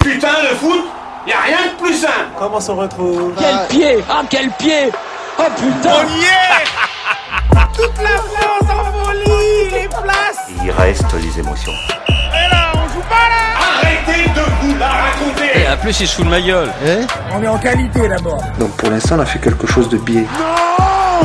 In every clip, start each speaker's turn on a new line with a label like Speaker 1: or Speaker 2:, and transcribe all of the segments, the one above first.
Speaker 1: Putain, le foot, y a rien de plus simple.
Speaker 2: Comment on se retrouve
Speaker 3: Quel pied Ah, quel pied Oh putain
Speaker 4: y est Toute la France en folie Les places
Speaker 5: Il reste les émotions.
Speaker 4: Et là, on joue pas là
Speaker 1: Arrêtez de vous la raconter.
Speaker 6: En plus, il se fout de ma gueule.
Speaker 4: On est en qualité d'abord
Speaker 7: Donc pour l'instant, on a fait quelque chose de biais.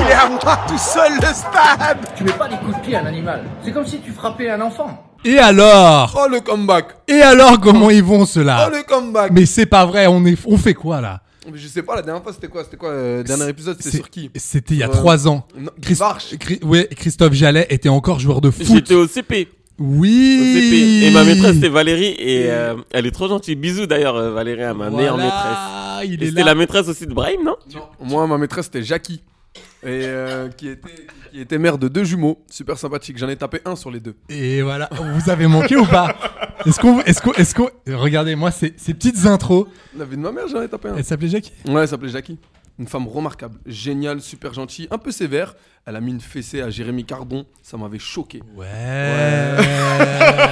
Speaker 4: Il est à moi tout seul le stade
Speaker 8: Tu mets pas des coups de pied à un animal. C'est comme si tu frappais un enfant.
Speaker 9: Et alors
Speaker 10: Oh le comeback
Speaker 9: Et alors comment ils vont
Speaker 10: Oh
Speaker 9: ceux-là
Speaker 10: le comeback
Speaker 9: Mais c'est pas vrai, on, est, on fait quoi là
Speaker 10: Mais Je sais pas, la dernière fois c'était quoi C'était quoi euh, le dernier épisode C'était
Speaker 9: C'est-
Speaker 10: sur qui
Speaker 9: C'était il y a
Speaker 10: Euh,
Speaker 9: trois ans.
Speaker 10: non, Guy
Speaker 9: Chris-
Speaker 10: Barche.
Speaker 9: Chri- ouais, Christophe Jallet était encore joueur de foot.
Speaker 11: J'étais au CP. Au
Speaker 9: Oui.
Speaker 11: CP. Et ma maîtresse, c'était Valérie. Et euh, elle est trop gentille. Bisous d'ailleurs, euh, Valérie, à ma meilleure maîtresse.
Speaker 9: Voilà, Il
Speaker 11: Et
Speaker 9: est
Speaker 11: c'était
Speaker 9: là.
Speaker 11: la maîtresse aussi de Brahim, non
Speaker 10: Moi, ma maîtresse c'était Jackie. Et euh, qui, était, qui était mère de deux jumeaux, super sympathique. J'en ai tapé un sur les deux.
Speaker 9: Et voilà, vous avez manqué ou pas Est-ce qu'on, est-ce qu'on, est-ce qu'on, regardez moi ces, ces petites intros.
Speaker 10: La vie de ma mère, j'en ai tapé un.
Speaker 9: Elle s'appelait Jackie.
Speaker 10: Ouais, elle s'appelait Jackie. Une femme remarquable, géniale, super gentille, un peu sévère. Elle a mis une fessée à Jérémy Cardon, ça m'avait choqué.
Speaker 9: Ouais.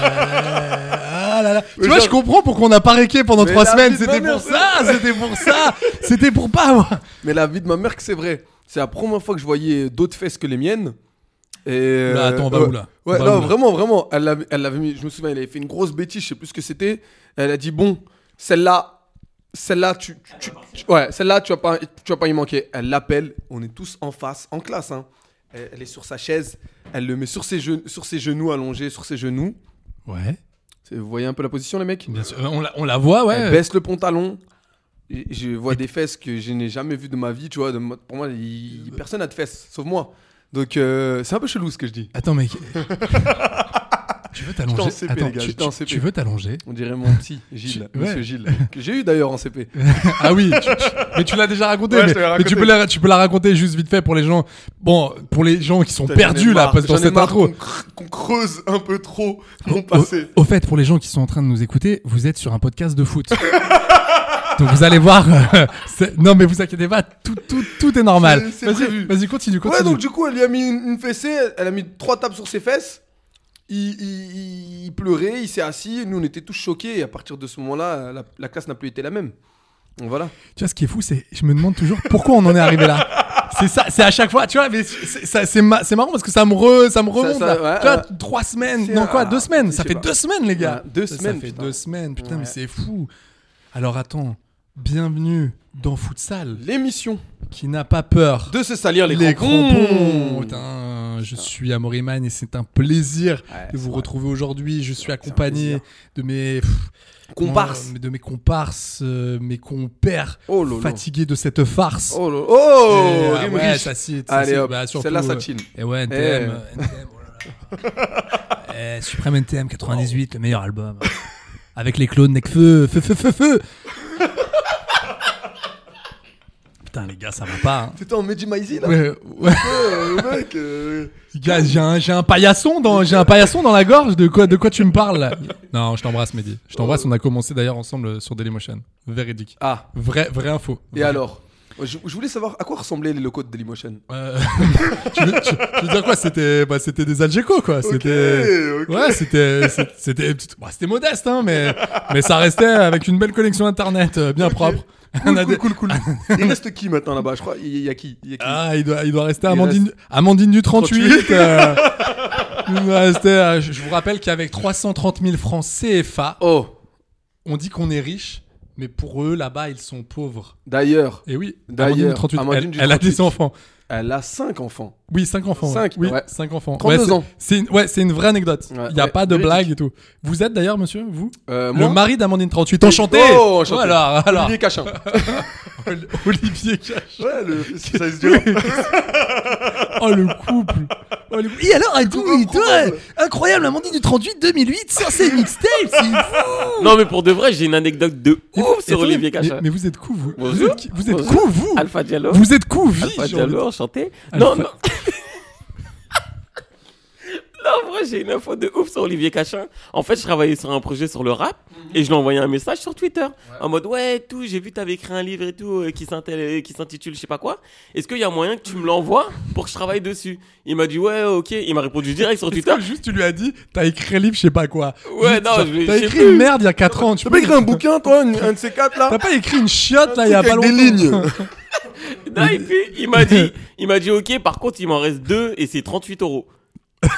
Speaker 9: ah là là. Tu
Speaker 10: Mais
Speaker 9: vois,
Speaker 10: genre-
Speaker 9: je comprends pourquoi on a pas réqué pendant
Speaker 10: Mais
Speaker 9: trois
Speaker 10: la
Speaker 9: semaines.
Speaker 10: vie de
Speaker 9: C'était
Speaker 10: ma
Speaker 9: pour
Speaker 10: mère,
Speaker 9: ça, c'était pour ça, c'était pour pas avoir.
Speaker 10: Mais la vie de ma mère, que c'est vrai. C'est la première fois que je voyais d'autres fesses que les miennes. Et euh,
Speaker 9: Là, attends, on va
Speaker 10: ouais.
Speaker 9: où, là
Speaker 10: Ouais,
Speaker 9: On va
Speaker 10: non,
Speaker 9: où, là
Speaker 10: vraiment, vraiment. Elle l'avait, elle l'avait mis, je me souviens, elle avait fait une grosse bêtise, je sais plus ce que c'était. Elle a dit bon, celle-là, celle-là, tu, tu- tu- tu- ouais, celle-là, tu vas pas, tu vas pas y manquer. Elle l'appelle, on est tous en face, en classe. hein. Elle, elle est sur sa chaise, elle le met sur ses, genoux, sur ses genoux allongés, sur ses genoux.
Speaker 9: Ouais.
Speaker 10: C'est- Vous voyez un peu la position, les mecs
Speaker 9: Bien sûr, Euh, on la, on la voit, ouais.
Speaker 10: elle baisse le pantalon. Et Je vois des fesses que je n'ai jamais vues de ma vie, tu vois. de mo- pour moi, il- personne n'a de fesses, sauf moi. Donc, euh, c'est un peu chelou ce que je dis.
Speaker 9: Attends, mec. tu veux
Speaker 10: J'étais en
Speaker 9: t'allonger
Speaker 10: CP,
Speaker 9: Attends,
Speaker 10: les gars,
Speaker 9: tu,
Speaker 10: j'étais en
Speaker 9: tu-
Speaker 10: CP.
Speaker 9: tu veux t'allonger
Speaker 10: On dirait mon petit Gilles,
Speaker 9: Tu- ouais.
Speaker 10: monsieur Gilles, que j'ai eu d'ailleurs en CP.
Speaker 9: Ah oui, tu- tu- mais tu l'as déjà raconté.
Speaker 10: Ouais, je
Speaker 9: mais,
Speaker 10: te l'ai
Speaker 9: mais
Speaker 10: raconté.
Speaker 9: tu peux la, tu peux la raconter juste vite fait pour les gens. Bon, pour les gens qui sont
Speaker 10: Putain, j'en
Speaker 9: perdus
Speaker 10: ai
Speaker 9: là
Speaker 10: marre,
Speaker 9: parce que dans
Speaker 10: j'en ai
Speaker 9: cette
Speaker 10: marre
Speaker 9: intro.
Speaker 10: qu'on cre- Qu'on creuse un peu trop mon
Speaker 9: Au,
Speaker 10: passé.
Speaker 9: au fait, pour les gens qui sont en train de nous écouter, vous êtes sur un podcast de foot. Donc vous allez voir. euh, c'est- non, mais vous inquiétez pas, tout, tout, tout est normal.
Speaker 10: C'est- c'est
Speaker 9: Vas-y,
Speaker 10: prévu.
Speaker 9: vas-y, continue, continue.
Speaker 10: Ouais, donc du coup, elle lui a mis une, une fessée, elle a mis trois tapes sur ses fesses. Il, il- il pleurait, il s'est assis. Nous, on était tous choqués. Et à partir de ce moment-là, la, la classe n'a plus été la même. Donc voilà.
Speaker 9: Tu vois, ce qui est fou, c'est je me demande toujours pourquoi on en est arrivé là. C'est ça, c'est à chaque fois, tu vois, mais c'est ça- c'est ma- c'est marrant parce que ça me, re- ça me remonte.
Speaker 10: ça-
Speaker 9: là.
Speaker 10: ouais,
Speaker 9: tu vois,
Speaker 10: ouais.
Speaker 9: trois semaines,
Speaker 10: C'est
Speaker 9: non
Speaker 10: un-
Speaker 9: quoi, deux semaines,
Speaker 10: je
Speaker 9: ça
Speaker 10: sais
Speaker 9: fait
Speaker 10: pas.
Speaker 9: deux semaines, les gars.
Speaker 10: Ouais, deux
Speaker 9: Ça,
Speaker 10: semaines,
Speaker 9: Ça fait
Speaker 10: putain.
Speaker 9: deux semaines, putain, mais
Speaker 10: Ouais.
Speaker 9: c'est fou. Alors attends, bienvenue dans Futsal,
Speaker 10: L'émission
Speaker 9: qui n'a pas peur
Speaker 10: de se salir les,
Speaker 9: les
Speaker 10: crampons.
Speaker 9: crampons. Putain, je suis Amaury Mann et c'est un plaisir
Speaker 10: Ouais,
Speaker 9: de vous
Speaker 10: c'est
Speaker 9: retrouver aujourd'hui. Je suis
Speaker 10: un
Speaker 9: accompagné
Speaker 10: plaisir.
Speaker 9: de mes pff,
Speaker 10: Comparse.
Speaker 9: non, de mes comparses, euh, mes compères
Speaker 10: Oh lolo.
Speaker 9: fatigués de cette farce.
Speaker 10: Oh, là-
Speaker 9: Et,
Speaker 10: oh
Speaker 9: ah
Speaker 10: rime
Speaker 9: ouais,
Speaker 10: riche.
Speaker 9: ça cite, ça
Speaker 10: Allez
Speaker 9: cite,
Speaker 10: hop,
Speaker 9: bah, surtout,
Speaker 10: celle-là ça
Speaker 9: euh,
Speaker 10: chill. Eh.
Speaker 9: Et ouais, NTM, euh, NTM, oh là là. Eh, Supreme NTM 98, le meilleur album. Avec les clones Necfeu, feu, feu, feu, feu. Putain, les gars, ça va pas. hein.
Speaker 10: T'étais en Meji Maizy là
Speaker 9: Ouais, ouais. Oh,
Speaker 10: Euh, mec, euh,
Speaker 9: Gars, j'ai un, j'ai un paillasson dans, j'ai un paillasson dans la gorge. De quoi, de quoi tu me parles là Non, je t'embrasse, Mehdi. Je t'embrasse. On a commencé d'ailleurs ensemble euh, sur Dailymotion. Véridique.
Speaker 10: Ah,
Speaker 9: Vrai, vrai info.
Speaker 10: et alors je, je voulais savoir à quoi ressemblaient les locaux de Dailymotion.
Speaker 9: Euh, tu, veux, tu- tu veux dire quoi C'était, bah, c'était des Algeco quoi. C'était,
Speaker 10: ok.
Speaker 9: ouais, c'était, c'est- c'était, bah, c'était modeste hein, mais, mais ça restait avec une belle connexion internet, euh, bien propre. On a des-
Speaker 10: Cool, cool, cool. Il reste qui maintenant là-bas Je crois, il y, a qui, Il y a qui
Speaker 9: Ah, il doit, il doit rester
Speaker 10: Il
Speaker 9: Amandine,
Speaker 10: reste-
Speaker 9: Amandine du 38.
Speaker 10: 38.
Speaker 9: euh, il doit rester, euh, je je vous rappelle qu'avec 330 000 francs CFA,
Speaker 10: Oh,
Speaker 9: on dit qu'on est riche, mais pour eux, là-bas, ils sont pauvres.
Speaker 10: d'ailleurs,
Speaker 9: Et oui,
Speaker 10: D'ailleurs,
Speaker 9: Amandine du 38,
Speaker 10: Amandine
Speaker 9: elle,
Speaker 10: du
Speaker 9: elle a
Speaker 10: 38.
Speaker 9: des enfants.
Speaker 10: elle a 5 enfants.
Speaker 9: Oui, 5 enfants.
Speaker 10: Cinq,
Speaker 9: oui,
Speaker 10: ouais.
Speaker 9: 5 enfants.
Speaker 10: 32
Speaker 9: c'est-
Speaker 10: ans.
Speaker 9: C'est une, ouais, c'est une vraie anecdote. Il
Speaker 10: Ouais,
Speaker 9: n'y a
Speaker 10: ouais,
Speaker 9: pas de
Speaker 10: véridique.
Speaker 9: blague et tout. Vous êtes d'ailleurs, monsieur, vous
Speaker 10: Euh,
Speaker 9: Le
Speaker 10: moi,
Speaker 9: mari d'Amandine 38. Enchanté
Speaker 10: Oh, enchanté.
Speaker 9: Voilà, alors.
Speaker 10: Olivier Cachin.
Speaker 9: Olivier Cache.
Speaker 10: ouais, le, ça se dit.
Speaker 9: Oh, le couple. Oh, le- Et alors, et tout, et tout, euh, incroyable, Amandine du 38, 2008, sur ses mixtapes, c'est fou
Speaker 11: Non, mais pour de vrai, j'ai une anecdote de ouf sur
Speaker 9: Attendez,
Speaker 11: Olivier
Speaker 9: mais-
Speaker 11: Cachin.
Speaker 9: Mais vous êtes cou, vous Vous
Speaker 11: Bonjour.
Speaker 9: êtes, qui- vous êtes
Speaker 11: Bonjour.
Speaker 9: cou, vous
Speaker 11: Alpha Diallo.
Speaker 9: Vous êtes cou, vie
Speaker 11: Alpha
Speaker 9: j'ai envie de-
Speaker 11: Diallo, enchanté.
Speaker 9: Alpha-
Speaker 11: Non, non. Non, vrai, j'ai une info de ouf sur Olivier Cachin. En fait, je travaillais sur un projet sur le rap et je lui ai envoyé un message sur Twitter en mode Ouais, tout, j'ai vu que t'avais écrit un livre et tout euh, qui s'intel- qui s'intitule je sais pas quoi. Est-ce qu'il y a moyen que tu me l'envoies pour que je travaille dessus Il m'a dit Ouais, ok. Il m'a répondu direct sur
Speaker 9: Est-ce
Speaker 11: Twitter.
Speaker 9: que juste tu lui as dit, t'as écrit un livre, je sais pas quoi.
Speaker 11: Ouais,
Speaker 9: Juste
Speaker 11: non,
Speaker 9: ça.
Speaker 11: je l'ai-
Speaker 9: T'as
Speaker 11: je sais
Speaker 9: écrit
Speaker 11: plus.
Speaker 9: une merde il y a 4 ans. Tu
Speaker 10: T'as
Speaker 9: peux
Speaker 10: pas écrit un bouquin, toi, une- un de ces quatre là
Speaker 9: T'as pas écrit une chiotte là, il y a
Speaker 10: Avec
Speaker 9: pas longtemps.
Speaker 10: des lignes.
Speaker 11: Non, et puis il m'a dit, il m'a dit ok, par contre il m'en reste deux et c'est 38 euros.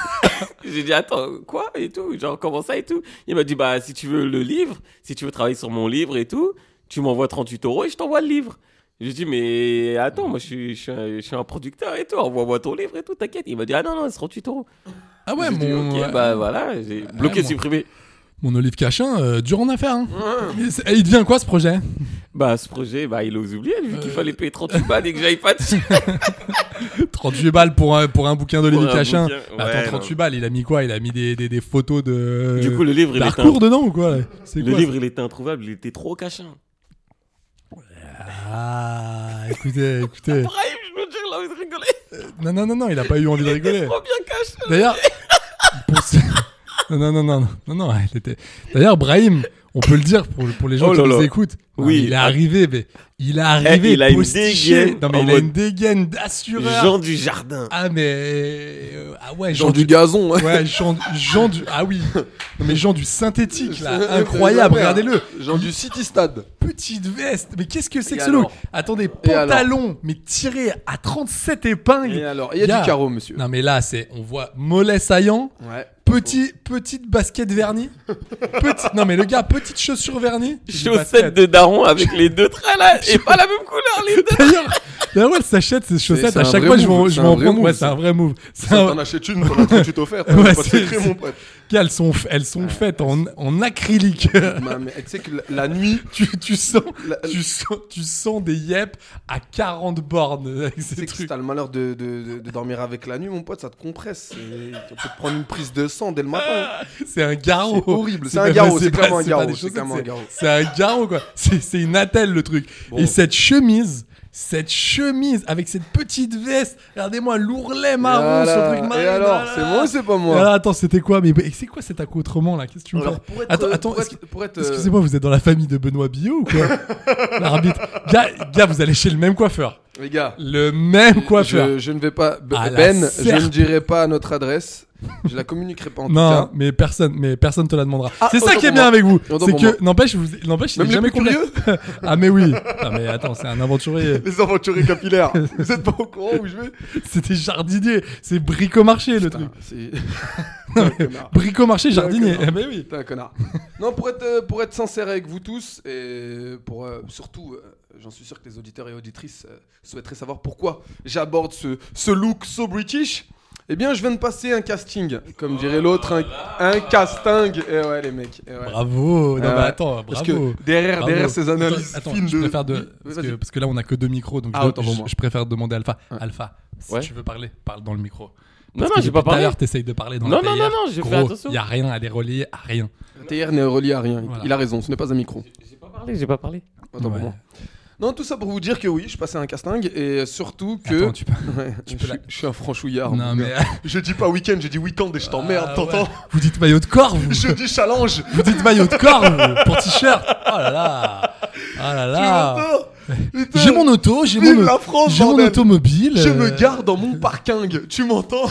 Speaker 11: J'ai dit attends quoi et tout, genre comment ça et tout. Il m'a dit bah si tu veux le livre, si tu veux travailler sur mon livre et tout, tu m'envoies 38 euros et je t'envoie le livre. J'ai dit mais attends moi je suis, je suis un, je suis un producteur et tout, envoie-moi ton livre et tout, t'inquiète. Il m'a dit ah non non c'est 38 euros.
Speaker 9: Ah ouais,
Speaker 11: J'ai dit,
Speaker 9: mon,
Speaker 11: ok
Speaker 9: ouais.
Speaker 11: bah voilà, j'ai bloqué
Speaker 9: moi.
Speaker 11: supprimé.
Speaker 9: mon Olive Cachin, euh, dur en affaires. Hein. Et c'est- et il devient quoi ce projet
Speaker 11: Bah ce projet bah il ose oublier vu qu'il fallait payer 38 balles et que j'avais pas de.
Speaker 9: 38 balles pour un, pour un bouquin d'Olivier
Speaker 11: Pour un
Speaker 9: Cachin.
Speaker 11: bouquin,
Speaker 9: Bah,
Speaker 11: ouais,
Speaker 9: Attends,
Speaker 11: non.
Speaker 9: 38 balles, il a mis quoi Il a mis des, des, des photos de.
Speaker 11: Du coup le livre il était,
Speaker 9: parcours dedans ou quoi là C'est
Speaker 11: le
Speaker 9: quoi,
Speaker 11: livre il était introuvable, il était trop cachin.
Speaker 9: Ah, écoutez, écoutez.
Speaker 11: Bref, je veux dire, là, vous rigolez.
Speaker 9: Non, non, non, non, il a pas eu envie de rigoler.
Speaker 11: Trop bien caché.
Speaker 9: D'ailleurs, pour ce- non, non, non, non, non, non, non, elle était- D'ailleurs, Brahim, on peut le dire pour, pour les gens
Speaker 11: Oh
Speaker 9: qui
Speaker 11: là
Speaker 9: nous
Speaker 11: là.
Speaker 9: écoutent. Non,
Speaker 11: Oui.
Speaker 9: mais il est arrivé, mais il est arrivé.
Speaker 11: Eh, il a une
Speaker 9: postiché.
Speaker 11: dégaine
Speaker 9: Non, mais
Speaker 11: en
Speaker 9: il a
Speaker 11: mode-
Speaker 9: une dégaine d'assureur.
Speaker 11: Jean du Jardin.
Speaker 9: Ah, mais euh, ah ouais,
Speaker 10: Genre du gazon, hein.
Speaker 9: Ouais, Jean, Jean du ah oui, non, mais Jean du synthétique là, incroyable.
Speaker 10: Ouais,
Speaker 9: Regardez-le,
Speaker 10: Genre du City Stade.
Speaker 9: petite veste. Mais qu'est-ce que c'est
Speaker 10: Et
Speaker 9: que ce look
Speaker 10: alors
Speaker 9: Attendez,
Speaker 10: Et alors
Speaker 9: pantalon, mais tiré à 37 épingles.
Speaker 10: Et alors, il y a
Speaker 9: Gars.
Speaker 10: du carreau, monsieur.
Speaker 9: Non mais là, c'est on voit mollet saillant.
Speaker 10: Ouais.
Speaker 9: Petit, petite basket vernie. Petit, non mais le gars, petite chaussure vernie.
Speaker 11: Chaussettes de daron avec les deux traits là. Et pas la même couleur, les deux.
Speaker 9: D'ailleurs, d'ailleurs, elle s'achète ces chaussettes.
Speaker 10: c'est
Speaker 9: À
Speaker 10: un
Speaker 9: chaque
Speaker 10: vrai
Speaker 9: fois, je
Speaker 10: move,
Speaker 9: m'en- je
Speaker 10: c'est
Speaker 9: m'en
Speaker 10: un vrai
Speaker 9: prends.
Speaker 10: move,
Speaker 9: Ouais,
Speaker 10: ça.
Speaker 9: c'est un vrai move. C'est
Speaker 10: Ça,
Speaker 9: un-
Speaker 10: T'en achètes une, t'en as tout de suite offert. t'as
Speaker 9: Ah Ouais,
Speaker 10: hein, pas de
Speaker 9: c'est-
Speaker 10: secret,
Speaker 9: c'est-
Speaker 10: mon pote.
Speaker 9: Gars, elles sont, elles sont faites en, en acrylique.
Speaker 10: Ma mère- Tu sais que la- la nuit,
Speaker 9: tu, tu sens,
Speaker 10: La-
Speaker 9: tu sens, tu sens des yep à 40 bornes avec
Speaker 10: tu
Speaker 9: ces
Speaker 10: sais que si
Speaker 9: trucs.
Speaker 10: t'as le malheur de, de, de, de dormir avec la nuit, mon pote, ça te compresse. Et Tu peux te prendre une prise de sang dès le matin.
Speaker 9: Ah C'est un garrot.
Speaker 10: C'est horrible. C'est un
Speaker 9: pas-
Speaker 10: garrot, c'est
Speaker 9: pas-
Speaker 10: clairement un
Speaker 9: pas des
Speaker 10: garrot, c'est
Speaker 9: chaussettes,
Speaker 10: clairement un garrot.
Speaker 9: C'est un garrot, quoi. C'est c'est une attelle, le truc. Et cette chemise, cette chemise avec cette petite veste, regardez-moi l'ourlet marron,
Speaker 10: Voilà.
Speaker 9: Ah, ce truc marron.
Speaker 10: Et alors, c'est moi ou c'est pas moi
Speaker 9: Ah, attends, c'était quoi Mais mais c'est quoi cet accoutrement là Qu'est-ce que tu me
Speaker 10: Alors,
Speaker 9: fais
Speaker 10: pour être-
Speaker 9: Attends, attends,
Speaker 10: pour
Speaker 9: est-ce
Speaker 10: être-
Speaker 9: que-
Speaker 10: pour être, euh,
Speaker 9: excusez-moi, vous êtes dans la famille de Benoît Billot ou quoi L'arbitre. Gars, gars, vous allez chez le même coiffeur.
Speaker 10: Les gars,
Speaker 9: Le même coiffeur.
Speaker 10: je, je ne vais pas. B-
Speaker 9: À la
Speaker 10: Ben, je
Speaker 9: serpe.
Speaker 10: ne dirai pas notre adresse. Je la communiquerai pas en
Speaker 9: Non,
Speaker 10: tout
Speaker 9: mais personne, mais personne te la demandera.
Speaker 10: hein. Ah,
Speaker 9: c'est ça
Speaker 10: autant
Speaker 9: qui est
Speaker 10: pour
Speaker 9: bien
Speaker 10: moi.
Speaker 9: avec vous, c'est
Speaker 10: Autant pour
Speaker 9: que n'empêche, vous, n'empêche, il
Speaker 10: Même
Speaker 9: est
Speaker 10: les
Speaker 9: jamais
Speaker 10: plus
Speaker 9: complet. ah mais oui. Non mais attends, c'est un aventurier.
Speaker 10: cas. Les aventuriers capillaires. Vous êtes pas au courant où je vais
Speaker 9: C'était jardinier, c'est bricomarché le truc.
Speaker 10: Putain, c'est- T'es un connard.
Speaker 9: Bricomarché jardinier.
Speaker 10: D'accord.
Speaker 9: Eh ben oui.
Speaker 10: T'es un connard. Non, pour être, euh, pour être sincère avec vous tous, et pour euh, surtout, euh, j'en suis sûr que les auditeurs et auditrices euh, souhaiteraient savoir pourquoi j'aborde ce, ce look so british. Eh bien, je viens de passer un casting, comme dirait l'autre, un, un casting. Et ouais, les mecs. eh ouais.
Speaker 9: Bravo. Non
Speaker 10: Ah
Speaker 9: mais
Speaker 10: ouais.
Speaker 9: attends,
Speaker 10: Parce
Speaker 9: bravo.
Speaker 10: que derrière,
Speaker 9: Bravo.
Speaker 10: derrière ces analyses
Speaker 9: Attends, attends,
Speaker 10: fines
Speaker 9: je
Speaker 10: de-
Speaker 9: préfère de,
Speaker 10: Oui,
Speaker 9: parce,
Speaker 10: vas-y.
Speaker 9: que, parce que là on a que deux micros, donc
Speaker 10: Ah,
Speaker 9: je,
Speaker 10: autant pour
Speaker 9: je-
Speaker 10: moi.
Speaker 9: je préfère demander à Alpha. Alpha, si
Speaker 11: Ouais.
Speaker 9: tu veux parler, parle dans le micro.
Speaker 11: Non,
Speaker 9: Parce
Speaker 11: non,
Speaker 9: que
Speaker 11: j'ai
Speaker 9: depuis
Speaker 11: pas
Speaker 9: tout à
Speaker 11: parlé.
Speaker 9: l'heure, T'essayes de parler dans
Speaker 11: Non,
Speaker 9: la
Speaker 11: non, non,
Speaker 9: théière.
Speaker 11: non, j'ai fait
Speaker 9: Gros,
Speaker 11: attention.
Speaker 9: Y a rien, elle est reliée à rien.
Speaker 10: TR n'est relié à rien.
Speaker 9: Voilà.
Speaker 10: Il a raison, ce n'est pas un micro.
Speaker 11: J'ai pas parlé, j'ai pas parlé.
Speaker 10: Attends pour
Speaker 9: Ouais.
Speaker 10: moi. Non, tout ça pour vous dire que oui, je passais un casting et surtout que.
Speaker 9: Attends, tu parles.
Speaker 10: Ouais,
Speaker 9: tu peux
Speaker 10: je,
Speaker 9: la-
Speaker 10: suis- je suis un franchouillard.
Speaker 9: Non
Speaker 10: mon
Speaker 9: mais.
Speaker 10: gars. Je dis pas week-end, je dis week-end et je t'emmerde,
Speaker 9: Ah,
Speaker 10: t'entends
Speaker 9: ouais. Vous dites maillot de corps, vous
Speaker 10: Je dis challenge
Speaker 9: Vous dites maillot de corps vous, pour t-shirt Oh là là Oh là là
Speaker 10: Putain, putain.
Speaker 9: J'ai mon auto, j'ai
Speaker 10: Vive
Speaker 9: mon,
Speaker 10: la France,
Speaker 9: j'ai mon
Speaker 10: bordel.
Speaker 9: automobile.
Speaker 10: Je
Speaker 9: euh,
Speaker 10: me gare dans mon parking, tu m'entends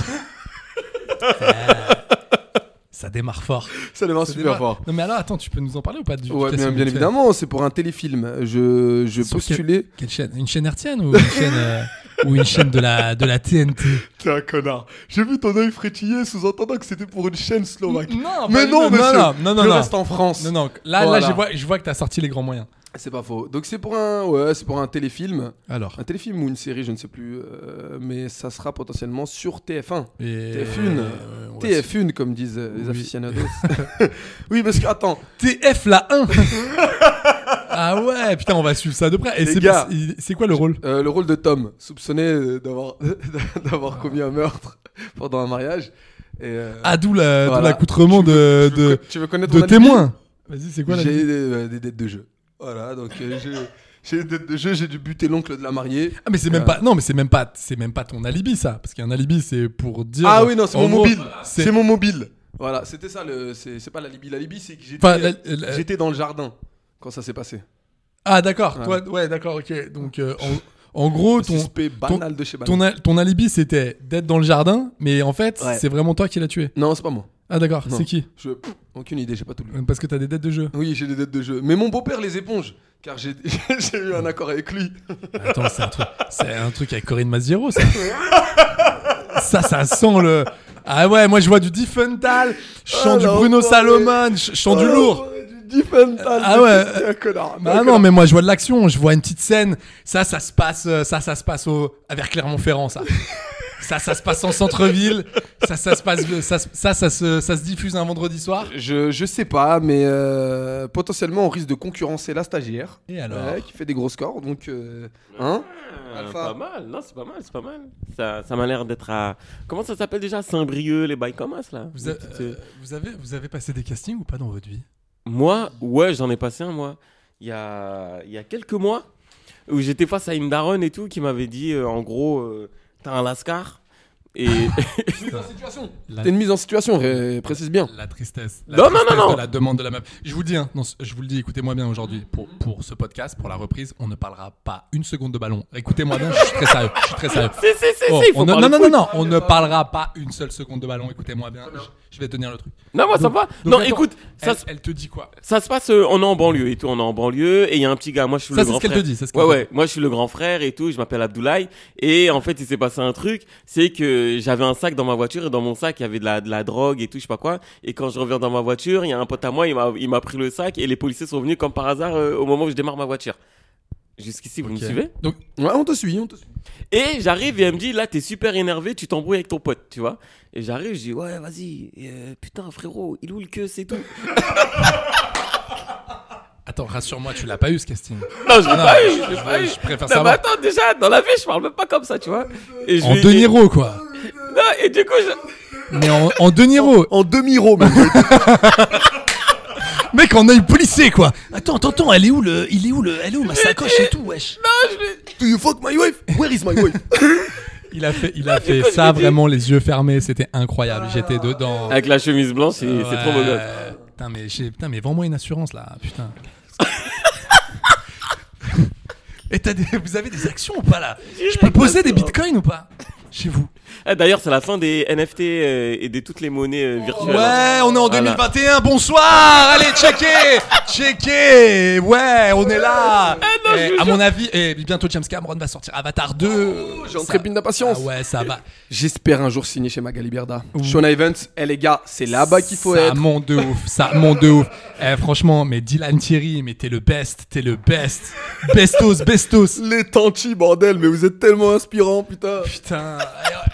Speaker 9: Ça démarre fort.
Speaker 10: Ça démarre
Speaker 9: Ça
Speaker 10: super
Speaker 9: démarre-
Speaker 10: Ah, fort.
Speaker 9: Non mais alors attends, tu peux nous en parler ou pas du du
Speaker 10: Ouais,
Speaker 9: casting
Speaker 10: bien,
Speaker 9: vite
Speaker 10: bien
Speaker 9: fait
Speaker 10: évidemment, c'est pour un téléfilm. Je, je
Speaker 9: Sur quel-
Speaker 10: postulais.
Speaker 9: Quelle chaîne Une chaîne hertienne ou une chaîne, euh, ou une chaîne de, la, de la TNT
Speaker 10: T'es un connard. J'ai vu ton œil frétiller sous-entendant que c'était pour une chaîne slovaque.
Speaker 9: Non, pas-
Speaker 10: Mais non, monsieur.
Speaker 9: non, non, non,
Speaker 10: je
Speaker 9: non.
Speaker 10: reste en France.
Speaker 9: Non, non, là,
Speaker 10: Voilà.
Speaker 9: là je, vois, je vois que t'as sorti les grands moyens.
Speaker 10: C'est pas faux. Donc c'est pour un, ouais, c'est pour un téléfilm,
Speaker 9: Alors,
Speaker 10: un téléfilm ou une série, je ne sais plus, euh, mais ça sera potentiellement sur TF1.
Speaker 9: et-
Speaker 10: TF1,
Speaker 9: euh, on va se-
Speaker 10: TF1 comme disent euh, les
Speaker 9: Oui.
Speaker 10: aficionados. oui, parce que attends,
Speaker 9: TF la 1 Ah ouais, putain, on va suivre ça de près. Et
Speaker 10: Les
Speaker 9: c'est-
Speaker 10: gars.
Speaker 9: c'est- c'est quoi le rôle
Speaker 10: Euh, le rôle de Tom, soupçonné euh, d'avoir d'avoir commis un meurtre pendant un mariage. Et, euh,
Speaker 9: Ah, d'où la- d'où
Speaker 10: voilà.
Speaker 9: l'accoutrement
Speaker 10: Tu veux-
Speaker 9: de,
Speaker 10: tu veux
Speaker 9: Euh, de,
Speaker 10: co- tu veux connaître
Speaker 9: de
Speaker 10: mon alibi
Speaker 9: témoin. Vas-y, c'est quoi la
Speaker 10: J'ai euh, des dettes de jeu. Voilà, donc euh, je- J'ai des de jeu, j'ai dû buter l'oncle de la mariée.
Speaker 9: Ah mais c'est même pas non mais c'est même pas c'est même pas ton alibi ça parce qu'un alibi c'est pour dire
Speaker 10: Ah oui, non, c'est
Speaker 9: en
Speaker 10: mon
Speaker 9: gros,
Speaker 10: mobile.
Speaker 9: c'est-
Speaker 10: C'est mon mobile. Voilà, c'était ça le. C'est c'est pas la Libye. La Libye, c'est que j'étais
Speaker 9: Enfin, la- euh, la-
Speaker 10: j'étais dans le jardin quand ça s'est passé.
Speaker 9: Ah d'accord
Speaker 10: Ouais.
Speaker 9: toi ouais d'accord ok donc euh, en, en gros
Speaker 10: Le
Speaker 9: ton
Speaker 10: suspect banal de chez banal.
Speaker 9: ton, a- ton alibi c'était d'être dans le jardin mais en fait
Speaker 10: Ouais.
Speaker 9: c'est vraiment toi qui l'as tué
Speaker 10: Non, c'est pas moi.
Speaker 9: ah d'accord
Speaker 10: Non.
Speaker 9: c'est qui
Speaker 10: Je... pff, Aucune idée, j'ai pas tout lu.
Speaker 9: parce que t'as des dettes de jeu
Speaker 10: Oui, j'ai des dettes de jeu. Mais mon beau-père les éponge. Car j'ai j'ai eu un accord avec lui.
Speaker 9: attends c'est un truc c'est un truc avec Corinne Maziero ça ça ça sent le ah ouais moi je vois du Diffental je sens
Speaker 10: Oh,
Speaker 9: du
Speaker 10: la
Speaker 9: Bruno
Speaker 10: enfoiré.
Speaker 9: Salomon je je sens du
Speaker 10: Oh,
Speaker 9: lourd
Speaker 10: Du Diffental.
Speaker 9: Ah ouais.
Speaker 10: C'est un connard.
Speaker 9: Bah
Speaker 10: Un
Speaker 9: non,
Speaker 10: connard.
Speaker 9: mais moi je vois de l'action, je vois une petite scène. Ça, ça se passe, euh, ça, ça se passe au, vers Clermont-Ferrand, ça. ça, ça se passe en centre-ville. Ça, ça se passe, ça, se- ça, ça se, ça se diffuse un vendredi soir.
Speaker 10: Je, je sais pas, mais euh, potentiellement on risque de concurrencer la stagiaire.
Speaker 9: Et alors
Speaker 10: Ouais, qui fait des gros scores, donc. euh, hein
Speaker 11: Ah,
Speaker 10: Alpha.
Speaker 11: Pas mal, non, c'est pas mal, c'est pas mal. Ça, ça m'a l'air d'être à. Comment ça s'appelle déjà Saint-Brieuc, les bails comme ça, là
Speaker 9: vous, a-
Speaker 11: Les petites, euh,
Speaker 9: euh, vous avez, vous avez passé des castings ou pas dans votre vie
Speaker 11: Moi, ouais, j'en ai passé un, moi. Il y a, il y a quelques mois, où j'étais face à une daronne et tout, qui m'avait dit, euh, en gros, euh, t'as un lascar. Et.
Speaker 9: La,
Speaker 10: T'es une mise en situation, ré- précise bien.
Speaker 9: la tristesse. La
Speaker 11: Non, non, non,
Speaker 9: tristesse
Speaker 11: non.
Speaker 9: De la demande de la meuf. Je vous le dis, hein, non, je vous le dis, écoutez-moi bien aujourd'hui. Pour, pour ce podcast, pour la reprise, on ne parlera pas une seconde de ballon. Écoutez-moi bien, je suis très sérieux. Je suis très sérieux.
Speaker 11: si, si, si,
Speaker 9: Oh,
Speaker 11: si, il faut
Speaker 9: on ne-
Speaker 11: parler
Speaker 9: non, non,
Speaker 11: foot.
Speaker 9: non, non, on ne parlera pas une seule seconde de ballon. Écoutez-moi bien, je, je vais tenir le truc.
Speaker 11: Non, moi, ça
Speaker 9: Donc-
Speaker 11: va.
Speaker 9: donc,
Speaker 11: non,
Speaker 9: attends,
Speaker 11: écoute, ça,
Speaker 9: elle,
Speaker 11: se-
Speaker 9: elle te dit quoi
Speaker 11: ça se passe, euh, on est en banlieue et tout, on est en banlieue, et il y a un petit gars, moi, je suis
Speaker 9: Ça,
Speaker 11: le
Speaker 9: c'est
Speaker 11: grand
Speaker 9: ce qu'elle
Speaker 11: frère.
Speaker 9: te dit. c'est ce qu'elle
Speaker 11: Ouais, ouais,
Speaker 9: te
Speaker 11: moi je suis le grand frère et tout, je m'appelle Abdoulaye. Et en fait, il s'est passé un truc, c'est que j'avais un sac dans ma voiture et dans mon sac, il y avait de la, de la drogue et tout, je sais pas quoi. Et quand je reviens dans ma voiture, il y a un pote à moi, il m'a, il m'a pris le sac et les policiers sont venus comme par hasard euh, au moment où je démarre ma voiture. Jusqu'ici, vous
Speaker 9: dit.
Speaker 11: me
Speaker 9: Ok.
Speaker 11: suivez
Speaker 9: Donc,
Speaker 10: Ouais, on te suit, on te suit.
Speaker 11: Et j'arrive et elle me dit, là, t'es super énervé, tu t'embrouilles avec ton pote, tu vois. Et j'arrive, je dis, ouais, vas-y, euh, putain, frérot, il ou le que, c'est tout.
Speaker 9: attends, rassure-moi, tu l'as pas eu ce casting.
Speaker 11: Ah Non, je l'ai
Speaker 9: Non,
Speaker 11: pas eu,
Speaker 9: je-
Speaker 11: je l'ai pas eu.
Speaker 9: je préfère
Speaker 11: Non, mais
Speaker 9: savoir.
Speaker 11: attends, déjà, dans la vie, je parle même pas comme ça, tu vois. Et je
Speaker 9: En
Speaker 11: lui-
Speaker 9: De Niro, quoi.
Speaker 11: Non, et du coup, je...
Speaker 9: Mais en, en De
Speaker 11: Oh,
Speaker 9: Niro.
Speaker 10: En demi-ro, même.
Speaker 11: oh.
Speaker 9: Mec, en œil policier, quoi. Attends, attends, attends, elle est où le, il est où le, elle est où ma sacoche et tout, wesh.
Speaker 10: Do you fuck my wife Where is my wife
Speaker 9: Il a fait, il a fait
Speaker 11: quoi, je
Speaker 9: ça
Speaker 11: lui dis
Speaker 9: vraiment les yeux fermés, c'était incroyable. J'étais dedans.
Speaker 11: Avec la chemise blanche, c'est c'est trop beau gosse.
Speaker 9: Euh, Putain, mais, j'ai- putain, mais vends-moi une assurance là, putain. Et t'as des- vous avez des actions ou pas là Je peux poser des bitcoins ou pas Chez vous
Speaker 11: Ah, D'ailleurs, c'est la fin des NFT euh, et de toutes les monnaies euh, virtuelles.
Speaker 9: Ouais, on est en
Speaker 11: Voilà.
Speaker 9: 2021, bonsoir Allez, checker Checker Ouais, on est là
Speaker 11: je
Speaker 9: Eh,
Speaker 11: vous
Speaker 9: À mon avis, et bientôt James Cameron va sortir Avatar 2.
Speaker 10: J'ai un
Speaker 9: Ça-
Speaker 10: trépine d'impatience.
Speaker 9: Ah ouais, ça va.
Speaker 10: J'espère un jour signer chez Magali Berda. Shona Evans, eh les gars, c'est là-bas qu'il faut
Speaker 9: ça
Speaker 10: être.
Speaker 9: monte de ouf, ça monte de ouf. Eh, franchement, mais Dylan Thierry, mais t'es le best, t'es le best. Bestos, bestos.
Speaker 10: Les tantis, bordel, mais vous êtes tellement inspirants, putain.
Speaker 9: Putain,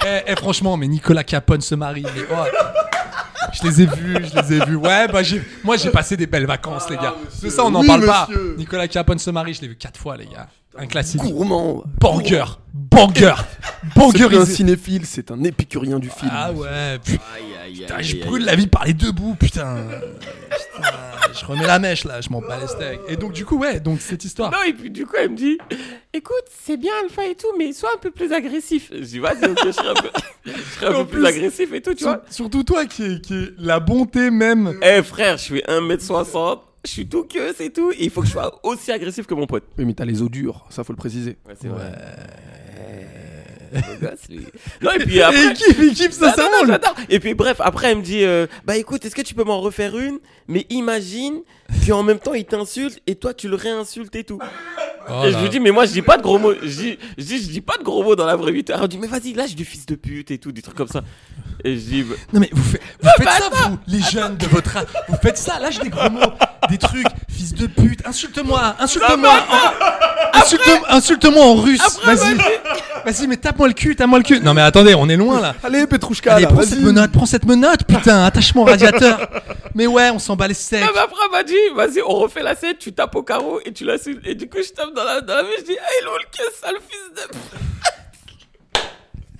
Speaker 9: eh, eh, eh, franchement, mais Nicolas Capone se marie. mais oh. je les ai vus, je les ai vus. Ouais, bah j'ai, moi j'ai passé des belles vacances, les gars. De ça, on n'en
Speaker 10: Oui,
Speaker 9: parle
Speaker 10: monsieur. Ah,
Speaker 9: pas. Nicolas Capone se marie, je l'ai vu quatre fois, les gars. Un classique.
Speaker 10: Gourmand.
Speaker 9: Banger, banger,
Speaker 10: C'est un
Speaker 9: bangerisé.
Speaker 10: cinéphile, c'est un épicurien du film.
Speaker 9: Ah ouais, putain, je brûle la vie par les deux bouts, putain. Putain, je remets la mèche là, je m'en bats les steaks. Et donc, du coup, ouais, donc cette histoire.
Speaker 11: Non, et puis du coup, elle me dit Écoute, c'est bien Alpha et tout, mais sois un peu plus agressif. Je dis Vas-y, ok, je serai un peu, je serai un peu
Speaker 9: En
Speaker 11: plus
Speaker 9: plus,
Speaker 11: agressif et tout, tu vois.
Speaker 9: Sur- Surtout toi qui est, qui est la bonté même.
Speaker 11: Eh frère, je suis 1m60, je suis tout que, c'est tout. Et il faut que je sois aussi agressif que mon pote.
Speaker 10: Oui, mais t'as les os durs, ça faut le préciser.
Speaker 11: Ouais, c'est vrai. Le gosse, lui. Non, et puis après.
Speaker 9: Et équipe, équipe,
Speaker 11: Non, non,
Speaker 9: sincèrement.
Speaker 11: non,
Speaker 9: le-
Speaker 11: j'adore. Et puis bref, après elle me dit euh, bah écoute, est-ce que tu peux m'en refaire une Mais imagine que en même temps il t'insulte et toi tu le réinsultes et tout.
Speaker 9: Oh
Speaker 11: et je
Speaker 9: là.
Speaker 11: lui dis mais moi je dis pas de gros mots, je dis je dis, je dis pas de gros mots dans la vraie vie. Alors elle dit mais vas-y lâche du fils de pute et tout, des trucs comme ça. Et je dis bah,
Speaker 9: Non mais vous, fait- vous faites ça vous, les jeunes de votre âge. Vous faites ça, lâche des gros mots, des trucs, fils de pute, insulte-moi, insulte-moi. en- Insulte- Insulte-moi en russe, vas-y. Vas-y mais tape-moi le cul, tape-moi le cul. Non mais attendez, on est loin là.
Speaker 10: Allez, Petrouchka,
Speaker 9: Allez,
Speaker 10: là,
Speaker 9: prends
Speaker 10: vas-y.
Speaker 9: cette menotte, prends cette menotte, putain, attachement au radiateur. Mais ouais, on s'en bat les steaks.
Speaker 11: Ah, mais après elle m'a dit vas-y on refait la scène, tu tapes au carreau et tu l'insultes. Et du coup je tape dans la dans la vie, je dis hey lol que sale fils de pute.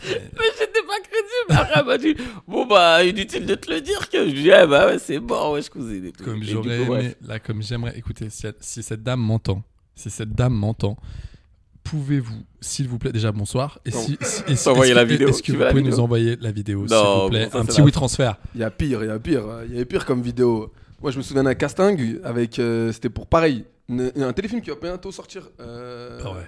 Speaker 11: Mais j'étais pas crédible. Après, elle m'a dit Bon, bah, inutile de te le dire. Que je dis Eh, bah, ouais, c'est mort, ouais, je cousine. et tout.
Speaker 9: Comme
Speaker 11: Et du
Speaker 9: j'aurais
Speaker 11: coup, bref.
Speaker 9: aimé, là, comme j'aimerais, écoutez, si, si cette dame m'entend, si cette dame m'entend, pouvez-vous, s'il vous plaît, déjà bonsoir, et si, si- et si-
Speaker 11: T'envoyer
Speaker 9: est-ce
Speaker 11: la
Speaker 9: que-
Speaker 11: vidéo,
Speaker 9: est-ce que
Speaker 11: tu
Speaker 9: vous
Speaker 11: veux la
Speaker 9: pouvez nous
Speaker 11: vidéo
Speaker 9: envoyer la vidéo, s'il
Speaker 11: Non,
Speaker 9: vous plaît,
Speaker 11: bon, ça,
Speaker 9: un
Speaker 11: c'est
Speaker 9: petit
Speaker 11: la-
Speaker 9: oui transfert.
Speaker 10: Il y a pire, il y a pire, euh, il y avait pire comme vidéo. Moi, je me souviens d'un casting avec, euh, c'était pour pareil, une- un téléfilm qui va bientôt sortir. euh,
Speaker 9: Ah ouais.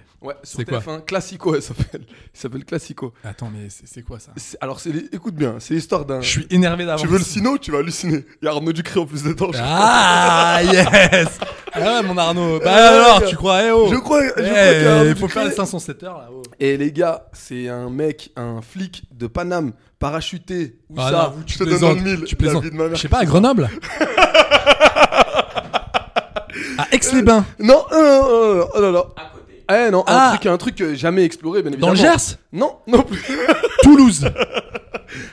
Speaker 10: sur
Speaker 9: C'est quoi
Speaker 10: TF1, Classico, elle s'appelle. Il s'appelle Classico.
Speaker 9: Attends, mais c'est c'est quoi ça
Speaker 10: C'est- Alors, c'est, les- écoute bien, c'est l'histoire d'un.
Speaker 9: Je suis énervé d'avance.
Speaker 10: Ah Tu veux le sino, tu vas halluciner. Il y a Arnaud Ducré en plus dedans. je
Speaker 9: Ah yes Ah ouais mon Arnaud Bah alors tu crois eh oh
Speaker 10: Je crois, je crois
Speaker 9: Eh,
Speaker 10: qu'il y a Arnaud
Speaker 9: Il faut
Speaker 10: Ducré.
Speaker 9: faire les 507 heures là oh.
Speaker 10: Et les gars, c'est un mec, un flic de Paname, parachuté. Où
Speaker 9: Ah
Speaker 10: ça
Speaker 9: non, vous,
Speaker 10: Je te donne dans le mille.
Speaker 9: Tu
Speaker 10: la
Speaker 9: plaisantes
Speaker 10: vie de ma mère.
Speaker 9: Je sais pas à Grenoble À Aix-les-Bains
Speaker 10: Non, euh, euh, oh là là.
Speaker 11: À côté.
Speaker 10: Eh non,
Speaker 9: Ah.
Speaker 10: un truc, un truc euh, jamais exploré, bien
Speaker 9: Dans
Speaker 10: évidemment.
Speaker 9: le Gers
Speaker 10: Non, non plus.
Speaker 9: Toulouse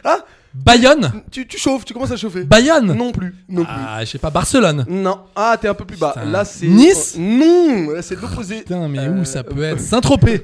Speaker 10: Ah.
Speaker 9: Bayonne
Speaker 10: tu, tu chauffes, tu commences à chauffer.
Speaker 9: Bayonne
Speaker 10: Non plus, non plus.
Speaker 9: Ah je sais pas Barcelone
Speaker 10: Non, ah t'es un peu plus bas.
Speaker 9: Putain.
Speaker 10: Là c'est
Speaker 9: Nice Ah,
Speaker 10: euh, non, là, c'est de l'opposé.
Speaker 9: Putain mais
Speaker 10: Euh,
Speaker 9: où ça peut être Saint-Tropez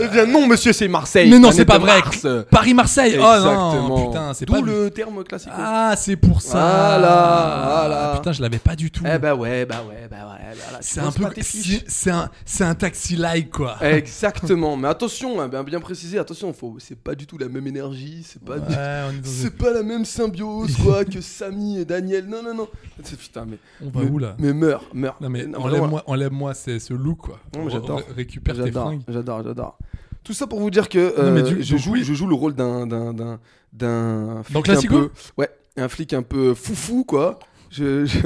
Speaker 10: Eh bien non, monsieur, c'est Marseille.
Speaker 9: Mais non
Speaker 10: planète
Speaker 9: c'est pas
Speaker 10: de
Speaker 9: vrai
Speaker 10: Mars.
Speaker 9: Paris-Marseille Oh
Speaker 10: Exactement.
Speaker 9: non Putain c'est
Speaker 10: D'où
Speaker 9: pas du-
Speaker 10: le terme classique.
Speaker 9: Ah c'est pour ça Ah,
Speaker 10: Voilà, voilà.
Speaker 9: Putain je l'avais pas du tout
Speaker 10: Eh bah ouais, bah ouais, bah ouais. bah là, tu
Speaker 9: C'est un
Speaker 10: penses
Speaker 9: peu.
Speaker 10: pas tes fiches. Eh,
Speaker 9: C'est c'est un, c'est un taxi like quoi.
Speaker 10: Exactement, mais attention, hein, bien, bien précisé, attention, faut, c'est pas du tout la même énergie, c'est pas, du-
Speaker 9: Ouais, on, est dans
Speaker 10: c'est pas la même symbiose quoi que Samy et Daniel. Non, non, non. C'est- Putain, mais,
Speaker 9: un- on va
Speaker 10: mais,
Speaker 9: où là
Speaker 10: mais meurs, meurs.
Speaker 9: Non mais
Speaker 10: Non, vraiment,
Speaker 9: enlève-moi, enlève-moi c'est ce look quoi.
Speaker 10: Non, mais j'adore.
Speaker 9: Ré- Récupère tes
Speaker 10: J'adore,
Speaker 9: fringues.
Speaker 10: j'adore, j'adore. Tout ça pour vous dire que
Speaker 9: Non, mais
Speaker 10: euh,
Speaker 9: du-
Speaker 10: je,
Speaker 9: donc
Speaker 10: joue,
Speaker 9: oui.
Speaker 10: je joue le rôle d'un d'un d'un d'un flic
Speaker 9: Classico
Speaker 10: un peu, ouais, un flic un peu foufou quoi. Je, je-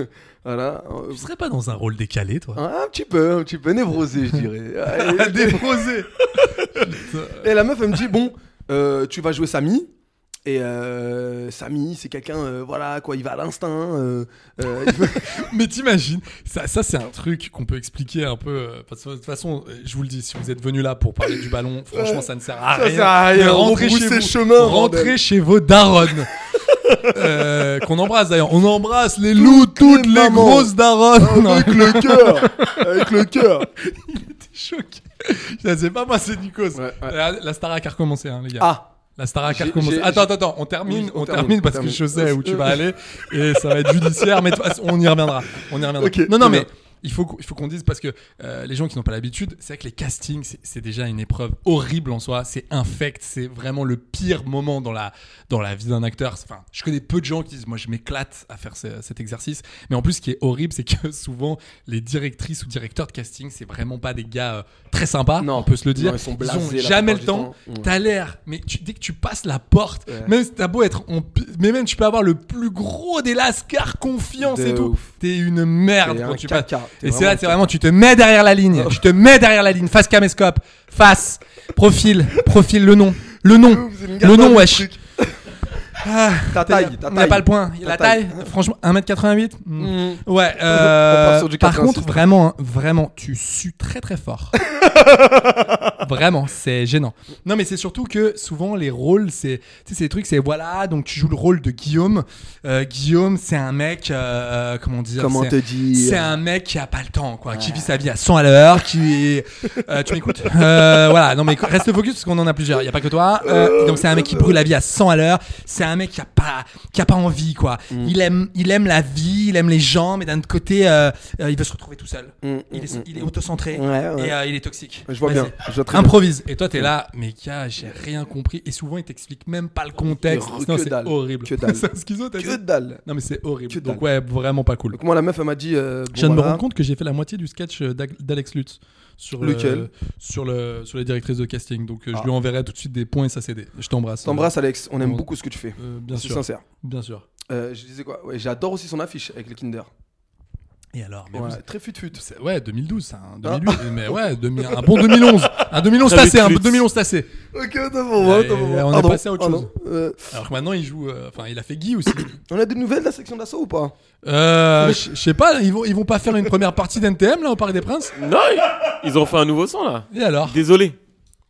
Speaker 10: voilà, euh,
Speaker 9: Tu serais pas dans un rôle décalé toi
Speaker 10: un, un petit peu, un petit peu névrosé, je dirais. Ah,
Speaker 9: Déposé.
Speaker 10: Et la meuf, elle me dit Bon, euh, tu vas jouer Samy. Et euh, Samy, c'est quelqu'un, euh, voilà, quoi, il va à l'instinct. euh, euh, il va-
Speaker 9: Mais t'imagines, ça, ça c'est un truc qu'on peut expliquer un peu. euh, parce que De toute façon, euh, je vous le dis, si vous êtes venu là pour parler du ballon, franchement, ça ne sert à
Speaker 10: Ça
Speaker 9: rien.
Speaker 10: sert à rien,
Speaker 9: Mais rentrez
Speaker 10: rebroussez
Speaker 9: chez vous,
Speaker 10: chemin,
Speaker 9: rentrez
Speaker 10: bordel.
Speaker 9: chez vos darons. Euh, qu'on embrasse d'ailleurs, on embrasse les loups, toutes les,
Speaker 10: mamans.
Speaker 9: grosses daronnes. Non,
Speaker 10: avec le cœur Avec le cœur
Speaker 9: T'es choqué. Putain, C'est pas moi, c'est Nikos.
Speaker 10: Ouais, ouais.
Speaker 9: La, la Starac a recommencé, hein, les gars.
Speaker 10: Ah
Speaker 9: La Starac a
Speaker 10: J'ai-
Speaker 9: recommencé.
Speaker 10: j'ai-
Speaker 9: Attends, attends,
Speaker 10: j'ai-
Speaker 9: attends, on termine,
Speaker 10: Oui,
Speaker 9: on,
Speaker 10: on
Speaker 9: termine,
Speaker 10: termine,
Speaker 9: parce
Speaker 10: on
Speaker 9: que je
Speaker 10: termine.
Speaker 9: sais où tu vas aller et ça va être judiciaire, mais de toute façon, on y reviendra. On y reviendra.
Speaker 10: Ok,
Speaker 9: non, non,
Speaker 10: très
Speaker 9: mais
Speaker 10: bien.
Speaker 9: il faut, qu'on- il faut qu'on dise parce que euh, les gens qui n'ont pas l'habitude, c'est vrai que les castings, c'est- c'est déjà une épreuve horrible en soi. C'est infect, c'est vraiment le pire moment dans la, dans la vie d'un acteur. Enfin, je connais peu de gens qui disent, moi, je m'éclate à faire ce- cet exercice. Mais en plus, ce qui est horrible, c'est que souvent, les directrices ou directeurs de casting, c'est vraiment pas des gars euh, très sympas.
Speaker 10: Non.
Speaker 9: on peut se le dire.
Speaker 10: Non, ils sont
Speaker 9: ils
Speaker 10: blasés
Speaker 9: ont
Speaker 10: la
Speaker 9: jamais
Speaker 10: plupart
Speaker 9: le
Speaker 10: du
Speaker 9: temps.
Speaker 10: temps. Ouais.
Speaker 9: T'as l'air, mais tu- dès que tu passes la porte,
Speaker 10: Ouais.
Speaker 9: même si t'as beau être, en pi- mais même tu peux avoir le plus gros des lascars, confiance
Speaker 10: De
Speaker 9: et tout.
Speaker 10: ouf.
Speaker 9: T'es une merde
Speaker 10: T'es
Speaker 9: quand
Speaker 10: un
Speaker 9: tu
Speaker 10: caca.
Speaker 9: passes.
Speaker 10: T'es
Speaker 9: Et c'est
Speaker 10: vraiment
Speaker 9: là,
Speaker 10: un Oh.
Speaker 9: t'es vraiment, tu te mets derrière la ligne. Tu te mets derrière la ligne. Face caméscope. Face. Profil. Profil. Le nom. Le nom.
Speaker 10: Vous avez une
Speaker 9: Le
Speaker 10: garde dans
Speaker 9: nom,
Speaker 10: le
Speaker 9: wesh.
Speaker 10: truc.
Speaker 9: Ah,
Speaker 10: Ta taille, ta
Speaker 9: on n'a
Speaker 10: taille.
Speaker 9: pas le point. La
Speaker 10: Ta
Speaker 9: taille,
Speaker 10: taille.
Speaker 9: franchement, 1m88 hmm.
Speaker 10: Mm.
Speaker 9: Ouais, euh,
Speaker 10: On part sur du
Speaker 9: par
Speaker 10: 86.
Speaker 9: contre, vraiment, hein, vraiment, tu sues très très fort. vraiment, c'est gênant. Non, mais c'est surtout que souvent les rôles, c'est, tu sais, c'est des trucs, c'est voilà, donc tu joues le rôle de Guillaume. Euh, Guillaume, c'est un mec, euh, comment dire,
Speaker 10: Comment
Speaker 9: c'est-
Speaker 10: te dire
Speaker 9: c'est un mec qui a pas le temps, quoi, qui vit sa vie à 100 à l'heure, qui est. Euh, tu m'écoutes Euh, Voilà, non mais reste focus parce qu'on en a plusieurs. Il y a pas que toi. Euh, donc c'est un mec qui brûle la vie à 100 à l'heure. C'est un mec qui a pas, qui a pas envie, quoi.
Speaker 10: Mm.
Speaker 9: Il aime, il aime la vie, il aime les gens, mais d'un autre côté, euh, euh, il veut se retrouver tout seul.
Speaker 10: Mm,
Speaker 9: Il est,
Speaker 10: mm,
Speaker 9: il est autocentré
Speaker 10: Ouais, ouais.
Speaker 9: et euh, il est toxique.
Speaker 10: Je vois
Speaker 9: Vas-y.
Speaker 10: bien, je vois très bien.
Speaker 9: Improvise. Et toi, t'es là, mais gars, j'ai rien compris. Et souvent, il t'explique même pas le contexte.
Speaker 10: Que-
Speaker 9: Non,
Speaker 10: que
Speaker 9: c'est
Speaker 10: dalle.
Speaker 9: horrible.
Speaker 10: Que dalle.
Speaker 9: C'est un schizo, t'as
Speaker 10: Que
Speaker 9: dit
Speaker 10: dalle
Speaker 9: Non, mais c'est horrible.
Speaker 10: Que
Speaker 9: Donc, ouais, vraiment pas cool.
Speaker 10: Donc moi la meuf elle m'a dit euh, bon,
Speaker 9: Je viens de me
Speaker 10: voilà.
Speaker 9: rendre compte que j'ai fait la moitié du sketch euh, d'Ag- d'Alex Lutz sur le,
Speaker 10: Lequel Ah.
Speaker 9: sur le sur les directrices de casting. Donc euh, je lui enverrai tout de suite des points et ça c'est des. Je t'embrasse.
Speaker 10: T'embrasses Alex, on aime
Speaker 9: on-
Speaker 10: beaucoup ce que tu fais.
Speaker 9: Euh, bien
Speaker 10: C'est
Speaker 9: sûr.
Speaker 10: sincère.
Speaker 9: Bien sûr.
Speaker 10: Euh, je disais quoi Ouais, J'adore aussi son affiche avec les Kinder.
Speaker 9: Et alors mais
Speaker 10: Ouais, Ah.
Speaker 9: vous-
Speaker 10: Très fut fut.
Speaker 9: c'est- ouais 2012 ça, hein, 2008, mais ouais 2000 un bon 2011 un 2011
Speaker 11: Très
Speaker 9: tassé un
Speaker 11: Lutz.
Speaker 9: 2011 tassé
Speaker 10: Ok, attends pour moi,
Speaker 9: Et
Speaker 10: attends pour moi.
Speaker 9: on est
Speaker 10: Pardon,
Speaker 9: passé à autre
Speaker 10: pardon.
Speaker 9: chose.
Speaker 10: Euh,
Speaker 9: alors que maintenant il joue euh, enfin il a fait Guy aussi
Speaker 10: on a des nouvelles de la section d'assaut ou pas
Speaker 9: euh, je je sais pas ils vont ils vont pas faire une première partie d'NTM là au Parc des Princes
Speaker 11: Non, ils- ils ont fait un nouveau son là.
Speaker 9: et alors
Speaker 11: Désolé.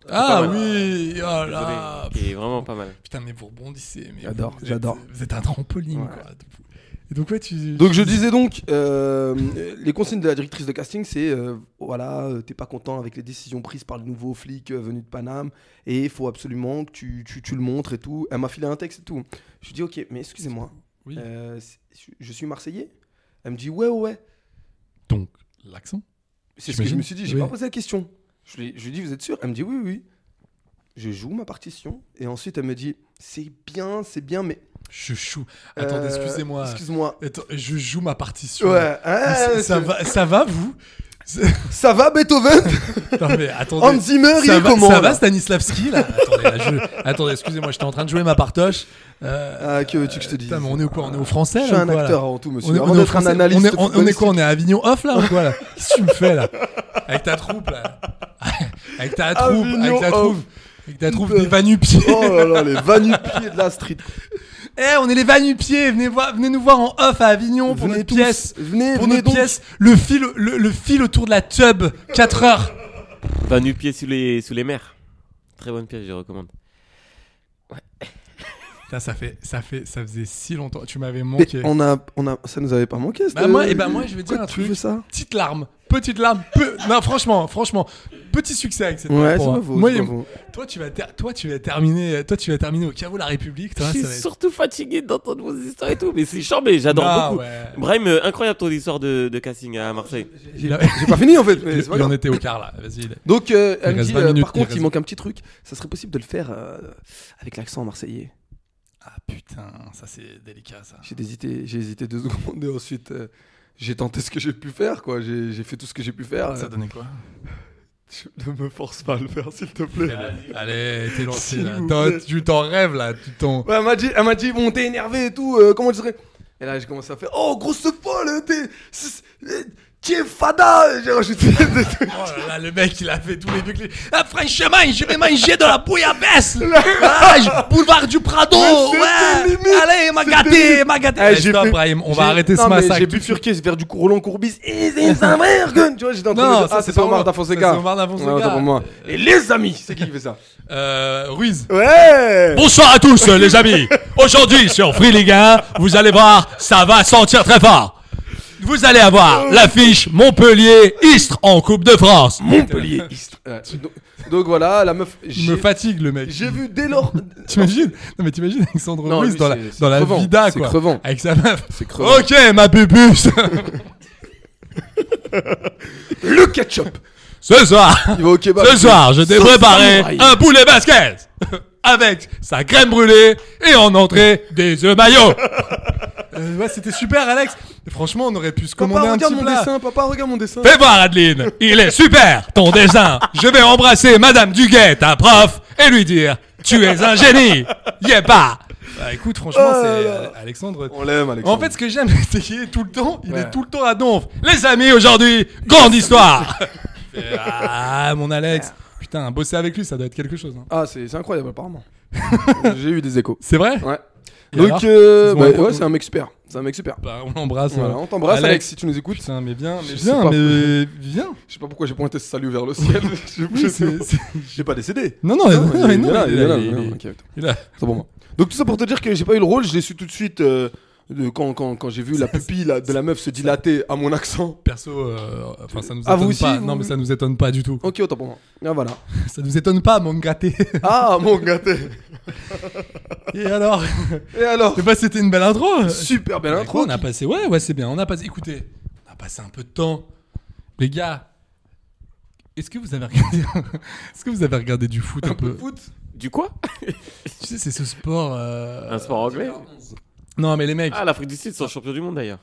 Speaker 9: ah
Speaker 11: mal.
Speaker 9: oui oh là,
Speaker 11: Désolé. Qui est vraiment pas mal.
Speaker 9: Putain, mais vous rebondissez. mais
Speaker 10: J'adore,
Speaker 9: vous êtes-
Speaker 10: j'adore.
Speaker 9: Vous êtes un trampoline, quoi. Et donc, ouais, tu.
Speaker 10: Donc je disais donc, euh, les consignes de la directrice de casting, c'est euh, voilà, euh, t'es pas content avec les décisions prises par le nouveau flic euh, venu de Paname, et il faut absolument que tu, tu, tu le montres et tout. Elle m'a filé un texte et tout. Je lui dis ok, mais excusez-moi,
Speaker 9: Oui.
Speaker 10: euh, c'est- je suis marseillais Elle me dit ouais ouais. ouais.
Speaker 9: Donc, L'accent
Speaker 10: C'est ce que je me
Speaker 9: J'imagine.
Speaker 10: suis dit, j'ai
Speaker 9: Oui.
Speaker 10: pas posé la question. Je lui, je lui ai dit, vous êtes sûr Elle me dit, oui, oui. Je joue ma partition. Et ensuite, elle me dit, c'est bien, c'est bien, mais.
Speaker 9: Chouchou. Attendez,
Speaker 10: euh,
Speaker 9: excusez-moi.
Speaker 10: Excuse-moi.
Speaker 9: Attends, je joue ma partition.
Speaker 10: Ouais,
Speaker 9: Mais
Speaker 10: hein,
Speaker 9: c'est- ça,
Speaker 10: c'est-
Speaker 9: va, ça va, vous
Speaker 10: ça va, Beethoven
Speaker 9: Non, mais attendez.
Speaker 10: Hans Zimmer, il
Speaker 9: ça
Speaker 10: est
Speaker 9: va,
Speaker 10: comment
Speaker 9: ça
Speaker 10: là
Speaker 9: va, Stanislavski là Attendez, là, je- attendez, excusez-moi, j'étais en train de jouer ma partoche. Euh,
Speaker 10: Ah, que veux-tu que je te dise
Speaker 9: putain, mais on est au quoi On est au français là
Speaker 10: Je suis
Speaker 9: ou
Speaker 10: un
Speaker 9: quoi, là
Speaker 10: acteur avant tout, monsieur.
Speaker 9: On est,
Speaker 10: Avant
Speaker 9: on est au
Speaker 10: d'être un
Speaker 9: français-
Speaker 10: analyste.
Speaker 9: on est- on- on est quoi
Speaker 10: footballistique.
Speaker 9: On est à Avignon off là ou quoi là Qu'est-ce que tu me fais là Avec ta troupe là. Avec ta troupe, avec
Speaker 10: Avignon
Speaker 9: ta
Speaker 10: off.
Speaker 9: troupe. Avec ta troupe des vanupiers.
Speaker 10: Oh là là, les vanupiers de la street.
Speaker 9: Eh, on est les vanupiers, venez, voir, venez nous voir en off à Avignon pour
Speaker 10: Venez
Speaker 9: des
Speaker 10: tous,
Speaker 9: pièces.
Speaker 10: venez,
Speaker 9: Pour
Speaker 10: venez
Speaker 9: nos
Speaker 10: donc.
Speaker 9: pièces, le fil, le, le fil autour de la tub, 4 heures.
Speaker 11: Va nu pied sous les, sous les mers. Très bonne pièce, je recommande.
Speaker 9: Putain, ça fait, ça fait, ça faisait si longtemps. Tu m'avais
Speaker 10: Mais
Speaker 9: manqué.
Speaker 10: on a, on a, ça nous avait pas manqué.
Speaker 9: Bah
Speaker 10: cette-
Speaker 9: moi, eh ben moi, je vais dire
Speaker 10: Pourquoi
Speaker 9: un
Speaker 10: tu
Speaker 9: truc.
Speaker 10: fais ça
Speaker 9: Petite larme, petite larme. peu- Non, franchement, franchement, petit succès avec cette.
Speaker 10: Ouais,
Speaker 9: larme pour
Speaker 10: c'est
Speaker 9: moi.
Speaker 10: pas faux.
Speaker 9: Moi,
Speaker 10: c'est pas
Speaker 9: il-
Speaker 10: faux.
Speaker 9: Toi, tu vas, ter- toi, tu vas terminer, toi, tu vas terminer au caveau la République. Toi,
Speaker 11: je suis
Speaker 9: ça va être-
Speaker 11: surtout fatigué d'entendre vos histoires et tout, mais c'est chiant, mais j'adore
Speaker 9: Ah,
Speaker 11: beaucoup.
Speaker 9: ouais.
Speaker 11: Brahim, euh, incroyable ton histoire de, de casting à Marseille.
Speaker 9: Il, a-
Speaker 10: J'ai pas fini en fait. mais
Speaker 9: il-
Speaker 10: c'est pas
Speaker 9: il en
Speaker 10: grave.
Speaker 9: était au quart là. Vas-y. il est-
Speaker 10: Donc, euh, elle me
Speaker 9: reste
Speaker 10: dit,
Speaker 9: 20
Speaker 10: euh,
Speaker 9: minutes,
Speaker 10: par
Speaker 9: il
Speaker 10: contre, il
Speaker 9: reste-
Speaker 10: manque un petit truc. Ça serait possible de le faire euh, avec l'accent marseillais.
Speaker 9: Ah putain, ça c'est délicat ça.
Speaker 10: J'ai hésité, j'ai hésité deux secondes et ensuite euh, j'ai tenté ce que j'ai pu faire. Quoi, j'ai j'ai fait tout ce que j'ai pu faire.
Speaker 9: Ça
Speaker 10: Euh,
Speaker 9: donnait quoi
Speaker 10: je- Ne me force pas à le faire, s'il te plaît.
Speaker 9: Allez, t'es lancé
Speaker 10: S'il
Speaker 9: là.
Speaker 10: vous
Speaker 9: T'en-
Speaker 10: plaît.
Speaker 9: Tu t'en rêves là, tu t'en.
Speaker 10: Ouais, elle m'a dit, elle m'a dit, bon, t'es énervé et tout, euh, comment tu serais Et là, j'ai commencé à faire, oh, grosse folle, euh, t'es. c'est- euh, Tu es fada J'ai rajouté des trucs.
Speaker 9: Oh là là, le mec il a fait tous les trucs. les- Ah, franchement, je vais manger de la bouillabaisse. Ah, je- boulevard du Prado.
Speaker 10: Mais
Speaker 9: Ouais.
Speaker 10: c'était limite,
Speaker 9: Allez, m'a
Speaker 10: c'était
Speaker 9: gâté,
Speaker 10: limite.
Speaker 9: m'a gâté.
Speaker 10: Eh,
Speaker 9: Eh,
Speaker 10: j'ai
Speaker 9: Stop,
Speaker 10: fait-
Speaker 9: Brahim, on va
Speaker 10: j'ai-
Speaker 9: arrêter
Speaker 10: non,
Speaker 9: ce
Speaker 10: mais
Speaker 9: massacre.
Speaker 10: J'ai bifurqué vers du Roland Courbis. Et les amis, tu vois, j'étais en train de
Speaker 9: Non,
Speaker 10: dire,
Speaker 9: ça,
Speaker 10: ah,
Speaker 9: c'est
Speaker 10: c'est
Speaker 9: pas
Speaker 10: pas Omar
Speaker 9: moi.
Speaker 10: Da Fonseca.
Speaker 9: Ça, c'est Omar Da Fonseca.
Speaker 10: Ouais, autant pour moi. Et les amis, c'est qui qui fait ça
Speaker 9: Euh, Ruiz.
Speaker 10: Ouais
Speaker 9: Bonsoir à tous euh, les amis. Aujourd'hui sur Free Ligue 1, vous allez voir, ça va sentir très fort. Vous allez avoir l'affiche Montpellier Istres en Coupe de France.
Speaker 10: Montpellier, Istres. Ouais. Donc, donc voilà, la meuf.
Speaker 9: Il me
Speaker 10: J'ai
Speaker 9: fatigue le mec.
Speaker 10: j'ai vu dès lors.
Speaker 9: T'imagines Non mais t'imagines Alexandre
Speaker 10: Non,
Speaker 9: Ruiz
Speaker 10: lui,
Speaker 9: dans la,
Speaker 10: c'est- c'est
Speaker 9: dans la
Speaker 10: crevant,
Speaker 9: vida
Speaker 10: c'est
Speaker 9: quoi.
Speaker 10: crevant.
Speaker 9: Avec sa meuf.
Speaker 10: C'est crevant.
Speaker 9: Ok ma pupus
Speaker 10: Le ketchup
Speaker 9: Ce soir
Speaker 10: Il va au kebab.
Speaker 9: Ce soir je t'ai
Speaker 10: Sauce
Speaker 9: préparé
Speaker 10: samouraï.
Speaker 9: un poulet basket Avec sa crème brûlée et en entrée des œufs maillots Euh, Ouais c'était super Alex Franchement on aurait pu se
Speaker 10: Papa,
Speaker 9: commander un
Speaker 10: regarde
Speaker 9: petit
Speaker 10: mon
Speaker 9: plat
Speaker 10: dessin, papa, regarde mon dessin.
Speaker 9: Fais voir Adeline, il est super ton dessin. Je vais embrasser Madame Duguet, ta prof, et lui dire tu es un génie. Yeah pas. Bah écoute franchement
Speaker 10: Oh
Speaker 9: c'est
Speaker 10: là là.
Speaker 9: euh, Alexandre.
Speaker 10: On l'aime,
Speaker 9: En
Speaker 10: Alexandre.
Speaker 9: fait ce que j'aime c'est qu'il est tout le temps, il
Speaker 10: Ouais.
Speaker 9: est tout le temps à donf. Les amis aujourd'hui grande histoire. ah mon Alex, putain bosser avec lui ça doit être quelque chose. hein.
Speaker 10: Ah, c'est c'est incroyable, apparemment. J'ai eu des échos.
Speaker 9: C'est vrai.
Speaker 10: Ouais.
Speaker 9: Et alors
Speaker 10: Donc, euh,
Speaker 9: Ils ont
Speaker 10: bah,
Speaker 9: répondu-
Speaker 10: ouais, c'est un mec super. C'est un mec super.
Speaker 9: Bah, on l'embrasse.
Speaker 10: Voilà,
Speaker 9: euh,
Speaker 10: on t'embrasse, Alex. si tu nous écoutes.
Speaker 9: Putain mais viens, mais
Speaker 10: Je sais
Speaker 9: viens,
Speaker 10: pas.
Speaker 9: mais viens.
Speaker 10: Je sais pas pourquoi j'ai pointé ce salut vers le ciel. Je-
Speaker 9: Oui,
Speaker 10: je sais
Speaker 9: c'est-
Speaker 10: pas.
Speaker 9: c'est-
Speaker 10: J'ai pas décédé.
Speaker 9: Non non, non,
Speaker 10: il est
Speaker 9: non,
Speaker 10: là,
Speaker 9: il
Speaker 10: il
Speaker 9: est
Speaker 10: est là,
Speaker 9: il
Speaker 10: il est là.
Speaker 9: est-
Speaker 10: Ok, attends.
Speaker 9: il est là.
Speaker 10: C'est pour moi. Donc, tout ça pour te dire que j'ai pas eu le rôle, je l'ai su tout de suite euh, de- quand, quand, quand j'ai vu la pupille là, de la meuf se dilater à mon accent.
Speaker 9: Perso, euh, enfin ça nous étonne
Speaker 10: Ah, vous aussi,
Speaker 9: pas.
Speaker 10: vous-
Speaker 9: Non mais ça nous étonne pas du tout. quoi.
Speaker 10: Ok, autant pour moi. Ah, voilà.
Speaker 9: Ça nous étonne pas, mon gâté.
Speaker 10: Ah, mon gâté.
Speaker 9: Et alors
Speaker 10: Et alors
Speaker 9: Eh ben, c'était une belle intro.
Speaker 10: Super belle
Speaker 9: Mais quoi,
Speaker 10: intro.
Speaker 9: On a passé, ouais, ouais, c'est bien. On a passé. Écoutez, on a passé un peu de temps, les gars. Est-ce que vous avez regardé Est-ce que vous avez regardé du foot un, peu,
Speaker 11: Du quoi
Speaker 9: Tu sais, c'est ce sport. euh,
Speaker 11: Un sport anglais
Speaker 9: Non, mais les mecs.
Speaker 11: Ah, l'Afrique du Sud sont champions du monde d'ailleurs.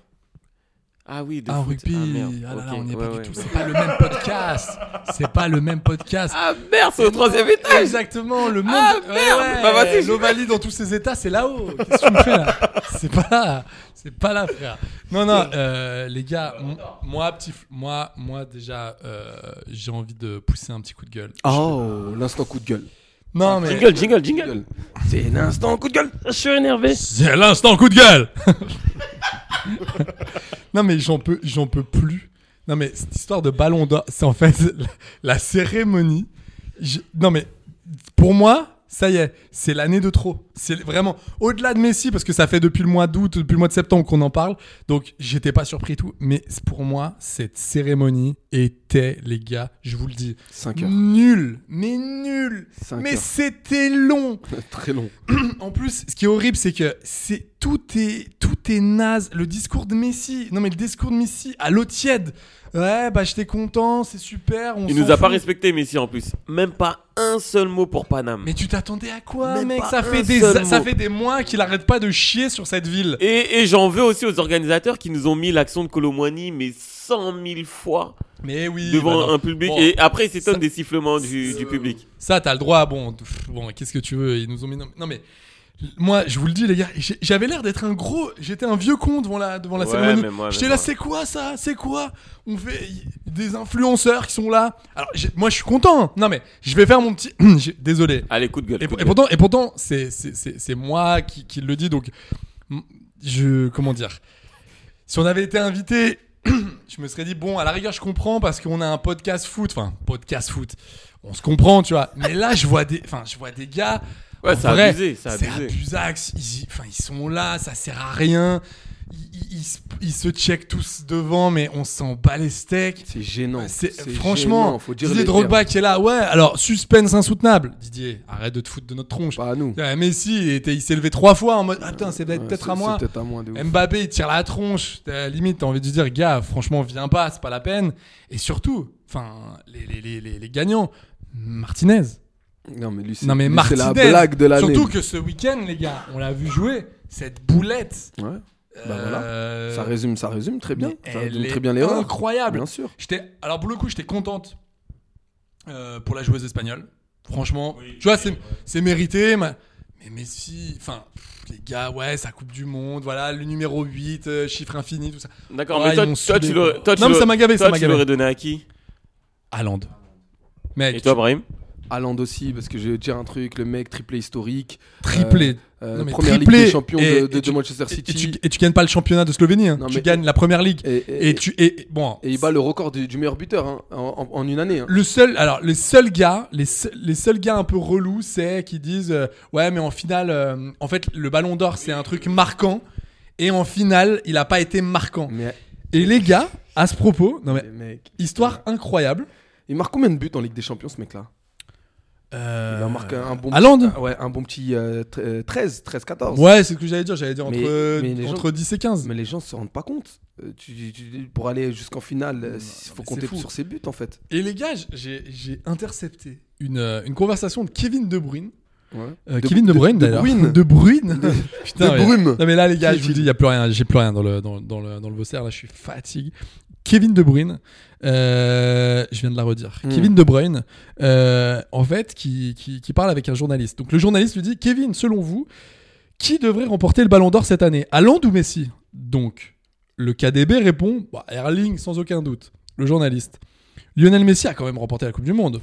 Speaker 11: Ah oui, de
Speaker 9: Ah,
Speaker 11: foot.
Speaker 9: rugby,
Speaker 11: Ah, merde.
Speaker 9: ah là là,
Speaker 11: Ok,
Speaker 9: on n'y est
Speaker 11: ouais,
Speaker 9: pas
Speaker 11: ouais.
Speaker 9: du tout. C'est pas le même podcast. C'est pas le même podcast.
Speaker 11: Ah merde, c'est au troisième étage
Speaker 9: Exactement, le monde.
Speaker 11: Ah, merde.
Speaker 9: ouais,
Speaker 11: Bah, vas-y, je-
Speaker 9: l'Ovalie dans tous ses états, c'est là-haut. Qu'est-ce que tu me fais là C'est pas là, c'est pas là, frère. Non, non, euh, les gars, m- moi, petit, f- moi, moi, déjà, euh, j'ai envie de pousser un petit coup de gueule.
Speaker 10: Oh, l'instant coup de gueule.
Speaker 9: Non mais
Speaker 11: Jingle, jingle, jingle.
Speaker 10: gueule. C'est l'instant coup de gueule.
Speaker 11: Je suis énervé.
Speaker 9: c'est l'instant coup de gueule. non mais j'en peux, j'en peux plus. Non mais cette histoire de ballon d'or, c'est en fait la, la cérémonie. Je- non mais pour moi, ça y est, c'est l'année de trop. C'est vraiment au-delà de Messi parce que ça fait depuis le mois d'août, depuis le mois de septembre qu'on en parle. Donc j'étais pas surpris et tout, mais c'est- pour moi cette cérémonie était les gars, je vous le dis,
Speaker 10: 5 heures.
Speaker 9: nul, mais nul.
Speaker 10: Cinq
Speaker 9: Mais
Speaker 10: heures.
Speaker 9: c'était long.
Speaker 10: Très long.
Speaker 9: En plus, ce qui est horrible, c'est que c'est tout est tout est naze. Le discours de Messi, non mais le discours de Messi à l'eau tiède. Ouais, bah j'étais content, c'est super. On
Speaker 11: Il
Speaker 9: s'en
Speaker 11: nous a pas
Speaker 9: fout.
Speaker 11: respecté, Messi, en plus. Même pas un seul mot pour Paname.
Speaker 9: Mais tu t'attendais à quoi,
Speaker 11: Même
Speaker 9: mec
Speaker 11: pas
Speaker 9: Ça fait
Speaker 11: un
Speaker 9: des
Speaker 11: seul
Speaker 9: ça
Speaker 11: mot.
Speaker 9: fait des mois qu'il arrête pas de chier sur cette ville.
Speaker 11: Et, et j'en veux aussi aux organisateurs qui nous ont mis l'action de Colomwani, mais 100 000 fois
Speaker 9: Mais oui.
Speaker 11: devant
Speaker 9: bah non.
Speaker 11: un public.
Speaker 9: Bon,
Speaker 11: Et après, ils s'étonnent
Speaker 9: Ça- euh,
Speaker 11: des sifflements du, du public.
Speaker 9: ça, t'as le droit. Bon, pff, bon, qu'est-ce que tu veux Ils nous ont mis. Non, non, mais moi, je vous le dis, les gars, j'ai- j'avais l'air d'être un gros. J'étais un vieux con devant la devant la
Speaker 11: Ouais,
Speaker 9: cérémonie.
Speaker 11: mais moi,
Speaker 9: J'étais
Speaker 11: mais
Speaker 9: là,
Speaker 11: moi.
Speaker 9: c'est quoi ça C'est quoi On fait y- des influenceurs qui sont là. Alors, j'ai- moi, je suis content. hein. Non, mais je vais faire mon petit. j'ai- Désolé.
Speaker 11: Allez, coup de gueule.
Speaker 9: Et,
Speaker 11: coup de
Speaker 9: et
Speaker 11: gueule.
Speaker 9: pourtant, et pourtant, c'est c'est- c'est c'est moi qui, qui le dis. Donc, m- je comment dire Si on avait été invité, je me serais dit bon, à la rigueur, je comprends parce qu'on a un podcast foot, enfin podcast foot, on se comprend, tu vois. Mais là, je vois des, enfin, je vois des gars.
Speaker 11: Ouais,
Speaker 9: en
Speaker 11: c'est
Speaker 9: vrai,
Speaker 11: abusé, c'est
Speaker 9: C'est
Speaker 11: abusé.
Speaker 9: abusax. Ils, y- enfin, ils sont là, ça sert à rien. Ils, ils- ils se- ils se checkent tous devant, mais on s'en bat les steaks.
Speaker 10: C'est gênant.
Speaker 9: C'est
Speaker 10: C'est
Speaker 9: franchement,
Speaker 10: gênant, faut dire
Speaker 9: Didier
Speaker 10: les
Speaker 9: Drogba qui est là, ouais. Alors suspense insoutenable. Didier, arrête de te foutre de notre tronche.
Speaker 10: Pas à nous.
Speaker 9: Ouais, Messi, il, était- il s'est levé trois fois en mode ah, putain, c'est peut-être
Speaker 10: Ouais,
Speaker 9: peut-être
Speaker 10: c'est-
Speaker 9: à moi. Eh,
Speaker 10: C'est peut-être à moi de ouf.
Speaker 9: Mbappé, il tire la tronche. T'as- limite, t'as envie de lui dire, gars, franchement, viens pas, c'est pas la peine. Et surtout, enfin, les, les, les, les, les gagnants, Martinez.
Speaker 10: Non mais lui, c'est
Speaker 9: Non mais
Speaker 10: lui, c'est
Speaker 9: Martinez.
Speaker 10: la blague de l'année.
Speaker 9: Surtout que ce week-end, les gars, on l'a vu jouer cette boulette.
Speaker 10: Ouais. Bah
Speaker 9: euh,
Speaker 10: voilà. Ça résume, ça résume très bien.
Speaker 9: mais
Speaker 10: Ça
Speaker 9: elle
Speaker 10: résume
Speaker 9: est
Speaker 10: très bien l'erreur.
Speaker 9: Incroyable.
Speaker 10: Bien sûr.
Speaker 9: J'étais, alors pour le coup, j'étais contente euh, pour la joueuse espagnole. Franchement, tu vois, c'est, c'est mérité. ma- Mais Messi, enfin, pff, les gars, ouais, ça Coupe du Monde, voilà, le numéro 8, euh, chiffre infini, tout ça.
Speaker 11: D'accord,
Speaker 9: Ouais,
Speaker 11: mais toi,
Speaker 9: ils m'ont
Speaker 11: toi, tu
Speaker 9: saoulé.
Speaker 11: l'aurais. toi, tu
Speaker 9: Non, mais
Speaker 11: l'aurais-
Speaker 9: ça m'a gavé,
Speaker 11: toi,
Speaker 9: ça m'a
Speaker 11: tu
Speaker 9: gavé.
Speaker 11: l'aurais donné à qui
Speaker 9: Allende. Mec,
Speaker 11: Et toi, bah, Brahim
Speaker 10: Haaland aussi, parce que je vais te dire un truc, le mec triplé historique,
Speaker 9: triplé.
Speaker 10: euh,
Speaker 9: Non, mais
Speaker 10: première
Speaker 9: triplé
Speaker 10: ligue des champions
Speaker 9: et-
Speaker 10: de, de-
Speaker 9: et
Speaker 10: de
Speaker 9: tu-
Speaker 10: Manchester
Speaker 9: Et, et
Speaker 10: City.
Speaker 9: tu, et tu gagnes pas le championnat de Slovénie, hein.
Speaker 10: Non,
Speaker 9: tu
Speaker 10: mais-
Speaker 9: gagnes la première ligue.
Speaker 10: Et,
Speaker 9: Et,
Speaker 10: et-
Speaker 9: tu, et, bon,
Speaker 10: et il bat le record du, du meilleur buteur hein, en, en- en une année. hein.
Speaker 9: Le seul, alors les seuls gars, les, se- les seuls gars un peu relous, c'est qui disent euh, ouais mais en finale, euh, en fait le Ballon d'Or c'est un truc marquant et en finale il a pas été marquant.
Speaker 10: Mais,
Speaker 9: Et les gars, à ce propos, non mais
Speaker 10: mais mec,
Speaker 9: histoire incroyable.
Speaker 10: il marque combien de buts en Ligue des Champions ce mec-là Il
Speaker 9: Euh...
Speaker 10: en marque un bon.
Speaker 9: Haaland
Speaker 10: Ouais, un bon petit euh, tre- euh, 13, 13, 14.
Speaker 9: Ouais, c'est ce que j'allais dire, j'allais dire entre,
Speaker 10: Mais- mais les gens-
Speaker 9: entre 10 et 15.
Speaker 10: Mais les gens se rendent pas compte. Euh, tu- tu- pour aller jusqu'en finale, euh, il faut
Speaker 9: mais
Speaker 10: compter
Speaker 9: c'est fou.
Speaker 10: sur ses buts en fait.
Speaker 9: Et les gars, j'ai j'ai intercepté une, euh, une conversation de Kevin De Bruyne.
Speaker 10: Ouais.
Speaker 9: Euh, Kevin De Bruyne,
Speaker 10: De
Speaker 9: d'ailleurs.
Speaker 10: Bruyne.
Speaker 9: De Bruyne. Putain,
Speaker 10: De
Speaker 9: mais-
Speaker 10: Bruyne.
Speaker 9: Non mais là les gars,
Speaker 10: Qui
Speaker 9: je vous
Speaker 10: est-il
Speaker 9: dis, il y a plus rien, j'ai plus rien dans le dans, dans le dans le Vauxerre là, je suis fatigué. Kevin De Bruyne, euh, je viens de la redire.
Speaker 10: Hmm.
Speaker 9: Kevin De Bruyne, euh, en fait, qui, qui qui parle avec un journaliste. Donc le journaliste lui dit, Kevin, selon vous, qui devrait remporter le Ballon d'Or cette année, Haaland ou Messi Donc le KDB répond, bah, Erling sans aucun doute. Le journaliste, Lionel Messi a quand même remporté la Coupe du Monde.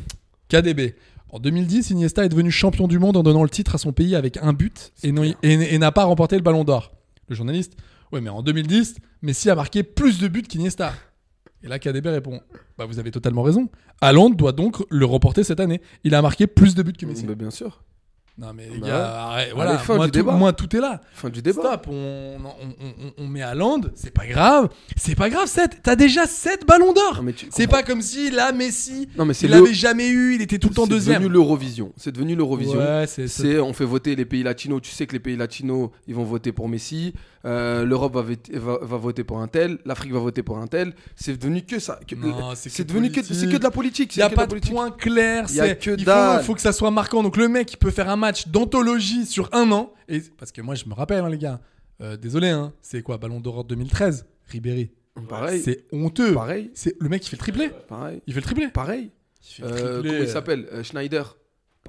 Speaker 9: KDB. En 2010, Iniesta est devenu champion du monde en donnant le titre à son pays avec un but et non- et- et n'a pas remporté le ballon d'or. Le journaliste Ouais, mais en 2010, Messi a marqué plus de buts qu'Iniesta. Et là, KDB répond Bah, vous avez totalement raison. Haaland doit donc le remporter cette année. Il a marqué plus de buts que Messi.
Speaker 10: Bah, bien sûr.
Speaker 9: Non, mais les
Speaker 10: Bah
Speaker 9: gars,
Speaker 10: ouais.
Speaker 9: arrête,
Speaker 10: Allez,
Speaker 9: voilà.
Speaker 10: fin
Speaker 9: Moi
Speaker 10: du
Speaker 9: tout,
Speaker 10: débat.
Speaker 9: moi, tout est là.
Speaker 10: Fin du débat.
Speaker 9: Stop, on, on, on- on- on met Haaland, c'est pas grave. C'est pas grave, 7. T'as déjà 7 ballons d'or.
Speaker 10: Non, Ah, mais tu
Speaker 9: C'est
Speaker 10: comprends-
Speaker 9: pas comme si là, Messi,
Speaker 10: Non, mais c'est
Speaker 9: il
Speaker 10: le-
Speaker 9: l'avait jamais eu, il était tout le temps
Speaker 10: C'est
Speaker 9: deuxième.
Speaker 10: devenu l'Eurovision. C'est devenu l'Eurovision.
Speaker 9: Ouais, c'est- c'est-
Speaker 10: C'est on fait voter les pays latinos. Tu sais que les pays latinos ils vont voter pour Messi. Euh, L'Europe va, vét- va- va voter pour un tel. L'Afrique va voter pour un tel. C'est devenu que ça. que-
Speaker 9: Non, c'est que
Speaker 10: devenu que
Speaker 9: politique.
Speaker 10: c'est que de la politique.
Speaker 9: Il n'y a
Speaker 10: c'est que
Speaker 9: pas
Speaker 10: de,
Speaker 9: de
Speaker 10: la politique.
Speaker 9: point clair.
Speaker 10: Y a
Speaker 9: c'est-
Speaker 10: que
Speaker 9: il faut,
Speaker 10: dalle.
Speaker 9: faut que ça soit marquant. Donc le mec, il peut faire un match d'anthologie sur un an. Et, parce que moi, je me rappelle, hein, les gars. Euh, désolé, hein, c'est quoi Ballon d'Or 2013 Ribéry.
Speaker 10: Pareil.
Speaker 9: C'est honteux.
Speaker 10: Pareil.
Speaker 9: C'est le mec, il fait le triplé.
Speaker 10: Pareil.
Speaker 9: Il fait le triplé.
Speaker 10: Pareil. Euh,
Speaker 9: triplé,
Speaker 10: comment
Speaker 9: euh,
Speaker 10: il s'appelle Euh, Schneider.